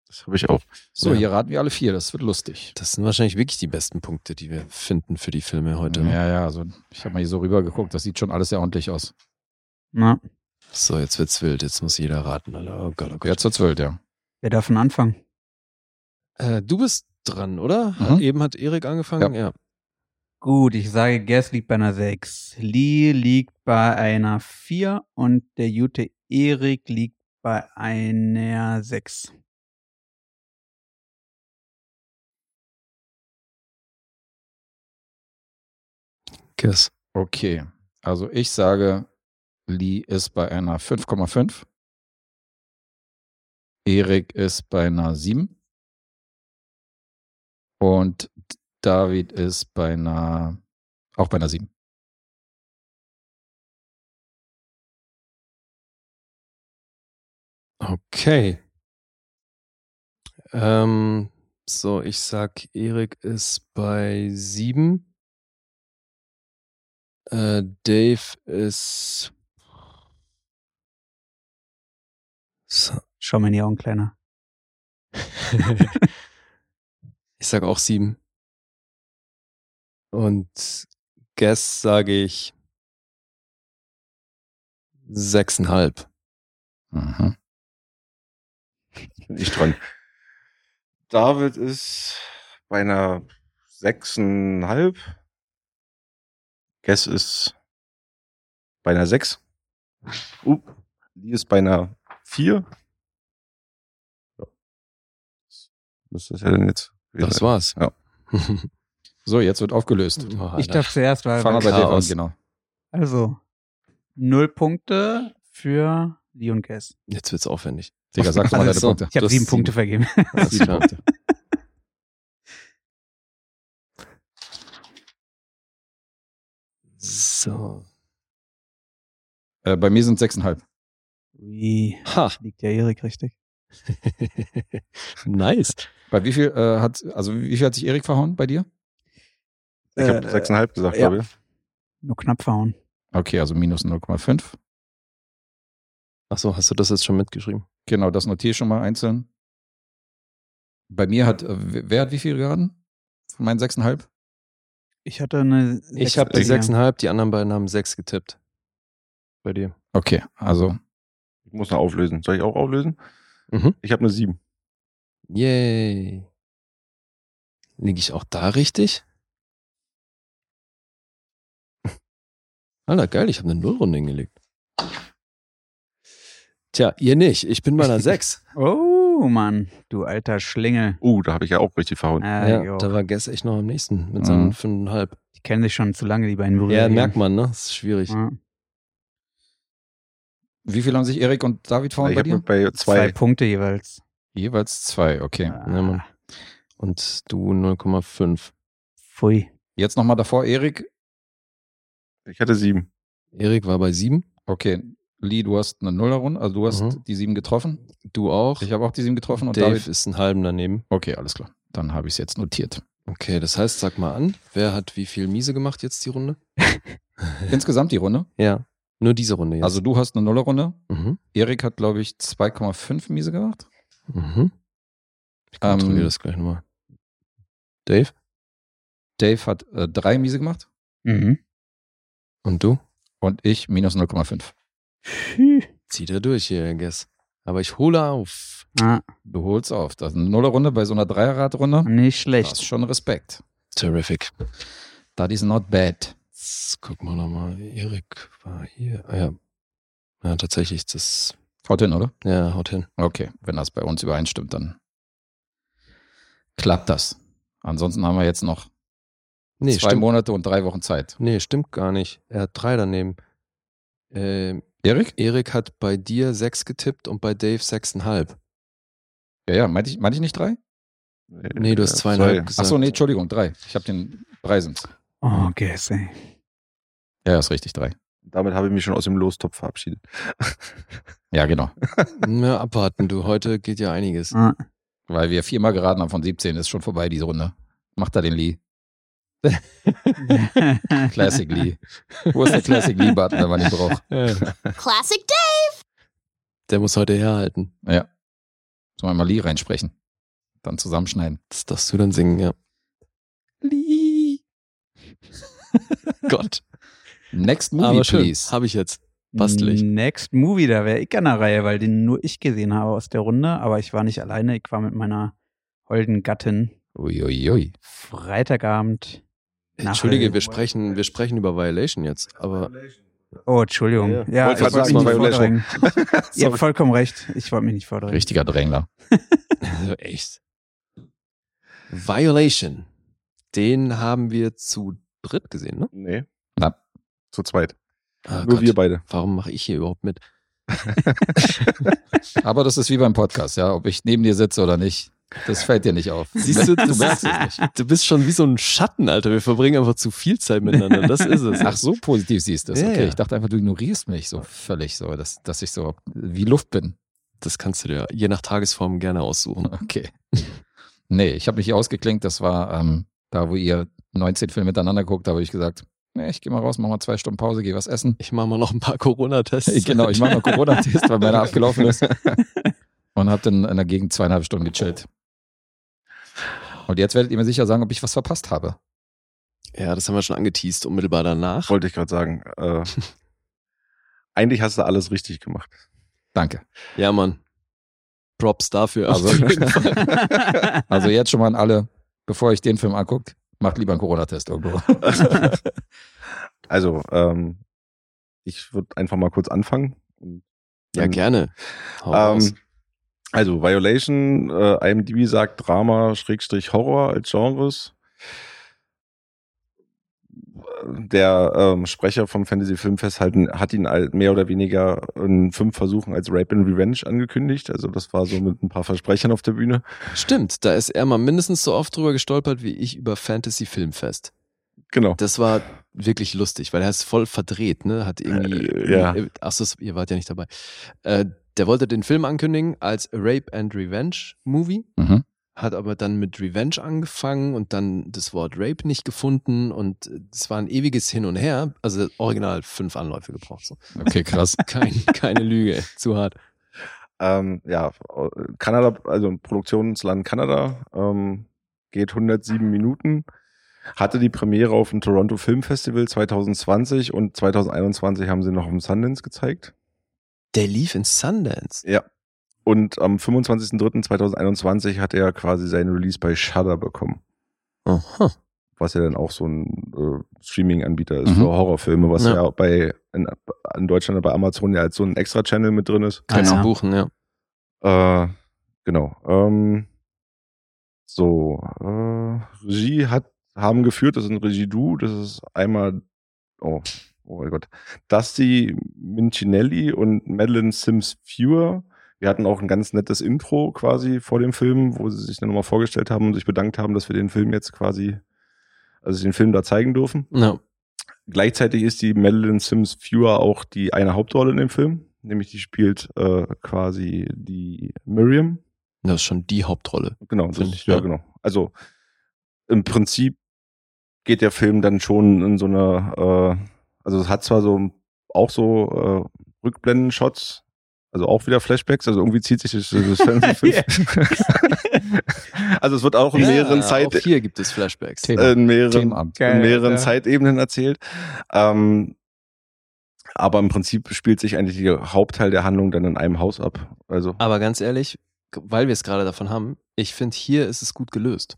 E: das habe ich auch.
B: So,
C: Ja.
B: hier raten wir alle vier, das wird lustig.
C: das sind wahrscheinlich wirklich die besten Punkte, die wir finden für die Filme heute. ne?
B: Ja, ja, also ich habe mal hier so rübergeguckt, das sieht schon alles sehr ordentlich aus.
D: Na,
C: So, jetzt wird's wild, jetzt muss jeder raten. Alter. Oh Gott, oh Gott.
B: Jetzt zur 12, ja.
D: wer darf denn anfangen?
C: Äh, du bist dran, oder?
B: Mhm.
C: Eben hat Erik angefangen. Ja.
D: Gut, ich sage, Guess liegt bei einer 6. Lee liegt bei einer 4 und der Jute Erik liegt bei einer 6.
C: Guess.
B: Okay, also ich sage, Lee ist bei einer 5,5. Erik ist bei einer 7. Und David ist bei einer, auch bei einer 7.
C: Okay. Ähm, so, ich sag, Erik ist bei sieben. Äh, Dave ist. So,
D: Schau mir in die Augen, Kleiner.
C: ich sag auch sieben. Und Guess sage ich sechseinhalb.
B: Mhm.
E: Bin ich dran. David ist bei einer sechseinhalb. Guess ist bei einer sechs. Uh, die ist bei einer vier. Ja. Müsste das ja dann jetzt.
C: Das war's. <laughs>
E: Ja.
B: So, jetzt wird aufgelöst.
C: Oh,
D: Ich
C: Alter.
D: darf zuerst, weil.
B: Fangen wir bei dir an,
C: Chaos.
B: genau.
D: Also, 0 Punkte für Lee und Guess.
C: Jetzt wird's aufwendig.
B: Digga, sag doch mal deine
C: Also,
B: Punkte.
D: Ich habe
C: Das
D: sieben
C: ist <laughs>
D: Punkte vergeben.
C: Das ist klar. So.
B: Äh, bei mir sind sechseinhalb.
F: Wie
C: Ha.
F: liegt ja Erik richtig.
C: <laughs> nice.
B: Bei wie viel äh, hat, also wie viel hat sich Erik verhauen bei dir?
E: Ich habe
F: Äh,
E: sechseinhalb gesagt,
F: ja.
E: glaube ich.
D: Nur knapp verhauen.
B: Okay, also minus 0,5.
C: Ach so, hast du das jetzt schon mitgeschrieben?
B: Genau, das notiere ich schon mal einzeln. Bei mir hat, äh, wer hat wie viel geraten? Von meinen sechseinhalb?
F: Ich hatte
D: Eine
C: Ich habe die
D: Ja.
C: sechseinhalb, die anderen beiden haben sechs getippt. Bei dir.
B: Okay, also
E: Ich muss noch auflösen. Soll ich auch auflösen?
C: Mhm.
E: Ich habe eine sieben.
C: Yay. Liege ich auch da richtig? Alter, geil, ich habe eine Nullrunde hingelegt. Tja, ihr nicht. Ich bin bei einer 6.
D: Oh, Mann. Du alter Schlingel.
E: Uh, da habe ich ja auch richtig verhauen.
D: Äh,
C: ja,
D: jo.
C: da war Guess echt noch am nächsten mit
B: Mhm.
C: seinen 5,5.
D: Die kennen sich schon zu lange, die beiden Brüder.
C: Ja,
D: hier.
C: merkt man, ne? Das ist schwierig.
D: Ja.
B: wie viel haben sich Erik und David verhauen
E: ich
B: bei
E: habe
B: dir?
E: bei
D: Zwei.
E: zwei.
D: Punkte jeweils. Ah,
B: Jeweils zwei, okay.
C: Ja, Mann. Und du 0,5.
D: Pfui.
B: Jetzt nochmal davor, Erik.
E: Ich hatte sieben.
C: Erik war bei 7.
B: Okay, Lee, du hast eine Nullerrunde, also du hast
C: Mhm.
B: die sieben getroffen.
C: Du auch.
B: Ich habe auch die sieben getroffen und
C: Dave
B: David.
C: ist einen halben daneben.
B: Okay, alles klar. Dann habe ich es jetzt notiert.
C: Okay, das heißt, sag mal an, wer hat wie viel Miese gemacht jetzt die Runde?
B: Insgesamt die Runde.
C: Ja, nur diese Runde jetzt.
B: Also du hast eine Nullerrunde.
C: mhm.
B: Erik hat, glaube ich, 2,5 Miese gemacht.
C: Mhm. Ich kontrolliere
B: Ähm,
C: das gleich nochmal. Dave
B: Dave hat äh, drei Miese gemacht
D: Mhm.
C: und du?
B: und ich minus 0,5.
C: Zieht er durch hier, I guess. Aber ich hole auf.
D: Ah,
B: Du holst auf. Das ist eine Nullerrunde bei so einer Dreierradrunde.
D: nicht
B: Das ist
D: schlecht.
B: schon Respekt.
C: Terrific.
B: That is not bad.
C: Jetzt gucken wir nochmal. Erik war hier. Ah ja. Ja, tatsächlich, das.
B: Haut hin, oder?
C: Ja, haut hin.
B: Okay, wenn das bei uns übereinstimmt, dann klappt das. Ansonsten haben wir jetzt noch
C: Nee,
B: zwei
C: stimmt.
B: Monate und drei Wochen Zeit.
C: Nee, stimmt gar nicht. Er hat drei daneben. Ähm,
B: Erik?
C: Erik hat bei dir sechs getippt und bei Dave sechseinhalb.
B: Ja, ja, meinte ich, meinte ich nicht drei?
C: Nee,
E: Äh,
C: du hast zweieinhalb gesagt.
B: Achso, nee, Entschuldigung, drei. Ich habe den drei sind's.
D: Oh,
C: <laughs>
D: Guess, ey.
B: Ja, ist richtig, drei.
E: Damit habe ich mich schon aus dem Lostopf verabschiedet.
B: Ja, genau.
C: <laughs> Na, abwarten, du. Heute geht ja einiges.
D: Ah.
B: Weil wir viermal geraten haben von 17, ist schon vorbei diese Runde. Macht da den Lee. Classic
C: <laughs>
B: Lee. Wo ist der Classic Lee-Button, wenn man ihn braucht?
H: Classic Dave.
C: Der muss heute herhalten.
B: Sollen wir mal Lee reinsprechen? Dann zusammenschneiden.
C: Das darfst du dann singen, ja.
B: Lee.
C: Gott.
B: Next Movie,
C: Aber schön.
B: please.
C: Habe ich jetzt. Bastelig.
D: Next Movie, da wäre ich an der Reihe, weil den nur ich gesehen habe aus der Runde, aber ich war nicht alleine, ich war mit meiner holden Gattin
B: Uiuiui.
D: Freitagabend. nach
C: Entschuldige,
D: Halloween.
C: wir sprechen, wir sprechen über Violation jetzt. Aber
D: Oh, Entschuldigung.
E: Ja,
D: Ja,
E: ja. Wollte
D: ich
E: gerade
D: wollte mich nicht
E: sagen, war
D: vordrängen.
E: <laughs>
D: Ihr habt
E: Sorry.
D: vollkommen recht. Ich wollte mich nicht vordrängen. <laughs>
B: Richtiger Drängler.
C: also <laughs> echt. Violation. Den haben wir zu dritt gesehen, ne?
E: Nee.
B: Na.
E: Zu zweit.
C: Ah,
E: Nur
C: Gott.
E: wir beide.
C: Warum mache ich hier überhaupt mit?
B: Aber das ist wie beim Podcast, ja. Ob ich neben dir sitze oder nicht, das fällt dir nicht auf.
C: Siehst <laughs> du,
B: du
C: das
B: merkst
C: ist-
B: es nicht.
C: <laughs> Du bist schon wie so ein Schatten, Alter. Wir verbringen einfach zu viel Zeit miteinander. Das
B: <laughs>
C: ist es.
B: Ach, so positiv siehst du es.
C: Ja,
B: Okay,
C: ja.
B: ich dachte einfach, du ignorierst mich so völlig so, dass, dass ich so wie Luft bin. <laughs>
C: Das kannst du dir je nach Tagesform gerne aussuchen.
B: Okay. Nee, ich habe mich hier ausgeklinkt. Das war ähm, da, wo ihr 19 Filme miteinander guckt. Da habe ich gesagt, nee, ich gehe mal raus, mach mal zwei Stunden Pause, gehe was
C: <laughs>
B: essen.
C: Ich mache mal noch ein paar Corona-Tests.
B: genau, ich mache noch Corona-Test, weil meiner abgelaufen
C: <laughs>
B: ist. Und habe dann in der Gegend zweieinhalb Stunden gechillt. Und jetzt werdet ihr mir sicher sagen, ob ich was verpasst habe.
C: Ja, das haben wir schon angeteased, unmittelbar danach.
E: Wollte ich gerade sagen.
C: <laughs>
E: Äh, eigentlich hast du alles richtig gemacht.
B: Danke.
C: Ja, Mann. Props dafür.
B: Also-
C: auf jeden Fall.
B: Also jetzt schon mal an alle, bevor ich den Film anguckt, macht lieber einen Corona-Test irgendwo.
E: Also, ähm, ich würde einfach mal kurz anfangen.
C: <laughs> ja, gerne. Hau raus.
E: Ähm, also Violation, äh, IMDb sagt Drama, Schrägstrich Horror als Genres. Der ähm, Sprecher vom Fantasy Filmfest halt, hat ihn all- mehr oder weniger in fünf Versuchen als Rape and Revenge angekündigt. Also das war so mit ein paar Versprechern auf der Bühne.
C: Stimmt, da ist er mal mindestens so oft drüber gestolpert wie ich über Fantasy Filmfest.
E: Genau.
C: Das war wirklich lustig, weil er ist voll verdreht, ne? Hat irgendwie.
E: Äh, ja.
C: Ach so, ihr wart ja nicht dabei. Äh, der wollte den Film ankündigen als Rape and Revenge Movie,
B: <laughs> Mhm.
C: hat aber dann mit Revenge angefangen und dann das Wort Rape nicht gefunden und äh, es war ein ewiges Hin und Her. Also original fünf Anläufe gebraucht. So.
B: Okay, <laughs> krass.
C: Kein, keine Lüge, zu hart.
E: Ähm, ja, Kanada, also Produktionsland Kanada, ähm, geht 107 Minuten. Hatte die Premiere auf dem Toronto Film Festival 2020 und 2021 haben sie noch im Sundance gezeigt.
C: Der lief in Sundance.
E: Ja. Und am 25.03.2021 hat er quasi seinen Release bei Shudder bekommen,
C: Aha.
E: was ja dann auch so ein äh, Streaming-Anbieter ist
B: Mhm.
E: für Horrorfilme, was
C: Ja.
E: ja, bei in, in Deutschland bei Amazon ja als so ein Extra-Channel mit drin ist.
C: Kannst
D: Genau.
C: du buchen, ja.
E: Äh, genau. Ähm, so, äh, Regie hat, haben geführt, das sind Regie-Du, das ist einmal, oh, oh mein Gott, Dusty Mincinelli und Madeline Sims Fewer. Wir hatten auch ein ganz nettes Intro quasi vor dem Film, wo sie sich dann nochmal vorgestellt haben und sich bedankt haben, dass wir den Film jetzt quasi, also den Film da zeigen dürfen.
C: ja.
E: Gleichzeitig ist die Madeline Sims Fewer auch die eine Hauptrolle in dem Film, nämlich die spielt äh, quasi die Miriam.
C: Das ist schon die Hauptrolle.
E: Genau, das,
C: Finde ich,
E: ja,
C: ja.
E: genau. Also im Prinzip geht der Film dann schon in so eine, äh, also es hat zwar so auch so äh, Rückblenden-Shots, also auch wieder Flashbacks, also irgendwie zieht sich das,
C: <laughs>
E: das das- <laughs> also es wird auch in
C: Ja,
E: mehreren
C: auch
E: Zeit,
C: hier gibt es Flashbacks.
B: Thema.
E: äh, in
C: Also,
E: mehreren
B: Themenamt.
D: Geil,
E: in mehreren
D: ja.
E: Zeitebenen erzählt. Ähm, aber im Prinzip spielt sich eigentlich der Hauptteil der Handlung dann in einem Haus ab. Also
C: Aber ganz ehrlich, weil wir es gerade davon haben, ich finde, hier ist es gut gelöst.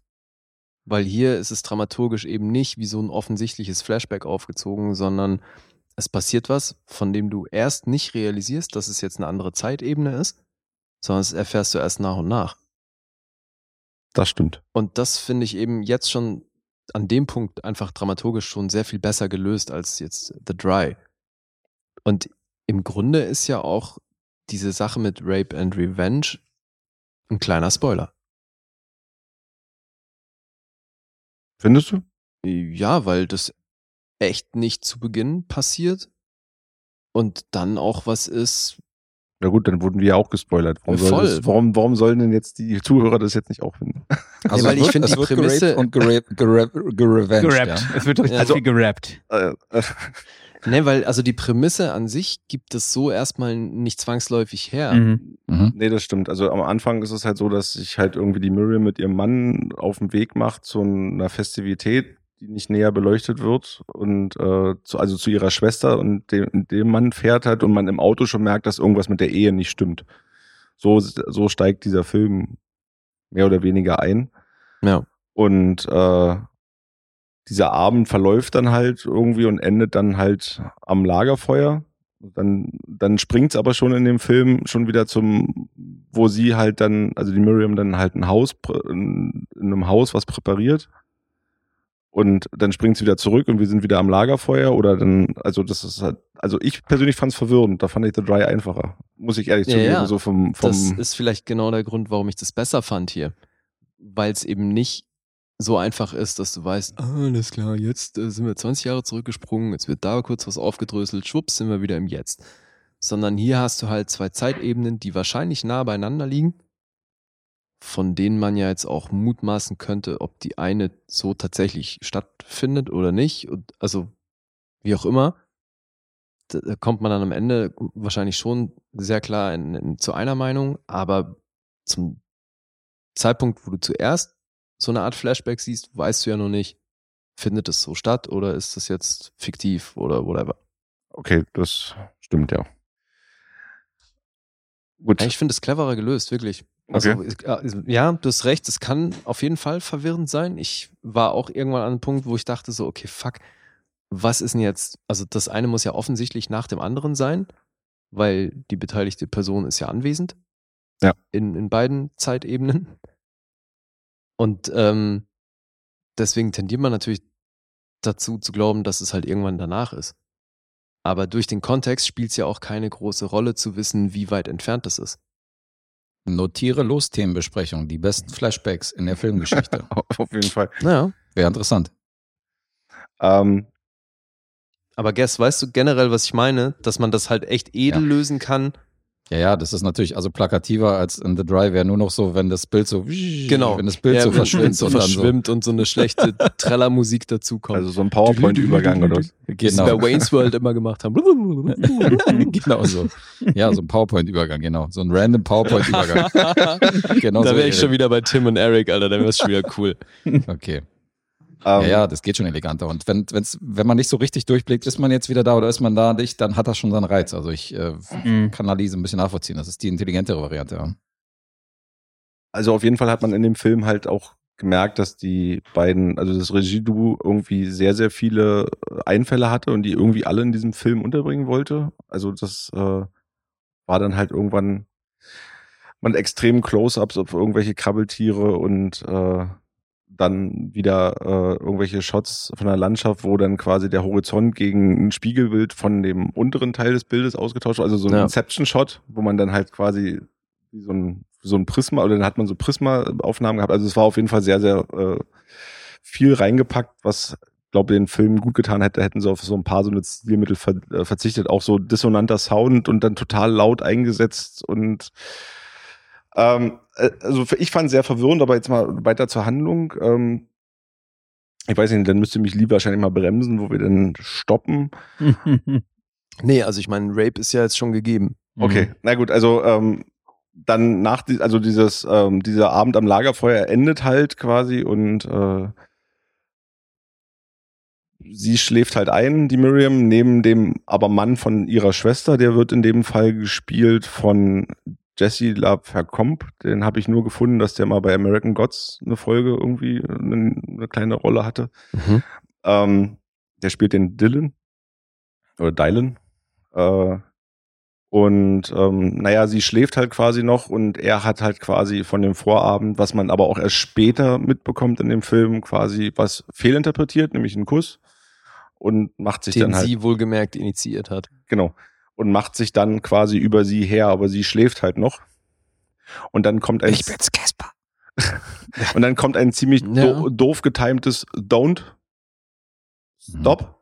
C: Weil hier ist es dramaturgisch eben nicht wie so ein offensichtliches Flashback aufgezogen, sondern es passiert was, von dem du erst nicht realisierst, dass es jetzt eine andere Zeitebene ist, sondern das erfährst du erst nach und nach.
E: das stimmt.
C: Und das finde ich eben jetzt schon an dem Punkt einfach dramaturgisch schon sehr viel besser gelöst als jetzt The Dry. Und im Grunde ist ja auch diese Sache mit Rape and Revenge ein kleiner Spoiler.
E: Findest du?
C: Ja, weil das echt nicht zu Beginn passiert und dann auch was ist.
E: Na gut, dann wurden wir ja auch gespoilert. Warum, soll
C: Voll.
E: das, warum, warum sollen denn jetzt die Zuhörer das jetzt nicht auch finden?
B: Also
C: weil
B: es wird-
C: ich finde
B: es
C: die
B: wird
C: Prämisse-
B: geraped und geraped, geraped, gerevenged,
D: Gerappt.
B: Genau. Ja.
D: Es wird richtig
C: Also-
D: viel gerappt.
E: Äh, äh,
C: Ne, weil also die Prämisse an sich gibt es so erstmal nicht zwangsläufig her.
E: <laughs>
D: Mhm.
B: Mhm.
E: nee, das stimmt. Also am Anfang ist es halt so, dass sich halt irgendwie die Miriam mit ihrem Mann auf den Weg macht zu einer Festivität, die nicht näher beleuchtet wird und äh, zu, also zu ihrer Schwester und dem, dem Mann fährt halt und man im Auto schon merkt, dass irgendwas mit der Ehe nicht stimmt. So, so steigt dieser Film mehr oder weniger ein.
C: Ja.
E: Und äh, dieser Abend verläuft dann halt irgendwie und endet dann halt am Lagerfeuer. Dann, dann springt's aber schon in dem Film schon wieder zum, wo sie halt dann, also die Miriam dann halt ein Haus, prä- in in einem Haus was präpariert. Und dann springt sie wieder zurück und wir sind wieder am Lagerfeuer oder dann, also das ist halt, also ich persönlich fand's verwirrend, da fand ich The Dry einfacher. Muss ich ehrlich
C: Ja,
E: zugeben,
C: ja.
E: so vom, vom
C: Das ist vielleicht genau der Grund, warum ich das besser fand hier. Weil es eben nicht so einfach ist, dass du weißt, ah, alles klar, jetzt äh, sind wir 20 Jahre zurückgesprungen, jetzt wird da kurz was aufgedröselt, schwupps, sind wir wieder im Jetzt. Sondern hier hast du halt zwei Zeitebenen, die wahrscheinlich nah beieinander liegen, von denen man ja jetzt auch mutmaßen könnte, ob die eine so tatsächlich stattfindet oder nicht. Und also, wie auch immer da da kommt man dann am Ende wahrscheinlich schon sehr klar in, in, zu einer Meinung, aber zum Zeitpunkt, wo du zuerst so eine Art Flashback siehst, weißt du ja noch nicht, findet es so statt oder ist das jetzt fiktiv oder whatever.
E: Okay, das stimmt ja. Gut.
C: Ja, Ich finde es cleverer gelöst, wirklich. Also,
E: <laughs>
C: es- äh, Ja, du hast recht, es kann auf jeden Fall verwirrend sein. Ich war auch irgendwann an einem Punkt, wo ich dachte so, okay, fuck, was ist denn jetzt? Also das eine muss ja offensichtlich nach dem anderen sein, weil die beteiligte Person ist ja anwesend.
E: Ja.
C: In, in beiden Zeitebenen. Und ähm, deswegen tendiert man natürlich dazu zu glauben, dass es halt irgendwann danach ist. Aber durch den Kontext spielt es ja auch keine große Rolle zu wissen, wie weit entfernt das ist.
B: Notiere los Themenbesprechung, die <laughs> besten Flashbacks in der Filmgeschichte.
E: Auf jeden Fall.
C: Naja.
B: Wäre interessant.
E: Ähm,
C: Aber Guess, weißt du generell, was ich meine? Dass man das halt echt edel
B: Ja.
C: lösen kann.
B: Ja, ja, das ist natürlich also plakativer als in The Dry wäre nur noch so, wenn das Bild so
C: Genau.
B: wenn das Bild so
C: wenn- wenn's
B: verschwimmt
C: so
B: und dann so
C: verschwimmt und so eine <laughs> schlechte Trellermusik dazukommt.
E: also so ein PowerPoint-Übergang oder was.
C: die
B: <laughs>
C: sie bei
B: genau,
C: Wayne's World immer gemacht <laughs> haben.
B: genau so. Ja, so ein PowerPoint-Übergang, genau. So ein random
C: <laughs>
B: PowerPoint-Übergang. Genau
C: da
B: so,
C: wäre
B: Erik.
C: ich schon wieder bei Tim und Eric, Alter. Dann wäre es schon wieder cool.
B: Okay.
E: Ähm,
B: Ja, ja, das geht schon eleganter. Und wenn, wenn's, wenn man nicht so richtig durchblickt, ist man jetzt wieder da oder ist man da nicht, dann hat das schon seinen Reiz. Also ich äh,
D: Mhm.
B: kann Ali so ein bisschen nachvollziehen. Das ist die intelligentere Variante. Ja.
E: Also auf jeden Fall hat man in dem Film halt auch gemerkt, dass die beiden, also das Regie-Duo irgendwie sehr, sehr viele äh, Einfälle hatte und die irgendwie alle in diesem Film unterbringen wollte. Also das äh, war dann halt irgendwann man extrem Close-ups auf irgendwelche Krabbeltiere und äh, dann wieder äh, irgendwelche Shots von der Landschaft, wo dann quasi der Horizont gegen ein Spiegelbild von dem unteren Teil des Bildes ausgetauscht wurde. Also so ein
C: Ja.
E: Inception-Shot, wo man dann halt quasi wie so ein, so ein Prisma, oder dann hat man so Prisma-Aufnahmen gehabt. Also es war auf jeden Fall sehr, sehr äh, viel reingepackt, was glaube den Film gut getan hätte, hätten sie auf so ein paar so eine Stilmittel ver äh, verzichtet. Auch so dissonanter Sound und dann total laut eingesetzt und ähm, äh, also für- ich fand es sehr verwirrend, aber jetzt mal weiter zur Handlung. Ähm, ich weiß nicht, dann müsste mich Lee wahrscheinlich mal bremsen, wo wir dann stoppen.
C: <laughs> Nee, also ich meine, Rape ist ja jetzt schon gegeben.
E: Okay, na gut, also ähm, dann nach die, also dieses ähm, dieser Abend am Lagerfeuer endet halt quasi und äh, sie schläft halt ein, die Miriam neben dem aber Mann von ihrer Schwester, der wird in dem Fall gespielt von Jesse La Vercomp, den habe ich nur gefunden, dass der mal bei American Gods eine Folge irgendwie eine, eine kleine Rolle hatte.
C: Mhm.
E: Ähm, der spielt den Dylan. Oder Dylan. Äh, und ähm, naja, sie schläft halt quasi noch und er hat halt quasi von dem Vorabend, was man aber auch erst später mitbekommt in dem Film, quasi was fehlinterpretiert, nämlich einen Kuss. Und macht sich
C: Den
E: dann halt.
C: sie wohlgemerkt initiiert hat.
E: Genau. Und macht sich dann quasi über sie her, aber sie schläft halt noch. Und dann kommt ein,
A: Casper.
E: und dann kommt ein ziemlich
C: Ja.
E: do doof getimtes Don't. Stop.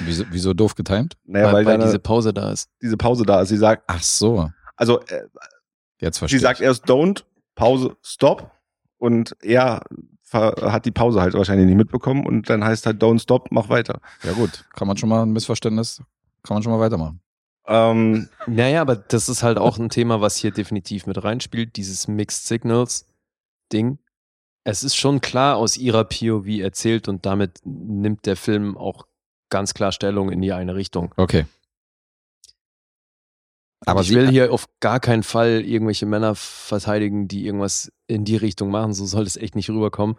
B: Wieso, wieso doof getimt?
E: Naja, weil,
C: Mhm. weil weil
E: dann
C: diese
E: diese,
C: Pause da ist.
E: diese Pause da ist. Sie sagt,
B: Ach so,
E: also äh,
B: jetzt verstehe
E: sie sagt
B: ich.
E: erst Don't, Pause, Stop. Und er ver- hat die Pause halt wahrscheinlich nicht mitbekommen und dann heißt halt Don't Stop, mach weiter.
B: Ja gut, kann man schon mal ein Missverständnis, kann man schon mal weitermachen.
E: Ähm,
C: Naja, aber das ist halt auch ein Thema, was hier definitiv mit reinspielt, dieses Mixed Signals Ding. Es ist schon klar aus ihrer POV erzählt und damit nimmt der Film auch ganz klar Stellung in die eine Richtung.
B: Okay. Aber
C: ich
B: sie, äh,
C: will hier auf gar keinen Fall irgendwelche Männer verteidigen, die irgendwas in die Richtung machen. So soll es echt nicht rüberkommen.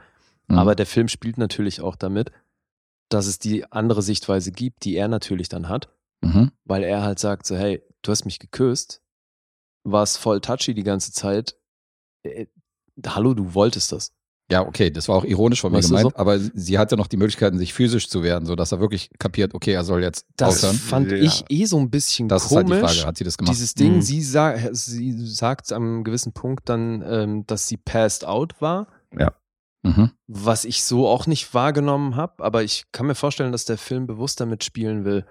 B: Mhm.
C: Aber der Film spielt natürlich auch damit, dass es die andere Sichtweise gibt, die er natürlich dann hat.
B: Mhm.
C: weil er halt sagt so, hey, du hast mich geküsst, warst voll touchy die ganze Zeit. Äh, hallo, du wolltest das.
B: Ja, okay, das war auch ironisch von mir
C: Weißt du
B: gemeint,
C: so?
B: aber sie hatte noch die Möglichkeiten, sich physisch zu werden, sodass er wirklich kapiert, okay, er soll jetzt
C: Das
B: aufhören.
C: fand
E: Ja.
C: ich eh so ein bisschen
B: Das
C: komisch.
B: ist halt die Frage, hat sie das gemacht?
C: Dieses Ding,
D: Mhm.
C: sie, sa sie sagt am gewissen Punkt dann, ähm, dass sie passed out war,
B: Mhm.
C: was ich so auch nicht wahrgenommen habe, aber ich kann mir vorstellen, dass der Film bewusst damit spielen will,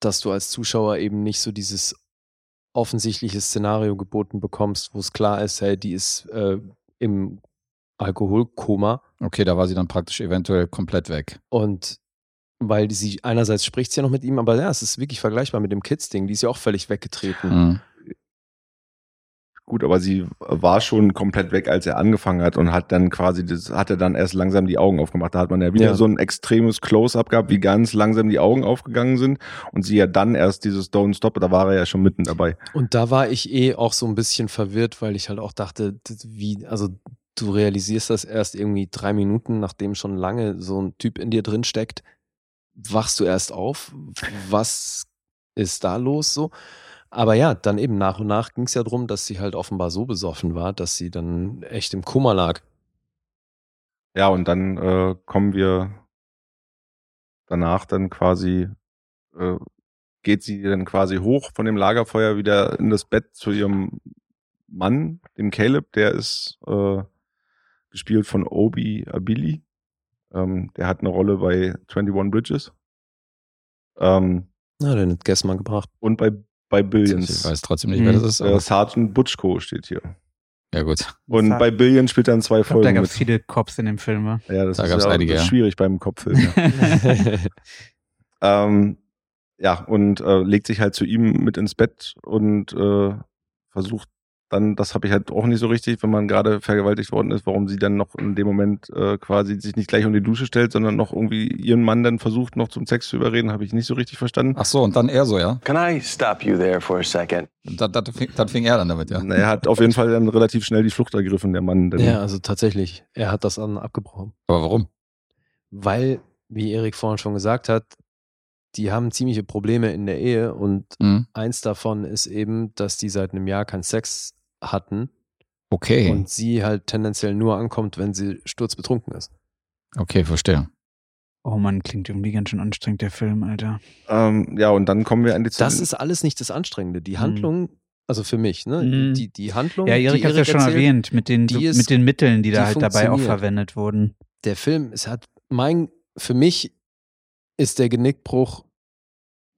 C: dass du als Zuschauer eben nicht so dieses offensichtliche Szenario geboten bekommst, wo es klar ist, hey, die ist äh, im Alkoholkoma
B: Okay, da war sie dann praktisch eventuell komplett weg.
C: und weil die- sie einerseits spricht sie ja noch mit ihm, aber ja, es ist wirklich vergleichbar mit dem Kids-Ding, die ist ja auch völlig weggetreten.
B: Mhm.
E: gut, aber sie war schon komplett weg, als er angefangen hat und hat dann quasi, das hat er dann erst langsam die Augen aufgemacht. Da hat man ja wieder
C: Ja.
E: so ein extremes Close-up gehabt, wie ganz langsam die Augen aufgegangen sind und sie ja dann erst dieses Don't Stop, da war er ja schon mitten dabei.
C: Und da war ich eh auch so ein bisschen verwirrt, weil ich halt auch dachte, d- wie, also du realisierst das erst irgendwie drei Minuten, nachdem schon lange so ein Typ in dir drin steckt, wachst du erst auf. Was ist da los so? Aber ja, dann eben nach und nach ging es ja darum, dass sie halt offenbar so besoffen war, dass sie dann echt im Kummer lag.
E: Ja, und dann äh, kommen wir danach dann quasi, äh, geht sie dann quasi hoch von dem Lagerfeuer wieder in das Bett zu ihrem Mann, dem Caleb, der ist äh, gespielt von Obi Abili. Ähm, der hat eine Rolle bei 21 Bridges. Ähm,
C: Na, dann hat Guess mal gebracht.
E: und bei, bei
B: Also Ich
E: Billions.
B: weiß trotzdem nicht, wer
D: Mhm.
B: das ist.
E: Äh,
B: Aber,
E: Sergeant Butchko steht hier.
B: ja
E: <laughs>
B: gut.
E: Und
D: Sar-
E: bei Billions spielt er in zwei
D: Ich glaube, da
E: Folgen
D: gab es
E: mit.
D: viele Cops in dem Film.
E: <laughs>
D: wa?
E: Ja, das
B: Da
E: ist
B: gab's
E: ja
B: einige, ja.
E: schwierig beim Kopffilm.
B: <laughs>
E: Ja. Ähm, ja, und äh, legt sich halt zu ihm mit ins Bett und äh, versucht dann, das habe ich halt auch nicht so richtig, wenn man gerade vergewaltigt worden ist, warum sie dann noch in dem Moment äh, quasi sich nicht gleich um die Dusche stellt, sondern noch irgendwie ihren Mann dann versucht, noch zum Sex zu überreden, habe ich nicht so richtig verstanden.
B: Ach so, und dann er so, ja?
H: Can I stop you there for a second?
B: Dann, dann, fing, dann fing er dann damit, ja.
E: Na, er hat auf jeden Fall dann relativ schnell die Flucht ergriffen, der Mann. Denn,
C: ja, also tatsächlich, er hat das an abgebrochen.
B: Aber warum?
C: Weil, wie Erik vorhin schon gesagt hat, die haben ziemliche Probleme in der Ehe und
B: Mhm.
C: eins davon ist eben, dass die seit einem Jahr keinen Sex hatten
B: Okay,
C: und sie halt tendenziell nur ankommt, wenn sie sturzbetrunken ist.
B: okay, verstehe.
D: Oh Mann, klingt irgendwie ganz schön anstrengend, der Film, Alter.
E: Ähm, ja, und dann kommen wir an die
C: Das ist alles nicht das Anstrengende. Die
D: Mhm.
C: Handlung, also für mich, ne?
D: Mhm.
C: Die, die Handlung,
D: Ja, Erik
C: die
D: hat ja schon
C: erzählt,
D: erwähnt, mit den,
C: die ist-
D: mit den Mitteln, die, da
C: die
D: halt dabei auch
C: funktioniert.
D: verwendet wurden.
C: der Film, es hat mein, für mich ist der Genickbruch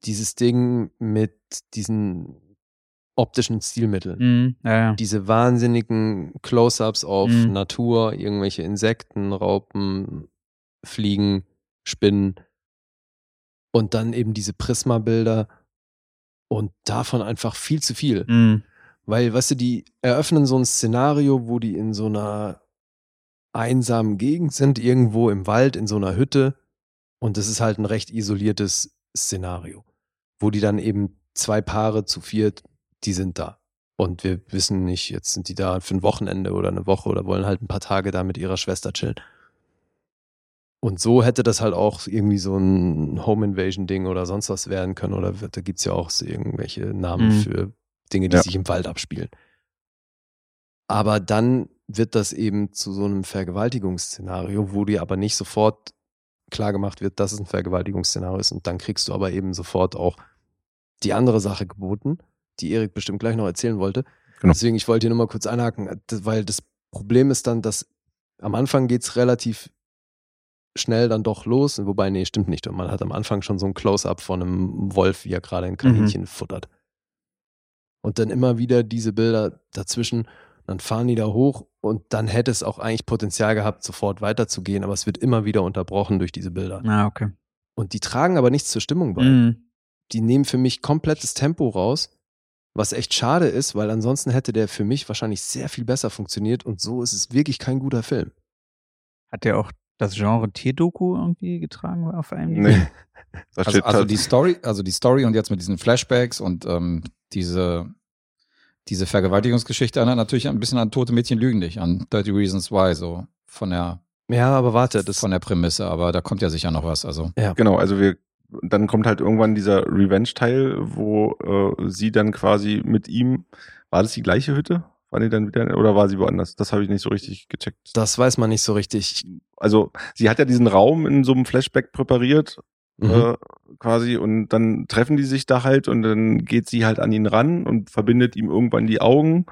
C: dieses Ding mit diesen optischen Stilmitteln.
D: Mhm. Ja, ja.
C: Diese wahnsinnigen Close-ups auf
D: Mhm.
C: Natur, irgendwelche Insekten, Raupen, Fliegen, Spinnen und dann eben diese Prismabilder und davon einfach viel zu viel.
D: Mhm.
C: Weil, weißt du, die eröffnen so ein Szenario, wo die in so einer einsamen Gegend sind, irgendwo im Wald, in so einer Hütte. Und das ist halt ein recht isoliertes Szenario, wo die dann eben zwei Paare zu viert, die sind da. Und wir wissen nicht, jetzt sind die da für ein Wochenende oder eine Woche oder wollen halt ein paar Tage da mit ihrer Schwester chillen. Und so hätte das halt auch irgendwie so ein Home Invasion-Ding oder sonst was werden können. Oder wird- da gibt's ja auch so irgendwelche Namen
D: Mhm.
C: für Dinge, die
E: Ja.
C: sich im Wald abspielen. Aber dann wird das eben zu so einem Vergewaltigungsszenario, wo dir aber nicht sofort klar gemacht wird, dass es ein Vergewaltigungsszenario ist. Und dann kriegst du aber eben sofort auch die andere Sache geboten, die Erik bestimmt gleich noch erzählen wollte.
E: Genau.
C: Deswegen, ich wollte hier nur mal kurz einhaken, äh, d- weil das Problem ist dann, dass am Anfang geht's relativ schnell dann doch los. Wobei, nee, stimmt nicht. Und man hat am Anfang schon so ein Close-up von einem Wolf, wie er gerade ein Kaninchen futtert. Und dann immer wieder diese Bilder dazwischen. Dann fahren die da hoch und dann hätte es auch eigentlich Potenzial gehabt, sofort weiterzugehen, aber es wird immer wieder unterbrochen durch diese Bilder.
D: Ah, okay.
C: Und die tragen aber nichts zur Stimmung bei
D: Mhm.
C: die nehmen für mich komplettes Tempo raus, was echt schade ist, weil ansonsten hätte der für mich wahrscheinlich sehr viel besser funktioniert und so ist es wirklich kein guter Film.
D: Hat der auch das Genre Tierdoku irgendwie getragen auf einem?
E: Nee. Da
B: Also,
E: steht
B: also
E: halt-
B: die Story, also die Story und jetzt mit diesen Flashbacks und ähm, diese, diese Vergewaltigungsgeschichte erinnert natürlich ein bisschen an tote Mädchen lügen dich, an 30 Reasons Why, so von der
C: Ja, aber warte, das
B: von der Prämisse, aber da kommt ja sicher noch was. Also
E: Genau, also wir, dann kommt halt irgendwann dieser Revenge-Teil, wo äh, sie dann quasi mit ihm, war das die gleiche Hütte? War die dann wieder, oder war sie woanders? Das habe ich nicht so richtig gecheckt.
C: das weiß man nicht so richtig.
E: Also sie hat ja diesen Raum in so einem Flashback präpariert,
C: Mhm.
E: äh, quasi, und dann treffen die sich da halt und dann geht sie halt an ihn ran und verbindet ihm irgendwann die Augen,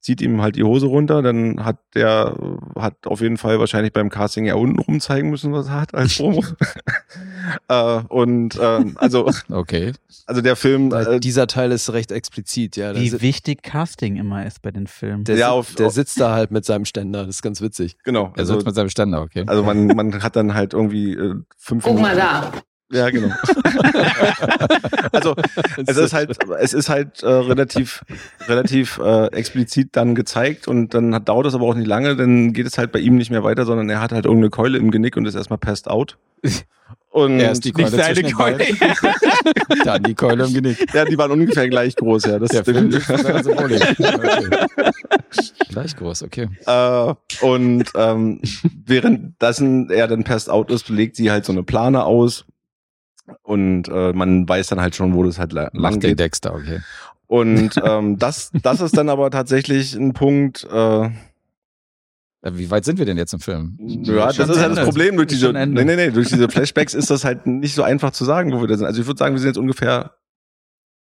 E: zieht ihm halt die Hose runter, dann hat der, äh, hat auf jeden Fall wahrscheinlich beim Casting ja unten rum zeigen müssen, was er hat als Promo. <laughs> äh, und äh, also
B: okay,
E: also der Film,
C: Weil
E: äh,
C: dieser Teil ist recht explizit, ja. Der,
D: Wie
C: si-
D: wichtig Casting immer ist bei den Filmen. <laughs>
C: der,
E: Ja,
C: si-
E: auf-
C: der
E: auf-
C: sitzt da halt mit seinem Ständer, das ist ganz witzig.
E: genau.
B: er
E: Also,
B: sitzt mit seinem Ständer, okay.
E: also man, man hat dann halt irgendwie äh, fünf
I: Guck mal
E: Minuten.
I: da.
B: <laughs>
E: Ja, genau. also es ist halt, es ist halt äh, relativ, relativ äh, explizit dann gezeigt und dann hat, dauert es aber auch nicht lange, dann geht es halt bei ihm nicht mehr weiter, sondern er hat halt irgendeine Keule im Genick und ist erstmal passed out. Und
B: Er ist die Keule zwischen den Beinen, dann die Keule im Genick.
E: ja, die waren ungefähr gleich groß, ja. Das
B: Der Film ist eine
E: <laughs>
B: Symbolik. Okay. Gleich groß, okay.
E: Äh, und ähm, währenddessen er dann passed out ist, legt sie halt so eine Plane aus. Und äh, man weiß dann halt schon, wo das halt la- lang
B: Macht den
E: geht.
B: Dexter, okay.
E: Und ähm, das, das ist dann aber tatsächlich ein Punkt. Äh,
B: Äh, Wie weit sind wir denn jetzt im Film?
E: ja, das
D: schon
E: ist halt
D: Ende.
E: das Problem. Durch
D: Ist
E: diese,
D: schon
E: nee,
D: Ende.
E: nee, nee, durch diese Flashbacks ist das halt nicht so einfach zu sagen, wo wir da sind. Also ich würde sagen, wir sind jetzt ungefähr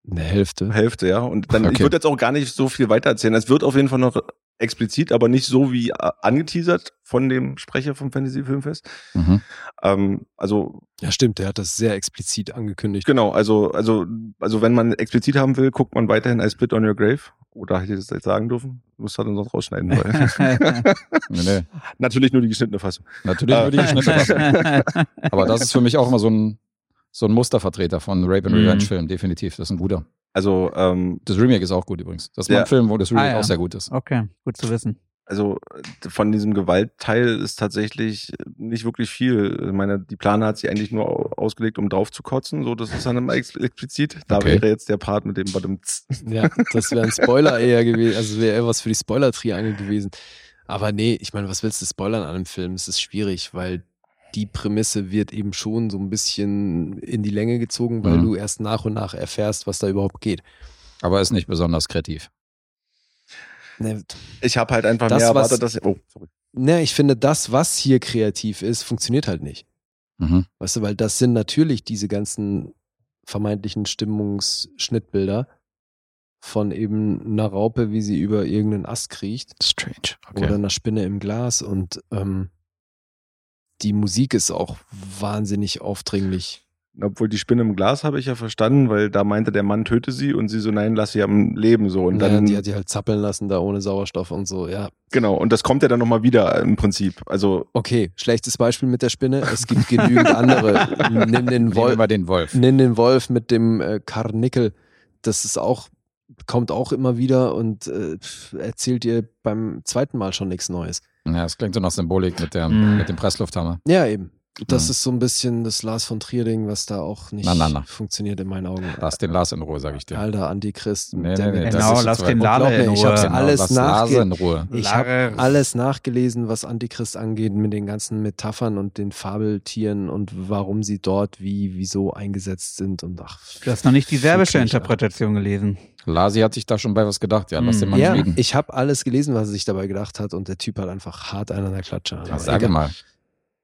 C: Eine Hälfte.
E: Hälfte, ja. Und dann, ich
B: Okay.
E: würde jetzt auch gar nicht so viel weiter erzählen. Es wird auf jeden Fall noch explizit, aber nicht so wie äh, angeteasert von dem Sprecher vom Fantasy Filmfest.
B: Mhm.
E: Ähm, also
C: Ja, stimmt, der hat das sehr explizit angekündigt.
E: Genau, also, also, also wenn man explizit haben will, guckt man weiterhin I Split on Your Grave. Oder hätte ich das jetzt sagen dürfen? Muss halt sonst rausschneiden. Weil
D: <laughs>
E: <laughs>
B: Nee, nee.
E: natürlich nur die geschnittene Fassung.
B: Natürlich
E: Ah.
B: nur die geschnittene Fassung.
E: <laughs>
B: Aber das ist für mich auch immer so ein, so ein Mustervertreter von Rape and
D: Mhm.
B: Revenge Film, definitiv. Das ist ein guter.
E: Also, ähm,
B: Das Remake ist auch gut übrigens. Das ist mal
E: Ja.
B: ein Film, wo das Remake
D: Ah, ja.
B: auch sehr gut ist.
D: <laughs> okay, gut zu wissen.
E: also äh, von diesem Gewaltteil ist tatsächlich äh, nicht wirklich viel. Ich meine, die Plane hat sie eigentlich nur au- ausgelegt, um drauf zu kotzen. So, das ist dann immer ex explizit. Da
B: Okay.
E: wäre jetzt der Part mit dem Bottom.
C: Ja, das wäre ein Spoiler eher gewesen. Also wäre eher was für die Spoiler-Triangel gewesen. Aber nee, ich meine, was willst du spoilern an einem Film? Es ist schwierig, weil die Prämisse wird eben schon so ein bisschen in die Länge gezogen, weil
B: Mhm.
C: du erst nach und nach erfährst, was da überhaupt geht.
B: Aber ist nicht besonders kreativ.
C: Ne,
E: Ich habe halt einfach
C: Das,
E: mehr
C: was-
E: erwartet, dass. Oh, sorry.
C: ne, ich finde, das, was hier kreativ ist, funktioniert halt nicht.
B: Mhm.
C: Weißt du, weil das sind natürlich diese ganzen vermeintlichen Stimmungsschnittbilder von eben einer Raupe, wie sie über irgendeinen Ast kriecht
B: Strange.
C: oder
B: Okay.
C: einer Spinne im Glas und ähm, die Musik ist auch wahnsinnig aufdringlich.
E: Obwohl die Spinne im Glas habe ich ja verstanden, weil da meinte der Mann töte sie und sie so nein, lass sie am Leben so und
C: Und dann, ja,
E: dann
C: die hat die halt zappeln lassen da ohne Sauerstoff und so, ja.
E: Genau, und das kommt ja dann nochmal wieder im Prinzip. Also,
C: Okay, schlechtes Beispiel mit der Spinne. Es gibt genügend
B: <laughs>
C: andere. Nimm den,
B: Nehmen wir
C: Wolf,
B: mal den Wolf.
C: nimm den Wolf mit dem äh, Karnickel. Das ist auch, kommt auch immer wieder und äh, pf, erzählt ihr beim zweiten Mal schon nichts Neues.
B: Ja, das klingt so nach Symbolik mit, der,
D: Mhm.
B: mit dem Presslufthammer.
C: Ja, eben. Das
B: Mhm.
C: ist so ein bisschen das Lars von Trier-Ding, was da auch nicht
B: Na, na, na.
C: funktioniert in meinen Augen.
B: Lass den Lars in Ruhe, sag ich dir.
C: Alter, Antichrist.
B: Nee, nee,
C: der mit-
B: nee,
D: Genau,
B: das ist
D: lass
B: jetzt
D: den
B: aber-
D: Laden
C: Glaub mir,
D: in
C: ich hab's
D: Ruhe.
C: ja alles
B: lass Lase
C: nachge-
B: in Ruhe.
C: Ich habe
D: Larer.
C: alles nachgelesen, was Antichrist angeht, mit den ganzen Metaphern und den Fabeltieren und warum sie dort wie, wieso eingesetzt sind und ach.
D: Du hast noch nicht die serbische
C: wirklich,
D: Interpretation gelesen.
B: Lasi hat sich da schon bei was gedacht. Ja, lass den
D: Mhm.
B: Mann
C: Ja,
B: fliegen.
C: ich habe alles gelesen, was er sich dabei gedacht hat und der Typ hat einfach hart einen an der Klatsche.
B: Ja,
C: Aber
B: sag
C: egal.
B: mal.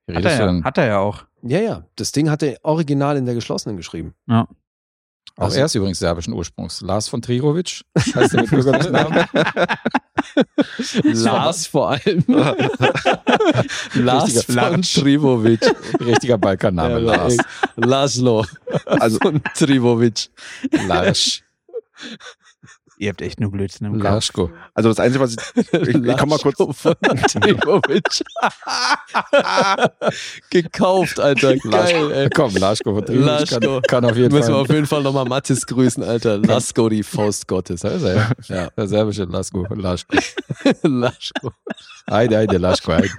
B: Wie
D: Hat
B: redest du
D: er, ja,
B: denn?
D: hat er ja auch.
C: Ja, ja, das Ding hat er original in der geschlossenen geschrieben.
B: Auch
C: Also-
B: er ist übrigens serbischen Ursprungs. Lars von Trirovic heißt der mit bürgerlichen Namen.
C: Lars vor <laughs> allem. Lars
B: Richtiger-
C: von Trivovic.
B: Richtiger Balkanname,
C: Ja,
B: Lars.
C: ey. Laszlo <laughs>
E: also
C: von Trivovic.
B: Lars.
D: Ihr habt echt nur Blödsinn im Kopf.
B: Larschko.
E: also das Einzige, was
C: <laughs>
E: ich, ich, ich komm mal kurz,
C: Laschko <laughs> von <laughs> Antonimovic. Gekauft, Alter. Geil, ey.
B: Komm, Larschko von Trirovic
C: Laschko.
B: kann, kann auf jeden
C: Müssen wir
B: Fall.
C: auf jeden Fall nochmal Mattis grüßen, Alter. Lasko, die <laughs> Faust Gottes.
B: da ist er, ja.
C: Ja.
B: Der serbische Lasko. Larschko.
C: Laschko.
B: Heide, heide, Larschko. Heide.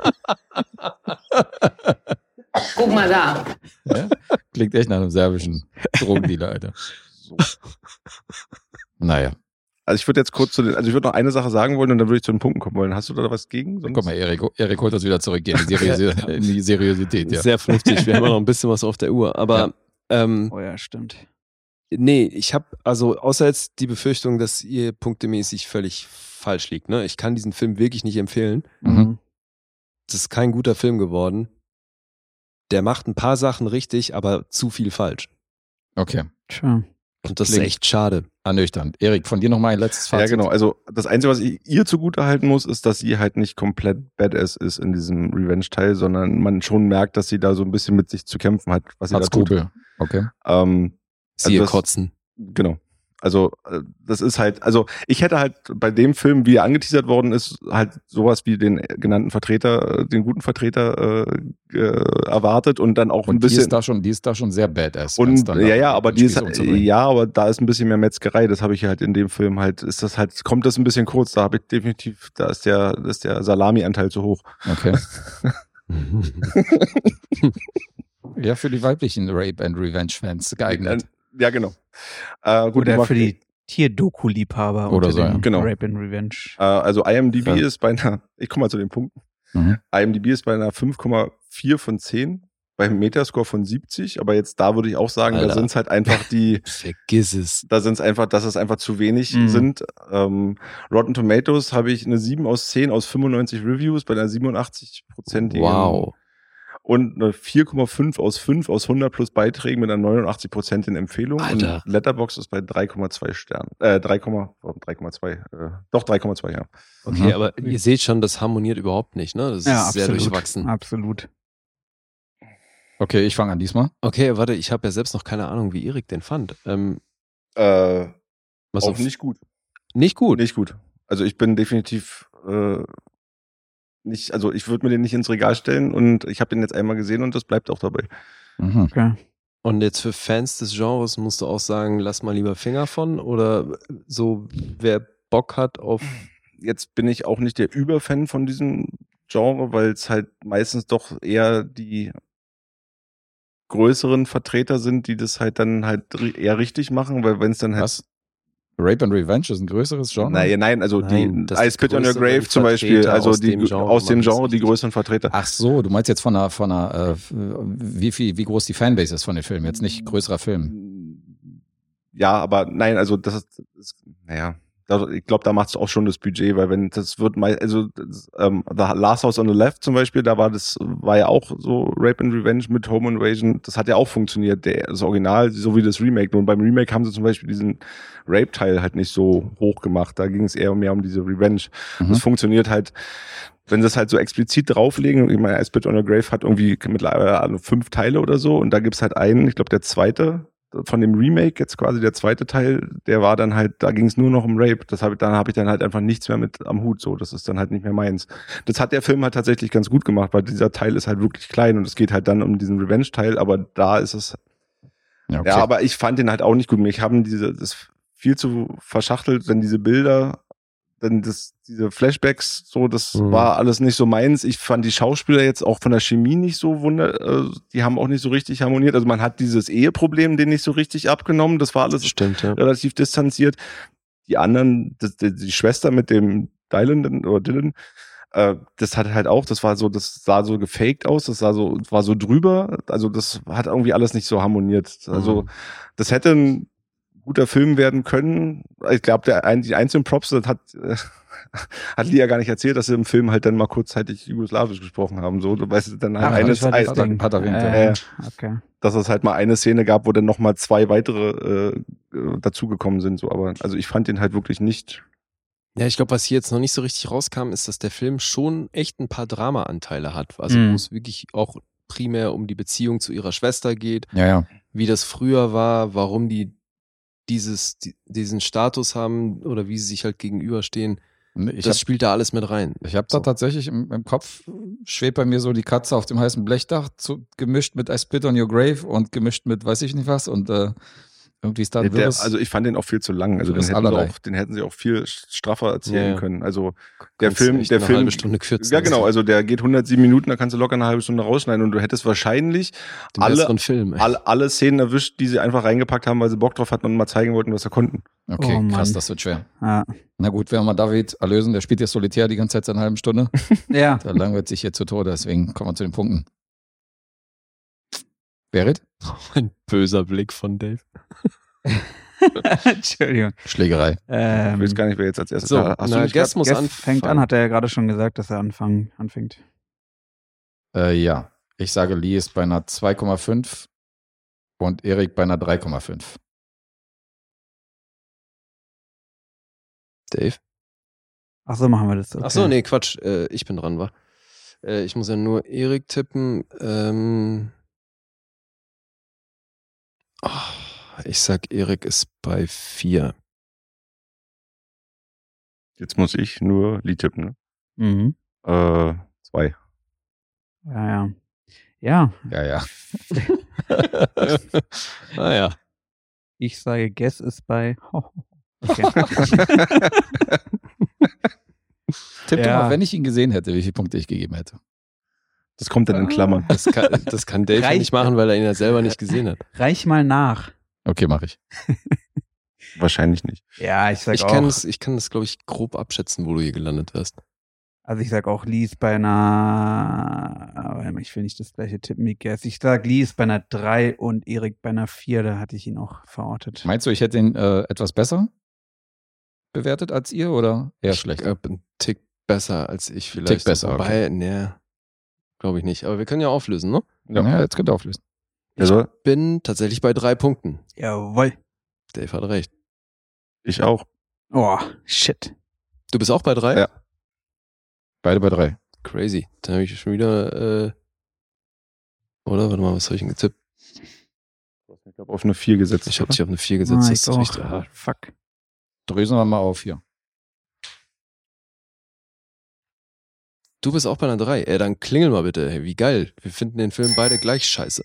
I: Guck mal da.
B: Ja? Klingt echt nach einem serbischen Drogendealer, Alter. Naja,
E: also ich würde jetzt kurz zu den, also ich würde noch eine Sache sagen wollen und dann würde ich zu den Punkten kommen wollen. Hast du da was gegen? Sonst-
B: guck mal, Erik, Erik holt das wieder zurück in die, Seriösi
E: <laughs>
B: in die Seriosität. Ja.
C: Sehr vernünftig. Wir haben ja noch ein bisschen was auf der Uhr. Aber ähm,
D: Oh ja, stimmt.
C: Nee, ich habe also außer jetzt die Befürchtung, dass ihr punktemäßig völlig falsch liegt. Ne? Ich kann diesen Film wirklich nicht empfehlen.
B: Mhm.
C: Das ist kein guter Film geworden. Der macht ein paar Sachen richtig, aber zu viel falsch.
B: Okay,
D: Tja.
C: Und das
B: Klingt-
C: ist echt schade.
B: ernüchternd. Erik, von dir nochmal ein letztes
E: Ja,
B: Fazit.
E: genau. Also das Einzige, was ich ihr zugutehalten muss, ist, dass sie halt nicht komplett Badass ist in diesem Revenge-Teil, sondern man schon merkt, dass sie da so ein bisschen mit sich zu kämpfen hat, was sie
B: Hat's
E: da tut.
B: Kugel. Okay.
E: Ähm,
C: Siehe
E: das-
C: kotzen.
E: Genau. Also äh, das ist halt, also ich hätte halt bei dem Film, wie er angeteasert worden ist, halt sowas wie den äh, genannten Vertreter, äh, den guten Vertreter äh, äh, erwartet und dann auch ein
B: Und die
E: bisschen
B: ist da schon, die ist da schon sehr badass. wenn's
E: und
B: dann
E: ja,
B: darum
E: ja,
B: geht,
E: aber
B: den
E: die ist, halt,
B: Spieß umzubringen.
E: ja, aber da ist ein bisschen mehr Metzgerei. Das habe ich halt in dem Film halt, ist das halt, kommt das ein bisschen kurz. Da habe ich definitiv, da ist der, da ist der Salami-Anteil zu hoch.
B: Okay.
E: <laughs>
B: Ja, für die weiblichen Rape and Revenge-Fans geeignet.
E: Ja, genau. Äh, gut,
D: Oder
E: aber-
D: für die Tierdoku-Liebhaber
B: Oder
D: unter
B: so,
D: den
B: ja.
E: Genau.
D: Rape and Revenge.
E: Äh, also IMDb
B: Ja.
E: ist bei einer, ich komme mal zu den Punkten.
B: Mhm.
E: IMDb ist bei einer 5,4 von 10, beim Metascore von 70, aber jetzt da würde ich auch sagen, da
C: Alter.
E: sind es halt einfach die,
C: Vergiss es.
E: da sind es einfach, dass es einfach zu wenig
D: Mhm.
E: sind. Ähm, Rotten Tomatoes habe ich eine 7 aus 10 aus 95 Reviews bei einer 87 Prozentigen.
C: Wow.
E: und eine 4,5 aus 5 aus 100 plus Beiträgen mit einer 89% in Empfehlung.
C: Alter.
E: Und Letterbox ist bei 3,2 Sternen. Äh, 3,2, warum 3,2, äh, doch 3,2, ja.
C: Okay,
B: Mhm.
C: aber ihr seht schon, das harmoniert überhaupt nicht, ne? Das ist
D: Ne? Ja,
C: sehr
D: absolut.
C: durchwachsen.
D: Absolut.
B: Okay, ich fange an diesmal.
C: Okay, warte, ich habe ja selbst noch keine Ahnung, wie Erik den fand. Ähm,
E: Äh,
C: was
E: auch
C: auf,
E: nicht gut.
C: nicht gut.
E: Nicht gut. Also ich bin definitiv äh, nicht, also ich würde mir den nicht ins Regal stellen und ich habe den jetzt einmal gesehen und das bleibt auch dabei.
B: Mhm.
D: Okay.
C: Und jetzt für Fans des Genres musst du auch sagen, lass mal lieber Finger von oder so, wer Bock hat auf.
E: Jetzt bin ich auch nicht der Überfan von diesem Genre, weil es halt meistens doch eher die größeren Vertreter sind, die das halt dann halt ri- eher richtig machen, weil wenn es dann halt
B: Was? Rape and Revenge ist ein größeres Genre?
E: Naja, nein, also
C: Nein,
E: die
C: das sind
E: I Spit on Your
C: größere
E: Grave zum
C: Vertreter
E: Beispiel, also
C: aus
E: die
C: dem Genre
E: aus dem
C: machen das
E: Genre die
C: richtig.
E: größeren Vertreter.
B: Ach so, du meinst jetzt von einer, von einer, äh, f- wie viel, wie groß die Fanbase ist von den Filmen, jetzt nicht größerer Film.
E: Ja, aber nein, also das ist, ist naja, da, ich glaube, da macht es auch schon das Budget, weil wenn das wird mal, also das, ähm, The Last House on the Left zum Beispiel, da war das, war ja auch so Rape and Revenge mit Home Invasion, das hat ja auch funktioniert, der, das Original, so wie das Remake. Nun beim Remake haben sie zum Beispiel diesen Rape-Teil halt nicht so hoch gemacht, da ging es eher mehr um diese Revenge.
B: Mhm.
E: Das funktioniert halt wenn sie es halt so explizit drauflegen, ich meine, I Spit on a Grave hat irgendwie mittlerweile alle fünf Teile oder so und da gibt's halt einen, ich glaube der zweite von dem Remake, jetzt quasi der zweite Teil, der war dann halt, da ging's nur noch um Rape. Das hab, ich- dann habe ich dann halt einfach nichts mehr mit am Hut, so, das ist dann halt nicht mehr meins. Das hat der Film halt tatsächlich ganz gut gemacht, weil dieser Teil ist halt wirklich klein und es geht halt dann um diesen Revenge-Teil, aber da ist es
B: Ja, okay.
E: ja, aber ich fand den halt auch nicht gut. Mich haben diese, das viel zu verschachtelt, dann diese Bilder, dann das, diese Flashbacks, so, das
C: Mhm.
E: war alles nicht so meins. Ich fand die Schauspieler jetzt auch von der Chemie nicht so wunder, äh, die haben auch nicht so richtig harmoniert. Also man hat dieses Eheproblem den nicht so richtig abgenommen. Das war alles
C: Stimmt, ja.
E: relativ distanziert. Die anderen, das, die, die Schwester mit dem Dylan oder Dylan, äh, das hat halt auch, das war so, das sah so gefaked aus, das sah so, war so drüber. Also das hat irgendwie alles nicht so harmoniert. Also
C: Mhm.
E: das hätte ein guter Film werden können. Ich glaube, der ein, die einzelnen Props, das hat, <laughs> äh, hat Lia gar nicht erzählt, dass sie im Film halt dann mal kurzzeitig Jugoslawisch gesprochen haben. So, du weißt
C: Ah,
E: dann halt
B: Ach,
E: eine,
B: das war
E: ein-
B: das Ding. hat er erwähnt,
D: äh,
E: ja.
D: Okay.
E: dass es halt mal eine Szene gab, wo dann nochmal zwei weitere äh, äh, dazugekommen sind. So, aber also ich fand den halt wirklich nicht.
C: Ja, ich glaube, was hier jetzt noch nicht so richtig rauskam, ist, dass der Film schon echt ein paar Drama-Anteile hat. Also
D: Mhm.
C: wo es wirklich auch primär um die Beziehung zu ihrer Schwester geht,
B: ja, ja.
C: wie das früher war, warum die dieses, die, diesen Status haben oder wie sie sich halt gegenüberstehen.
B: Ich
C: das
B: hab-
C: spielt da alles mit rein.
B: Ich habe da
C: So.
B: tatsächlich im, im Kopf, schwebt bei mir so die Katze auf dem heißen Blechdach, zu, gemischt mit I Spit on Your Grave und gemischt mit weiß ich nicht was und äh, irgendwie ist da ein
E: Der,
B: Wirres.
E: also ich fand den auch viel zu lang. Also den
B: Wirres
E: hätten, sie
B: Allerlei.
E: auch, den hätten sie auch viel straffer erzählen
C: Ja, ja.
E: können. Also der
C: Kannst
E: Film,
C: echt
E: der
C: eine
E: Film,
C: halbe Stunde kürzen.
E: ja genau, also der geht 107 Minuten, da kannst du locker eine halbe Stunde rausschneiden und du hättest wahrscheinlich
C: den
E: also alle-
C: besseren Film. ey.
E: all, alle Szenen erwischt, die sie einfach reingepackt haben, weil sie Bock drauf hatten und mal zeigen wollten, was sie konnten.
B: okay,
D: Oh Mann.
B: krass, das wird schwer.
D: Ja.
B: Na gut, werden wir mal David erlösen, der spielt ja solitär die ganze Zeit seit einer halben Stunde.
D: ja. <laughs>
E: <laughs>
B: Da langweilt sich hier zu Tode, deswegen kommen wir zu den Punkten. Berit?
C: Ein böser Blick von Dave.
D: Entschuldigung.
B: Schlägerei.
E: Ich
D: Ähm,
E: weiß gar nicht, wer jetzt als erstes
C: So,
E: Ah, hast du
C: na,
E: nicht
C: Guess muss
D: Jeff
C: anfangen.
D: fängt an, hat er ja gerade schon gesagt, dass er anfangen, anfängt.
B: Äh, ja, ich sage, Lee ist bei einer 2,5 und Erik bei einer 3,5.
C: Dave?
D: Ach so, machen wir das. Okay.
C: Ach so, nee, Quatsch. Äh, ich bin dran, war. Äh, ich muss ja nur Erik tippen. Ähm, Ah, ich sag, Erik ist bei
E: <laughs>
C: vier.
E: Jetzt muss ich nur Lied tippen.
D: Mhm.
E: Ne? Äh,
C: <laughs>
E: zwei.
D: Ja, ja. Ja,
B: Ja, ja.
E: Ah
C: naja.
D: ich sage, Guess ist bei. <laughs> Okay.
C: <laughs>
B: Tipp doch
D: Ja.
B: mal, wenn ich ihn gesehen hätte, wie viele Punkte ich gegeben hätte.
E: Das kommt dann in Klammern.
C: Das kann, das kann Dave ja
D: Reicht.
C: nicht machen, weil er ihn ja selber nicht gesehen hat.
D: Reich mal nach.
B: Okay, mache ich.
C: Ah.
E: Wahrscheinlich nicht.
D: Ja, ich sag
C: Ich
D: auch.
C: kann, das, ich kann das, glaube ich, grob abschätzen, wo du hier gelandet wirst.
D: Also ich sag auch, Lee ist bei einer. Aber ich will nicht das gleiche tippen wie Guess. Ich sag, Lee ist bei einer 3 und Erik bei einer 4. Da hatte ich ihn auch verortet.
B: Meinst du, ich hätte ihn äh, etwas besser bewertet als ihr oder eher schlecht?
C: Ich glaub, ein Tick besser als ich vielleicht.
B: Tick besser,
C: Wobei, nee. Glaube ich nicht. Aber wir können ja auflösen, ne?
B: Ja, jetzt könnt ihr auflösen.
C: Ich
E: Also,
C: bin tatsächlich bei drei Punkten.
D: Jawohl.
C: Dave hat recht.
E: ich auch.
D: Oh, shit.
C: Du bist auch bei drei?
E: Ja.
B: Beide bei drei.
C: Crazy. Dann habe ich schon wieder, äh, oder? Warte mal, was habe ich denn getippt?
E: Ich habe auf eine 4 gesetzt.
C: Ich habe
E: oder?
C: dich auf eine 4 gesetzt.
D: Ah,
C: das ist
D: ich
C: richtig.
D: auch.
C: Ah,
D: Fuck.
B: Drösen wir mal auf hier.
C: Du bist auch bei einer 3. Ey, dann klingel mal bitte. Hey, wie geil. Wir finden den Film beide gleich scheiße.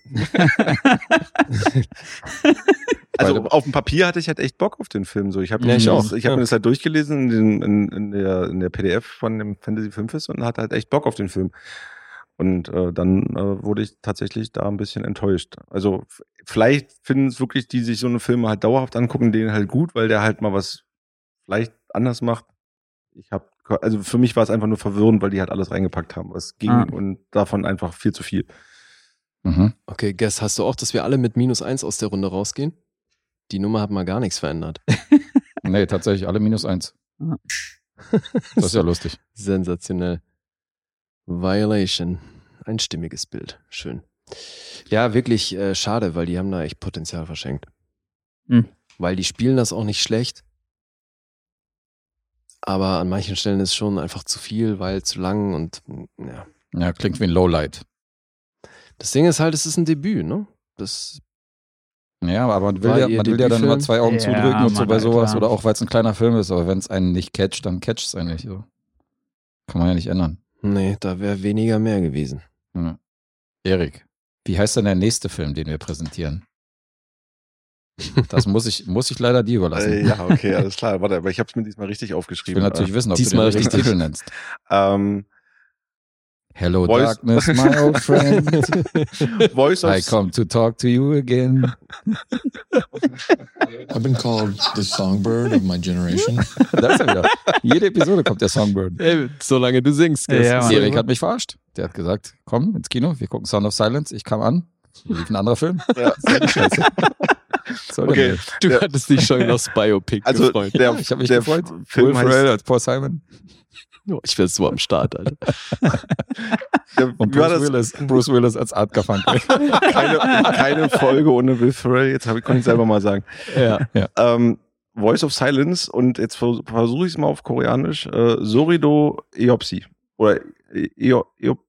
E: also auf dem Papier hatte ich halt echt Bock auf den Film. So, ich habe
C: Ja, ich
E: mir
C: auch.
E: das- ich hab
C: Ja.
E: mir das halt durchgelesen in, den, in, in, der, in der PDF von dem Fantasy Filmfest und hatte halt echt Bock auf den Film. Und äh, dann äh, wurde ich tatsächlich da ein bisschen enttäuscht. Also f- vielleicht finden es wirklich die, die sich so eine Filme halt dauerhaft angucken, den halt gut, weil der halt mal was vielleicht anders macht. Ich habe also für mich war es einfach nur verwirrend, weil die halt alles reingepackt haben, was ging
D: Ah.
E: und davon einfach viel zu viel.
B: Mhm.
C: Okay, Guess, hast du auch, dass wir alle mit minus 1 aus der Runde rausgehen? Die Nummer hat mal gar nichts verändert.
B: Nee, tatsächlich alle minus eins.
D: Ja.
B: Das ist ja lustig.
C: Sensationell. Violation. Ein stimmiges Bild. Schön. Ja, wirklich äh, schade, weil die haben da echt Potenzial verschenkt.
D: Hm.
C: Weil die spielen das auch nicht schlecht. Aber an manchen Stellen ist schon einfach zu viel, weil zu lang und mh, ja.
B: Ja, klingt wie ein Lowlight.
C: Das Ding ist halt, es ist ein Debüt, ne? Das,
B: Ja, aber man will,
C: War
B: ja,
C: ihr
B: man will ja dann
C: Debütfilm?
B: immer zwei Augen
D: Ja,
B: zudrücken und so
D: Mann,
B: bei sowas.
D: Alter.
B: Oder auch weil es ein kleiner Film ist. Aber wenn es einen nicht catcht, dann catcht es einen nicht. So. Kann man ja nicht ändern.
C: nee, da wäre weniger mehr gewesen.
B: Ja. Erik, wie heißt denn der nächste Film, den wir präsentieren? Das muss ich, muss ich leider dir überlassen.
E: Äh, ja, okay, alles klar. Warte, aber ich habe es mir diesmal richtig
B: Ich
E: aufgeschrieben.
B: will natürlich wissen, ob
C: diesmal
B: du den richtigen
C: richtig.
B: Titel nennst.
E: Ähm,
B: Hello
E: Boys-
B: Darkness, my old friend.
C: <laughs>
E: Voice of
B: I come to talk to you again.
J: I've been called the songbird of my
B: <laughs>
J: generation.
B: Da ist er wieder. Jede Episode kommt der Songbird.
C: Ey, solange du singst, Guess.
D: Ja, Mann.
B: Erik hat mich verarscht. Der hat gesagt, komm ins Kino, wir gucken Sound of Silence. Ich kam an, lief ein anderer
C: <laughs>
B: Film.
E: Ja.
B: Scheiße. Soll der
E: Okay,
B: nicht.
C: Du
E: Ja.
C: hattest dich schon aufs Biopic
E: also
C: gefreut.
E: der,
B: Ich habe mich
E: der
B: gefreut. Will
E: Film
B: Ferrell
E: heißt,
B: als Paul Simon.
C: Oh, Ich wäre so am Start, Alter.
E: der,
B: <laughs> Und
E: wie war
B: Bruce
E: das?
B: Willis. Bruce Willis als Art
C: <laughs>
B: Garfunkel.
E: Keine, keine Folge ohne Will Ferrell, jetzt hab ich, konnte ich selber mal sagen.
C: Ja.
E: Ähm, Voice of Silence und jetzt vers versuche ich es mal auf Koreanisch. Äh, Sorido Eopsi. Oder E- Eo, Eop,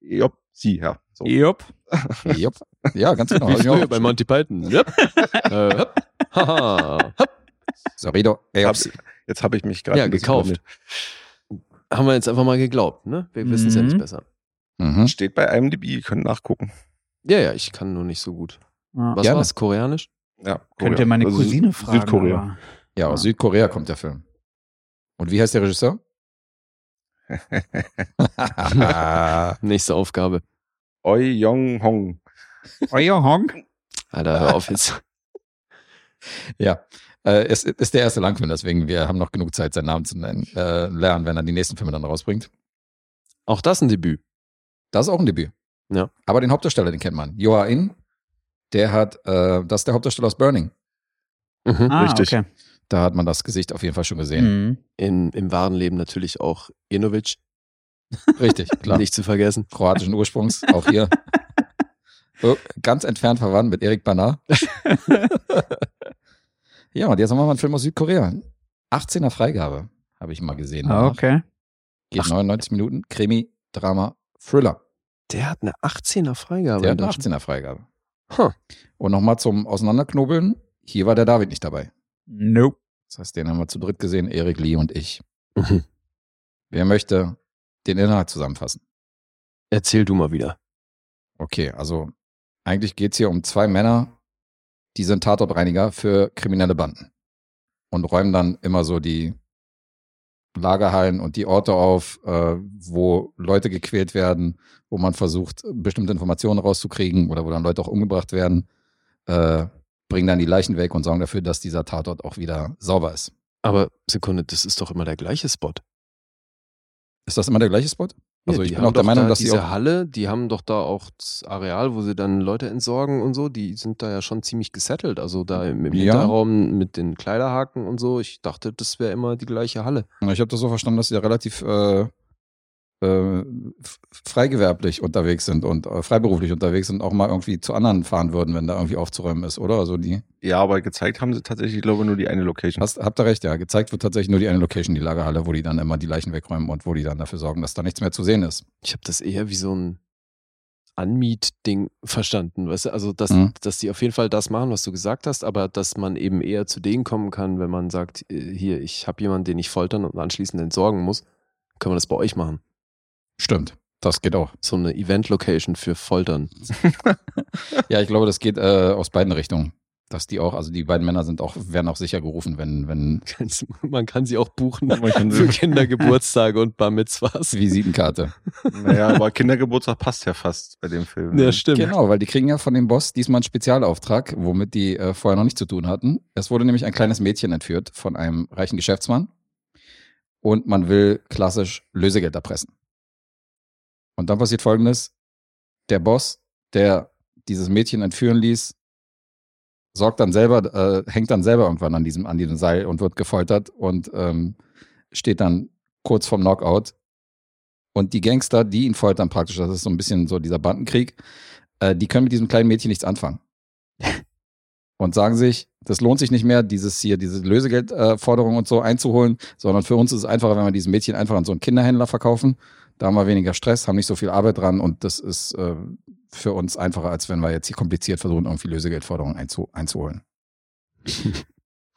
E: Eopsi, ja. So.
D: Jupp.
B: Jupp. Ja, ganz genau.
C: Wie
B: Hab ich mir
C: früher
B: auch-
C: bei Monty Python. <laughs> Yep. äh, hopp. Haha. Hopp.
B: Sorido, ey,
E: Hab,
B: ups.
E: jetzt habe ich mich gerade
C: Ja,
E: ein bisschen
C: gekauft.
E: blamiert.
C: Haben wir jetzt einfach mal geglaubt, ne? Wir wissen es ja
D: Mhm.
C: nicht besser.
B: Mhm.
E: Steht bei IMDb, ihr könnt nachgucken.
C: Ja, ja, ich kann nur nicht so gut.
D: Ja.
C: Was
B: Gerne.
C: war's? Koreanisch?
E: Ja,
D: Könnt
E: Korea.
D: ihr meine
E: Also
D: Cousine
E: Sü-
D: fragen?
E: Südkorea.
D: aber-
B: Ja, aus Südkorea kommt der Film. Und wie heißt der
E: <laughs>
B: Regisseur? <laughs>
C: Nächste Aufgabe.
E: Oi Yong Hong.
D: Euer
E: <laughs>
D: Honk?
C: Alter, hör auf
B: <laughs>
C: jetzt.
B: Ja, äh, es ist der erste Langfilm, deswegen wir haben noch genug Zeit, seinen Namen zu nennen, äh, lernen, wenn er die nächsten Filme dann rausbringt.
C: Auch das ein Debüt.
B: Das ist auch ein Debüt.
C: Ja.
B: Aber den Hauptdarsteller, den kennt man. Joa In, der hat, äh, das ist der Hauptdarsteller aus Burning.
C: Mhm.
D: Ah,
E: Richtig.
D: Okay.
B: Da hat man das Gesicht auf jeden Fall schon gesehen.
D: Mhm.
C: In, Im wahren Leben natürlich auch Inovic,
D: Mhm.
B: Richtig, klar.
D: <laughs>
C: nicht zu vergessen.
B: Kroatischen Ursprungs, auch hier. Oh, Ganz entfernt verwandt mit Erik Banner. <laughs> ja, und jetzt haben wir mal einen Film aus Südkorea. 18er Freigabe, habe ich mal gesehen.
D: Ah, okay.
B: Geht 99 Minuten, Krimi, Drama, Thriller.
C: Der hat eine 18er Freigabe.
B: Der
C: in
B: hat eine
C: Deutschland.
B: 18er Freigabe.
C: Huh.
B: Und nochmal zum Auseinanderknobeln. Hier war der David nicht dabei.
D: Nope.
B: Das heißt, den haben wir zu dritt gesehen, Erik, Lee und ich.
C: Mhm.
B: Wer möchte den Inhalt zusammenfassen?
C: Erzähl du mal wieder.
B: Okay, also eigentlich geht's hier um zwei Männer, die sind Tatortreiniger für kriminelle Banden und räumen dann immer so die Lagerhallen und die Orte auf, äh, wo Leute gequält werden, wo man versucht, bestimmte Informationen rauszukriegen oder wo dann Leute auch umgebracht werden, äh, bringen dann die Leichen weg und sorgen dafür, dass dieser Tatort auch wieder sauber ist.
C: Aber Sekunde, das ist doch immer der gleiche Spot.
B: Ist das immer der gleiche Spot? Also
C: Ja,
B: ich
C: die
B: bin
C: haben
B: auch der
C: doch
B: Meinung,
C: da
B: dass die
C: diese
B: auch,
C: Halle, die haben doch da auch das Areal, wo sie dann Leute entsorgen und so, die sind da ja schon ziemlich gesettelt. Also da im, im
B: Ja.
C: Hinterraum mit den Kleiderhaken und so. Ich dachte, das wäre immer die gleiche Halle.
B: ich habe das so verstanden, dass die da relativ äh, äh, f- freigewerblich unterwegs sind und äh, freiberuflich unterwegs sind, auch mal irgendwie zu anderen fahren würden, wenn da irgendwie aufzuräumen ist, oder? Also die,
E: Ja, aber gezeigt haben sie tatsächlich, ich glaube nur die eine Location.
B: hast, habt ihr recht, ja. Gezeigt wird tatsächlich nur die eine Location, die Lagerhalle, wo die dann immer die Leichen wegräumen und wo die dann dafür sorgen, dass da nichts mehr zu sehen ist.
C: Ich habe das eher wie so ein Anmiet-Ding verstanden, weißt du? Also, dass,
B: Mhm.
C: dass die auf jeden Fall das machen, was du gesagt hast, aber dass man eben eher zu denen kommen kann, wenn man sagt, äh, hier, ich habe jemanden, den ich foltern und anschließend entsorgen muss, können wir das bei euch machen.
B: Stimmt. Das geht
C: <laughs>
B: auch.
C: So eine Event-Location für Foltern.
B: Ja, ich glaube, das geht äh, aus beiden Richtungen. Dass die auch, also die beiden Männer sind auch, werden auch sicher gerufen, wenn, wenn
C: Man kann sie auch
E: <laughs>
C: buchen
E: Man kann
C: für
E: sie-
C: Kindergeburtstage und Bar Mitzvahs.
B: Visitenkarte.
E: naja, aber Kindergeburtstag passt ja fast bei dem Film. ne?
C: Ja, stimmt.
B: Genau, weil die kriegen ja von dem Boss diesmal einen Spezialauftrag, womit die äh, vorher noch nicht zu tun hatten. Es wurde nämlich ein kleines Mädchen entführt von einem reichen Geschäftsmann und man will klassisch Lösegeld erpressen. Und dann passiert Folgendes. Der Boss, der dieses Mädchen entführen ließ, sorgt dann selber, äh, hängt dann selber irgendwann an diesem, an diesem Seil und wird gefoltert und ähm, steht dann kurz vorm Knockout. Und die Gangster, die ihn foltern praktisch, das ist so ein bisschen so dieser Bandenkrieg, äh, die können mit diesem kleinen Mädchen nichts anfangen. Und sagen sich, das lohnt sich nicht mehr, dieses hier, diese Lösegeldforderung äh, Forderung und so einzuholen, sondern für uns ist es einfacher, wenn wir dieses Mädchen einfach an so einen Kinderhändler verkaufen. Da haben wir weniger Stress, haben nicht so viel Arbeit dran und das ist äh, für uns einfacher, als wenn wir jetzt hier kompliziert versuchen, irgendwie Lösegeldforderungen einzu
E: <laughs>
B: einzuholen.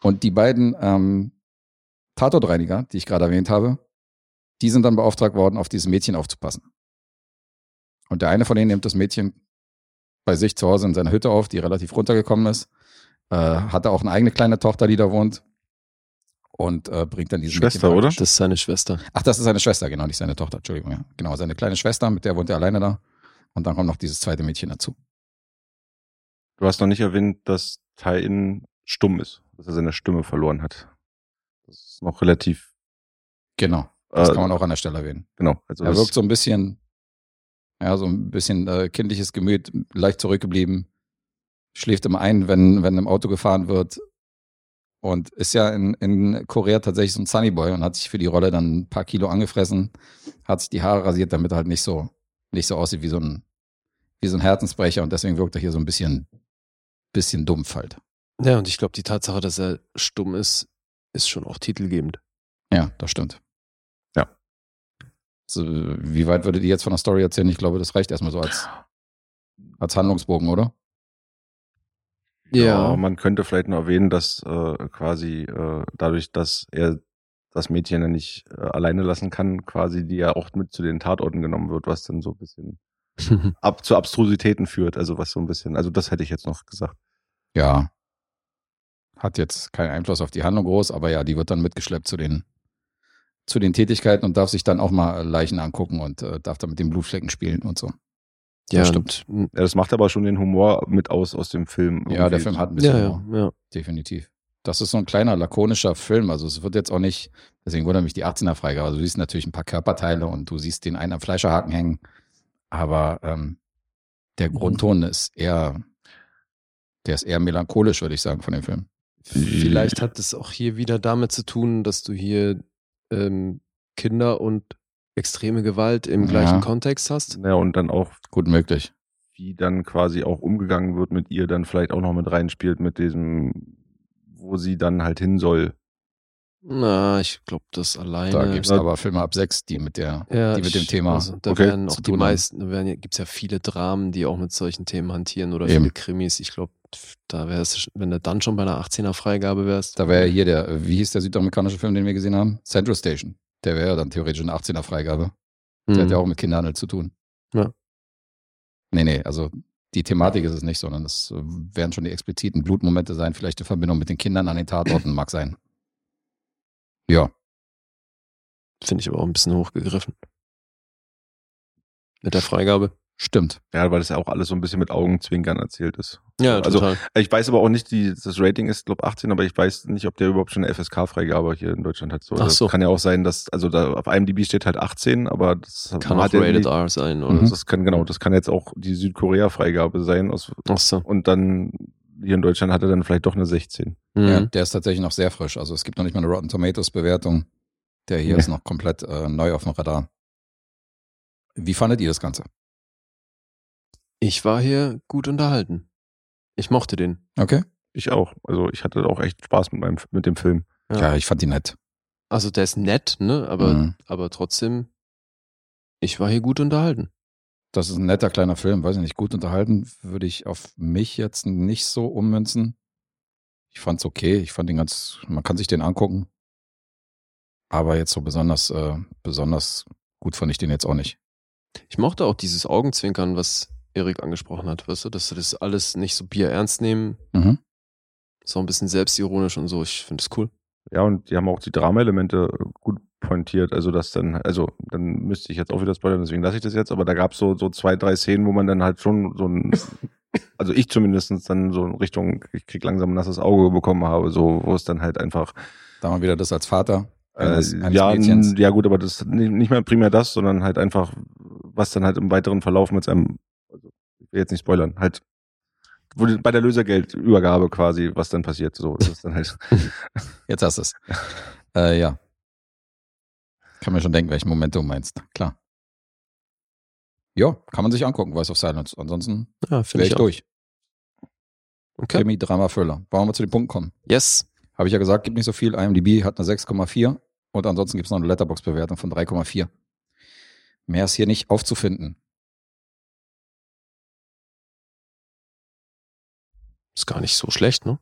B: und die beiden ähm, Tatortreiniger, die ich gerade erwähnt habe, die sind dann beauftragt worden, auf dieses Mädchen aufzupassen. Und der eine von denen nimmt das Mädchen bei sich zu Hause in seiner Hütte auf, die relativ runtergekommen ist. Äh, hatte auch eine eigene kleine Tochter, die da wohnt. Und äh, bringt dann diese
E: Schwester,
B: Mädchen
E: oder?
C: Das ist seine Schwester.
B: Ach, das ist seine Schwester, genau, nicht seine Tochter, Entschuldigung, ja. Genau, seine kleine Schwester, mit der wohnt er alleine da. Und dann kommt noch dieses zweite Mädchen dazu.
E: Du hast noch nicht erwähnt, dass Tain stumm ist, dass er seine Stimme verloren hat. Das ist noch relativ. äh,
B: Genau, das kann man auch an der Stelle erwähnen.
E: Genau. Also
B: er
E: das-
B: wirkt so ein bisschen, ja, so ein bisschen äh, kindliches Gemüt, leicht zurückgeblieben, schläft immer ein, wenn, wenn im Auto gefahren wird und ist ja in, in Korea tatsächlich so ein Sunnyboy und hat sich für die Rolle dann ein paar Kilo angefressen, hat sich die Haare rasiert, damit er halt nicht so, nicht so aussieht wie so ein, wie so ein Herzensbrecher und deswegen wirkt er hier so ein bisschen, bisschen dumpf halt.
C: Ja, und ich glaube, die Tatsache, dass er stumm ist, ist schon auch titelgebend.
B: Ja, das stimmt.
E: Ja.
B: So, wie weit würdet ihr jetzt von der Story erzählen? Ich glaube, das reicht erstmal so als, als Handlungsbogen, oder?
E: Ja, genau, man könnte vielleicht noch erwähnen, dass äh, quasi äh, dadurch, dass er das Mädchen ja nicht äh, alleine lassen kann, quasi die ja auch mit zu den Tatorten genommen wird, was dann so ein bisschen ab zu Abstrusitäten führt. Also was so ein bisschen, also das hätte ich jetzt noch gesagt.
B: Ja. Hat jetzt keinen Einfluss auf die Handlung groß, aber ja, die wird dann mitgeschleppt zu den, zu den Tätigkeiten und darf sich dann auch mal Leichen angucken und äh, darf dann mit den Blutflecken spielen und so.
C: ja,
B: das
C: stimmt.
E: Ja, das macht aber schon den Humor mit aus aus dem Film.
B: Ja, der
E: irgendwie.
B: Film hat ein bisschen
C: Ja,
B: Humor.
C: ja, ja.
B: definitiv. Das ist so ein kleiner, lakonischer Film. Also es wird jetzt auch nicht, deswegen wundert mich die 18er-Freigabe. Also du siehst natürlich ein paar Körperteile und du siehst den einen am Fleischerhaken hängen. Aber ähm, der Grundton ist eher, der ist eher melancholisch, würde ich sagen, von dem Film. Äh.
C: Vielleicht hat es auch hier wieder damit zu tun, dass du hier ähm, Kinder und extreme Gewalt im
B: Ja.
C: gleichen Kontext hast.
E: Ja, und dann auch,
B: Gut möglich.
E: wie dann quasi auch umgegangen wird mit ihr, dann vielleicht auch noch mit reinspielt mit diesem, wo sie dann halt hin soll.
C: Na, ich glaube, das alleine.
B: Da gibt's
E: Ja.
B: aber Filme ab sechs, die mit der,
C: ja,
B: die mit dem
C: ich-
B: Thema.
C: Also, da
E: Okay,
C: werden auch
B: zu
C: die
B: tun haben.
C: meisten, da werden, gibt's ja viele Dramen, die auch mit solchen Themen hantieren oder
B: Eben.
C: viele Krimis. Ich glaube, da wär's, wenn du dann schon bei einer 18er-Freigabe wärst.
B: da wäre hier der, äh, wie hieß der südamerikanische Film, den wir gesehen haben? Central Station. Der wäre ja dann theoretisch eine 18er-Freigabe. Der hat ja auch mit Kinderhandel zu tun.
C: Hm. Ja.
B: Nee, nee, also die Thematik ist es nicht, sondern es äh, werden schon die expliziten Blutmomente sein, vielleicht in Verbindung mit den Kindern an den Tatorten, mag sein. Ja,
C: Finde ich aber auch ein bisschen hochgegriffen. Mit der Freigabe.
B: stimmt.
E: Ja, weil das ja auch alles so ein bisschen mit Augenzwinkern erzählt ist.
C: Ja,
E: Also,
C: total.
E: Ich weiß aber auch nicht, die, das Rating ist, glaube 18, aber ich weiß nicht, ob der überhaupt schon eine FSK-Freigabe hier in Deutschland hat. So,
C: Ach so.
E: Kann ja auch sein, dass, also da auf IMDb steht halt 18, aber das
C: kann auch
E: hat ja
C: Rated
E: nicht-
C: R sein, oder?
B: halt Mhm.
E: Das kann, genau, das kann jetzt auch die Südkorea-Freigabe sein. Aus,
C: Ach so.
E: und dann hier in Deutschland hat er dann vielleicht doch eine 16.
C: Mhm.
B: Ja, der ist tatsächlich noch sehr frisch. Also es gibt noch nicht mal eine Rotten Tomatoes Bewertung. Der hier
E: Ja.
B: ist noch komplett äh, neu auf dem Radar. Wie fandet ihr das Ganze?
C: Ich war hier gut unterhalten. Ich mochte den.
B: Okay.
E: Ich auch. Also ich hatte auch echt Spaß mit, meinem, mit dem Film.
B: Ja, ich fand die nett.
C: Also der ist nett, ne? Aber,
B: Mhm.
C: aber trotzdem, ich war hier gut unterhalten.
B: Das ist ein netter kleiner Film, weiß ich nicht, gut unterhalten würde ich auf mich jetzt nicht so ummünzen. Ich fand's okay, ich fand den ganz, man kann sich den angucken. Aber jetzt so besonders, äh, besonders gut fand ich den jetzt auch nicht.
C: Ich mochte auch dieses Augenzwinkern, was Erik angesprochen hat, weißt du, dass du das alles nicht so bierernst nehmen,
B: Mhm.
C: so ein bisschen selbstironisch und so. Ich finde es cool.
E: Ja, und die haben auch die Drama-Elemente äh, gut pointiert. Also, das dann, also, dann müsste ich jetzt auch wieder spoilern, deswegen lasse ich das jetzt. Aber da gab es so, so zwei, drei Szenen, wo man dann halt schon so ein, also ich zumindestens dann so in Richtung, ich krieg langsam ein nasses Auge bekommen habe, so, wo es dann halt einfach,
B: Da mal wieder das als Vater
E: äh,
B: eines, eines
E: ja,
B: Mädchens.
E: n- ja, gut, aber das nicht nicht mehr primär das, sondern halt einfach, was dann halt im weiteren Verlauf mit seinem, also, ich will jetzt nicht spoilern, halt, wo die- bei der Lösegeldübergabe quasi, was dann passiert, so, das ist dann
B: <laughs>
E: halt,
B: Jetzt hast <laughs> du's. äh, ja. Kann mir schon denken, welchen Moment du meinst. Klar. Ja, kann man sich angucken, Voice of Silence. Ansonsten
C: Ja,
B: wäre ich
C: auch.
B: durch.
C: Okay.
B: Krimi, Drama, Thriller. Wollen wir mal zu den Punkten kommen?
C: Yes.
B: Habe ich ja gesagt, gibt nicht so viel. IMDb hat eine 6,4 und ansonsten gibt es noch eine Letterbox-Bewertung von 3,4. Mehr ist hier nicht aufzufinden.
C: Ist gar nicht so schlecht, ne?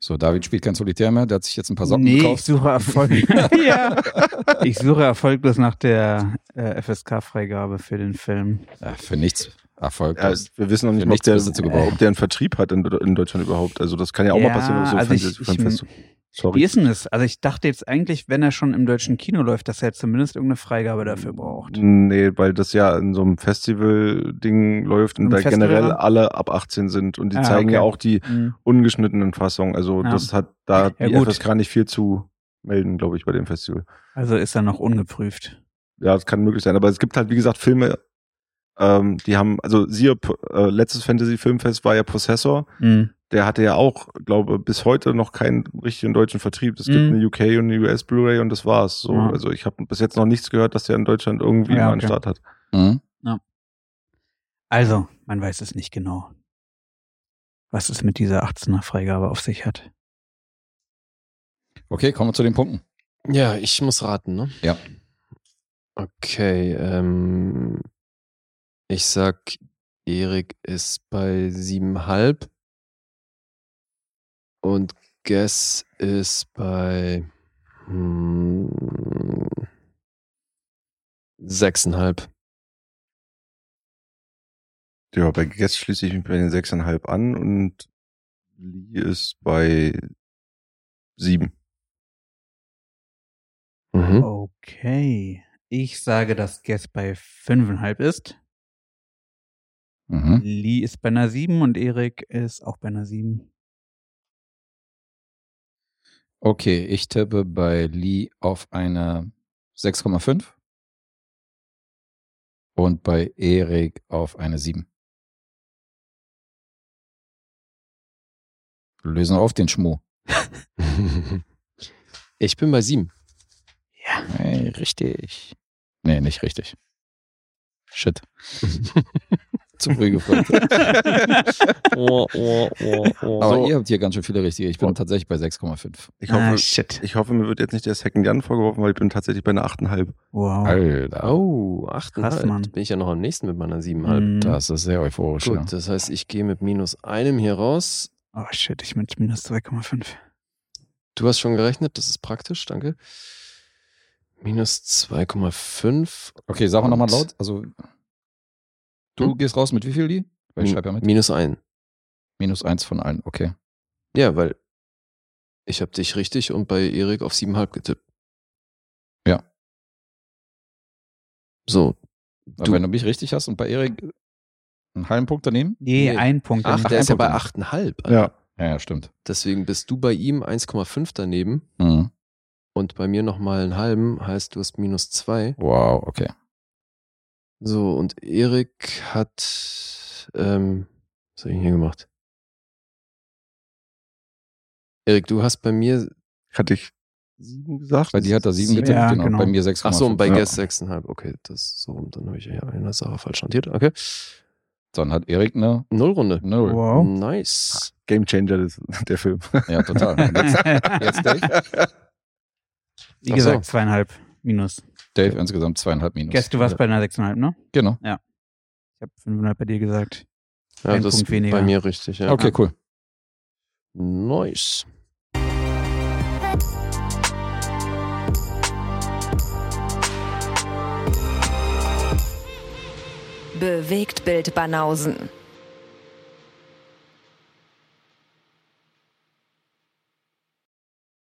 B: So, David spielt kein Solitär mehr, der hat sich jetzt ein paar Socken
D: nee, ich
B: gekauft.
D: suche
E: <laughs>
D: Erfolg. ja. Ich suche erfolglos nach der äh, FSK-Freigabe für den Film.
B: Ja, Äh, für nichts
E: Ja,
B: erfolglos.
E: wir wissen noch nicht,
B: für
E: mal, ob
B: nichts
E: der,
B: bist du zu gebrauchen.
E: ob der einen Vertrieb hat in, in Deutschland überhaupt. Also das kann ja auch mal
D: Ja,
E: passieren. auf So
D: also ich-
E: Fantasy-Filmfest.
D: Wie
E: Sorry.
D: ist denn das? Also ich dachte jetzt eigentlich, wenn er schon im deutschen Kino läuft, dass er zumindest irgendeine Freigabe dafür braucht.
E: Nee, weil das ja in so einem Festival-Ding läuft
D: Im
E: und da
D: Festival
E: generell
D: dann?
E: alle ab 18 sind und die
D: Ah,
E: zeigen ja
D: okay.
E: auch die
D: Mhm.
E: ungeschnittenen Fassungen. Also
D: Ja.
E: das hat da hat
D: Ja,
E: die
D: gut.
E: FSK nicht viel zu melden, glaube ich, bei dem Festival.
D: Also ist er noch ungeprüft.
E: Ja, das kann möglich sein. Aber es gibt halt, wie gesagt, Filme, ähm, die haben, also siehe, P- äh, letztes Fantasy-Filmfest war ja Possessor.
D: Mhm.
E: der hatte ja auch, glaube bis heute noch keinen richtigen deutschen Vertrieb. Es
D: Mhm.
E: gibt eine UK und eine US Blu-ray und das war's. So,
D: Ja.
E: also ich habe bis jetzt noch nichts gehört, dass der in Deutschland irgendwie
D: Ja,
E: mal einen
D: okay.
E: Start hat.
B: Mhm.
D: Also, man weiß es nicht genau, was es mit dieser 18er Freigabe auf sich hat.
B: Okay, kommen wir zu den Punkten.
C: Ja, ich muss raten, ne?
B: Ja.
C: Okay, ähm, ich sag, Erik ist bei siebenhalb und Guess ist bei hm, sechseinhalb. <laughs>
E: Ja, bei Guess schließe ich mich bei den sechseinhalb an und Lee ist bei sieben.
C: Mhm.
D: Okay. Ich sage, dass Guess bei 5,5 ist.
B: Mhm.
D: Lee ist bei einer 7 und Erik ist auch bei einer 7.
B: Okay, ich tippe bei Lee auf eine 6,5 und bei Erik auf eine 7. Lösen auf den Schmuh.
C: Ich bin bei sieben.
B: Hey, richtig. Nee, nicht richtig. Shit. Zu früh gefragt.
D: Oh,
B: Aber
E: So.
B: ihr habt hier ganz schön viele richtige. Ich bin tatsächlich bei 6,5.
D: Ah,
E: Ich hoffe,
D: shit.
E: ich hoffe, mir wird jetzt nicht der Second Jan vorgeworfen, weil ich bin tatsächlich bei einer achteinhalb.
D: Wow.
B: Alter.
C: Oh, achteinhalb.
D: Krass, Mann.
C: Bin ich ja noch am nächsten mit meiner siebenhalb.
D: Mhm.
B: Das ist sehr euphorisch. ja.
C: Gut, das heißt, ich gehe mit minus einem hier raus.
D: Oh shit, ich mit minus 2,5.
C: Du hast schon gerechnet, das ist praktisch, danke. Minus 2,5.
B: Okay, sag mal nochmal
C: Und-
B: laut. Also, du gehst raus mit wie viel die? Weil ich
C: Min-
B: schreibe ja mit.
C: Minus 1.
B: Minus eins von allen. Okay.
C: Ja, weil ich habe dich richtig und bei Erik auf 7,5 getippt.
B: Ja.
C: So.
B: Aber
C: Du-
B: wenn du mich richtig hast und bei Erik einen halben Punkt daneben?
D: Nee,
C: Nee.
D: ein Punkt.
C: Ach, der ist ja bei
B: Punkte.
C: 8,5. Alter.
E: Ja.
B: Ja, ja, stimmt.
C: Deswegen bist du bei ihm 1,5 daneben
B: Mhm.
C: und bei mir nochmal einen halben, heißt du hast minus 2.
B: Wow, okay.
C: So, und Erik hat, ähm, was habe ich denn hier gemacht? Erik, du hast bei mir
E: Hatte ich sieben gesagt.
B: Bei dir hat er sieben
E: Sechs-
B: getippt,
D: Ja,
B: genau.
D: genau.
B: Bei mir 6,5.
C: Ach so, und bei
E: Ja.
C: Guess 6,5. Okay, das so rum. Dann habe ich ja eine Sache falsch notiert. Okay.
B: Dann hat Erik eine
C: Nullrunde.
B: Null.
D: Wow.
C: Nice.
E: Game Changer des, <laughs> der Film.
B: Ja, total. Jetzt,
D: <laughs>
B: jetzt Dave.
D: Wie
C: Ach so.
D: gesagt, zweieinhalb minus.
B: Dave insgesamt zweieinhalb Minus.
D: Guess, du warst bei einer sechseinhalb, ne?
B: Genau.
D: Ich habe fünfeinhalb bei dir gesagt.
C: Ja,
D: Ein
C: das
D: Punkt
C: ist
D: weniger.
C: bei mir richtig. Ja.
B: Okay, cool.
C: Nice.
A: Bewegt Bild Banausen.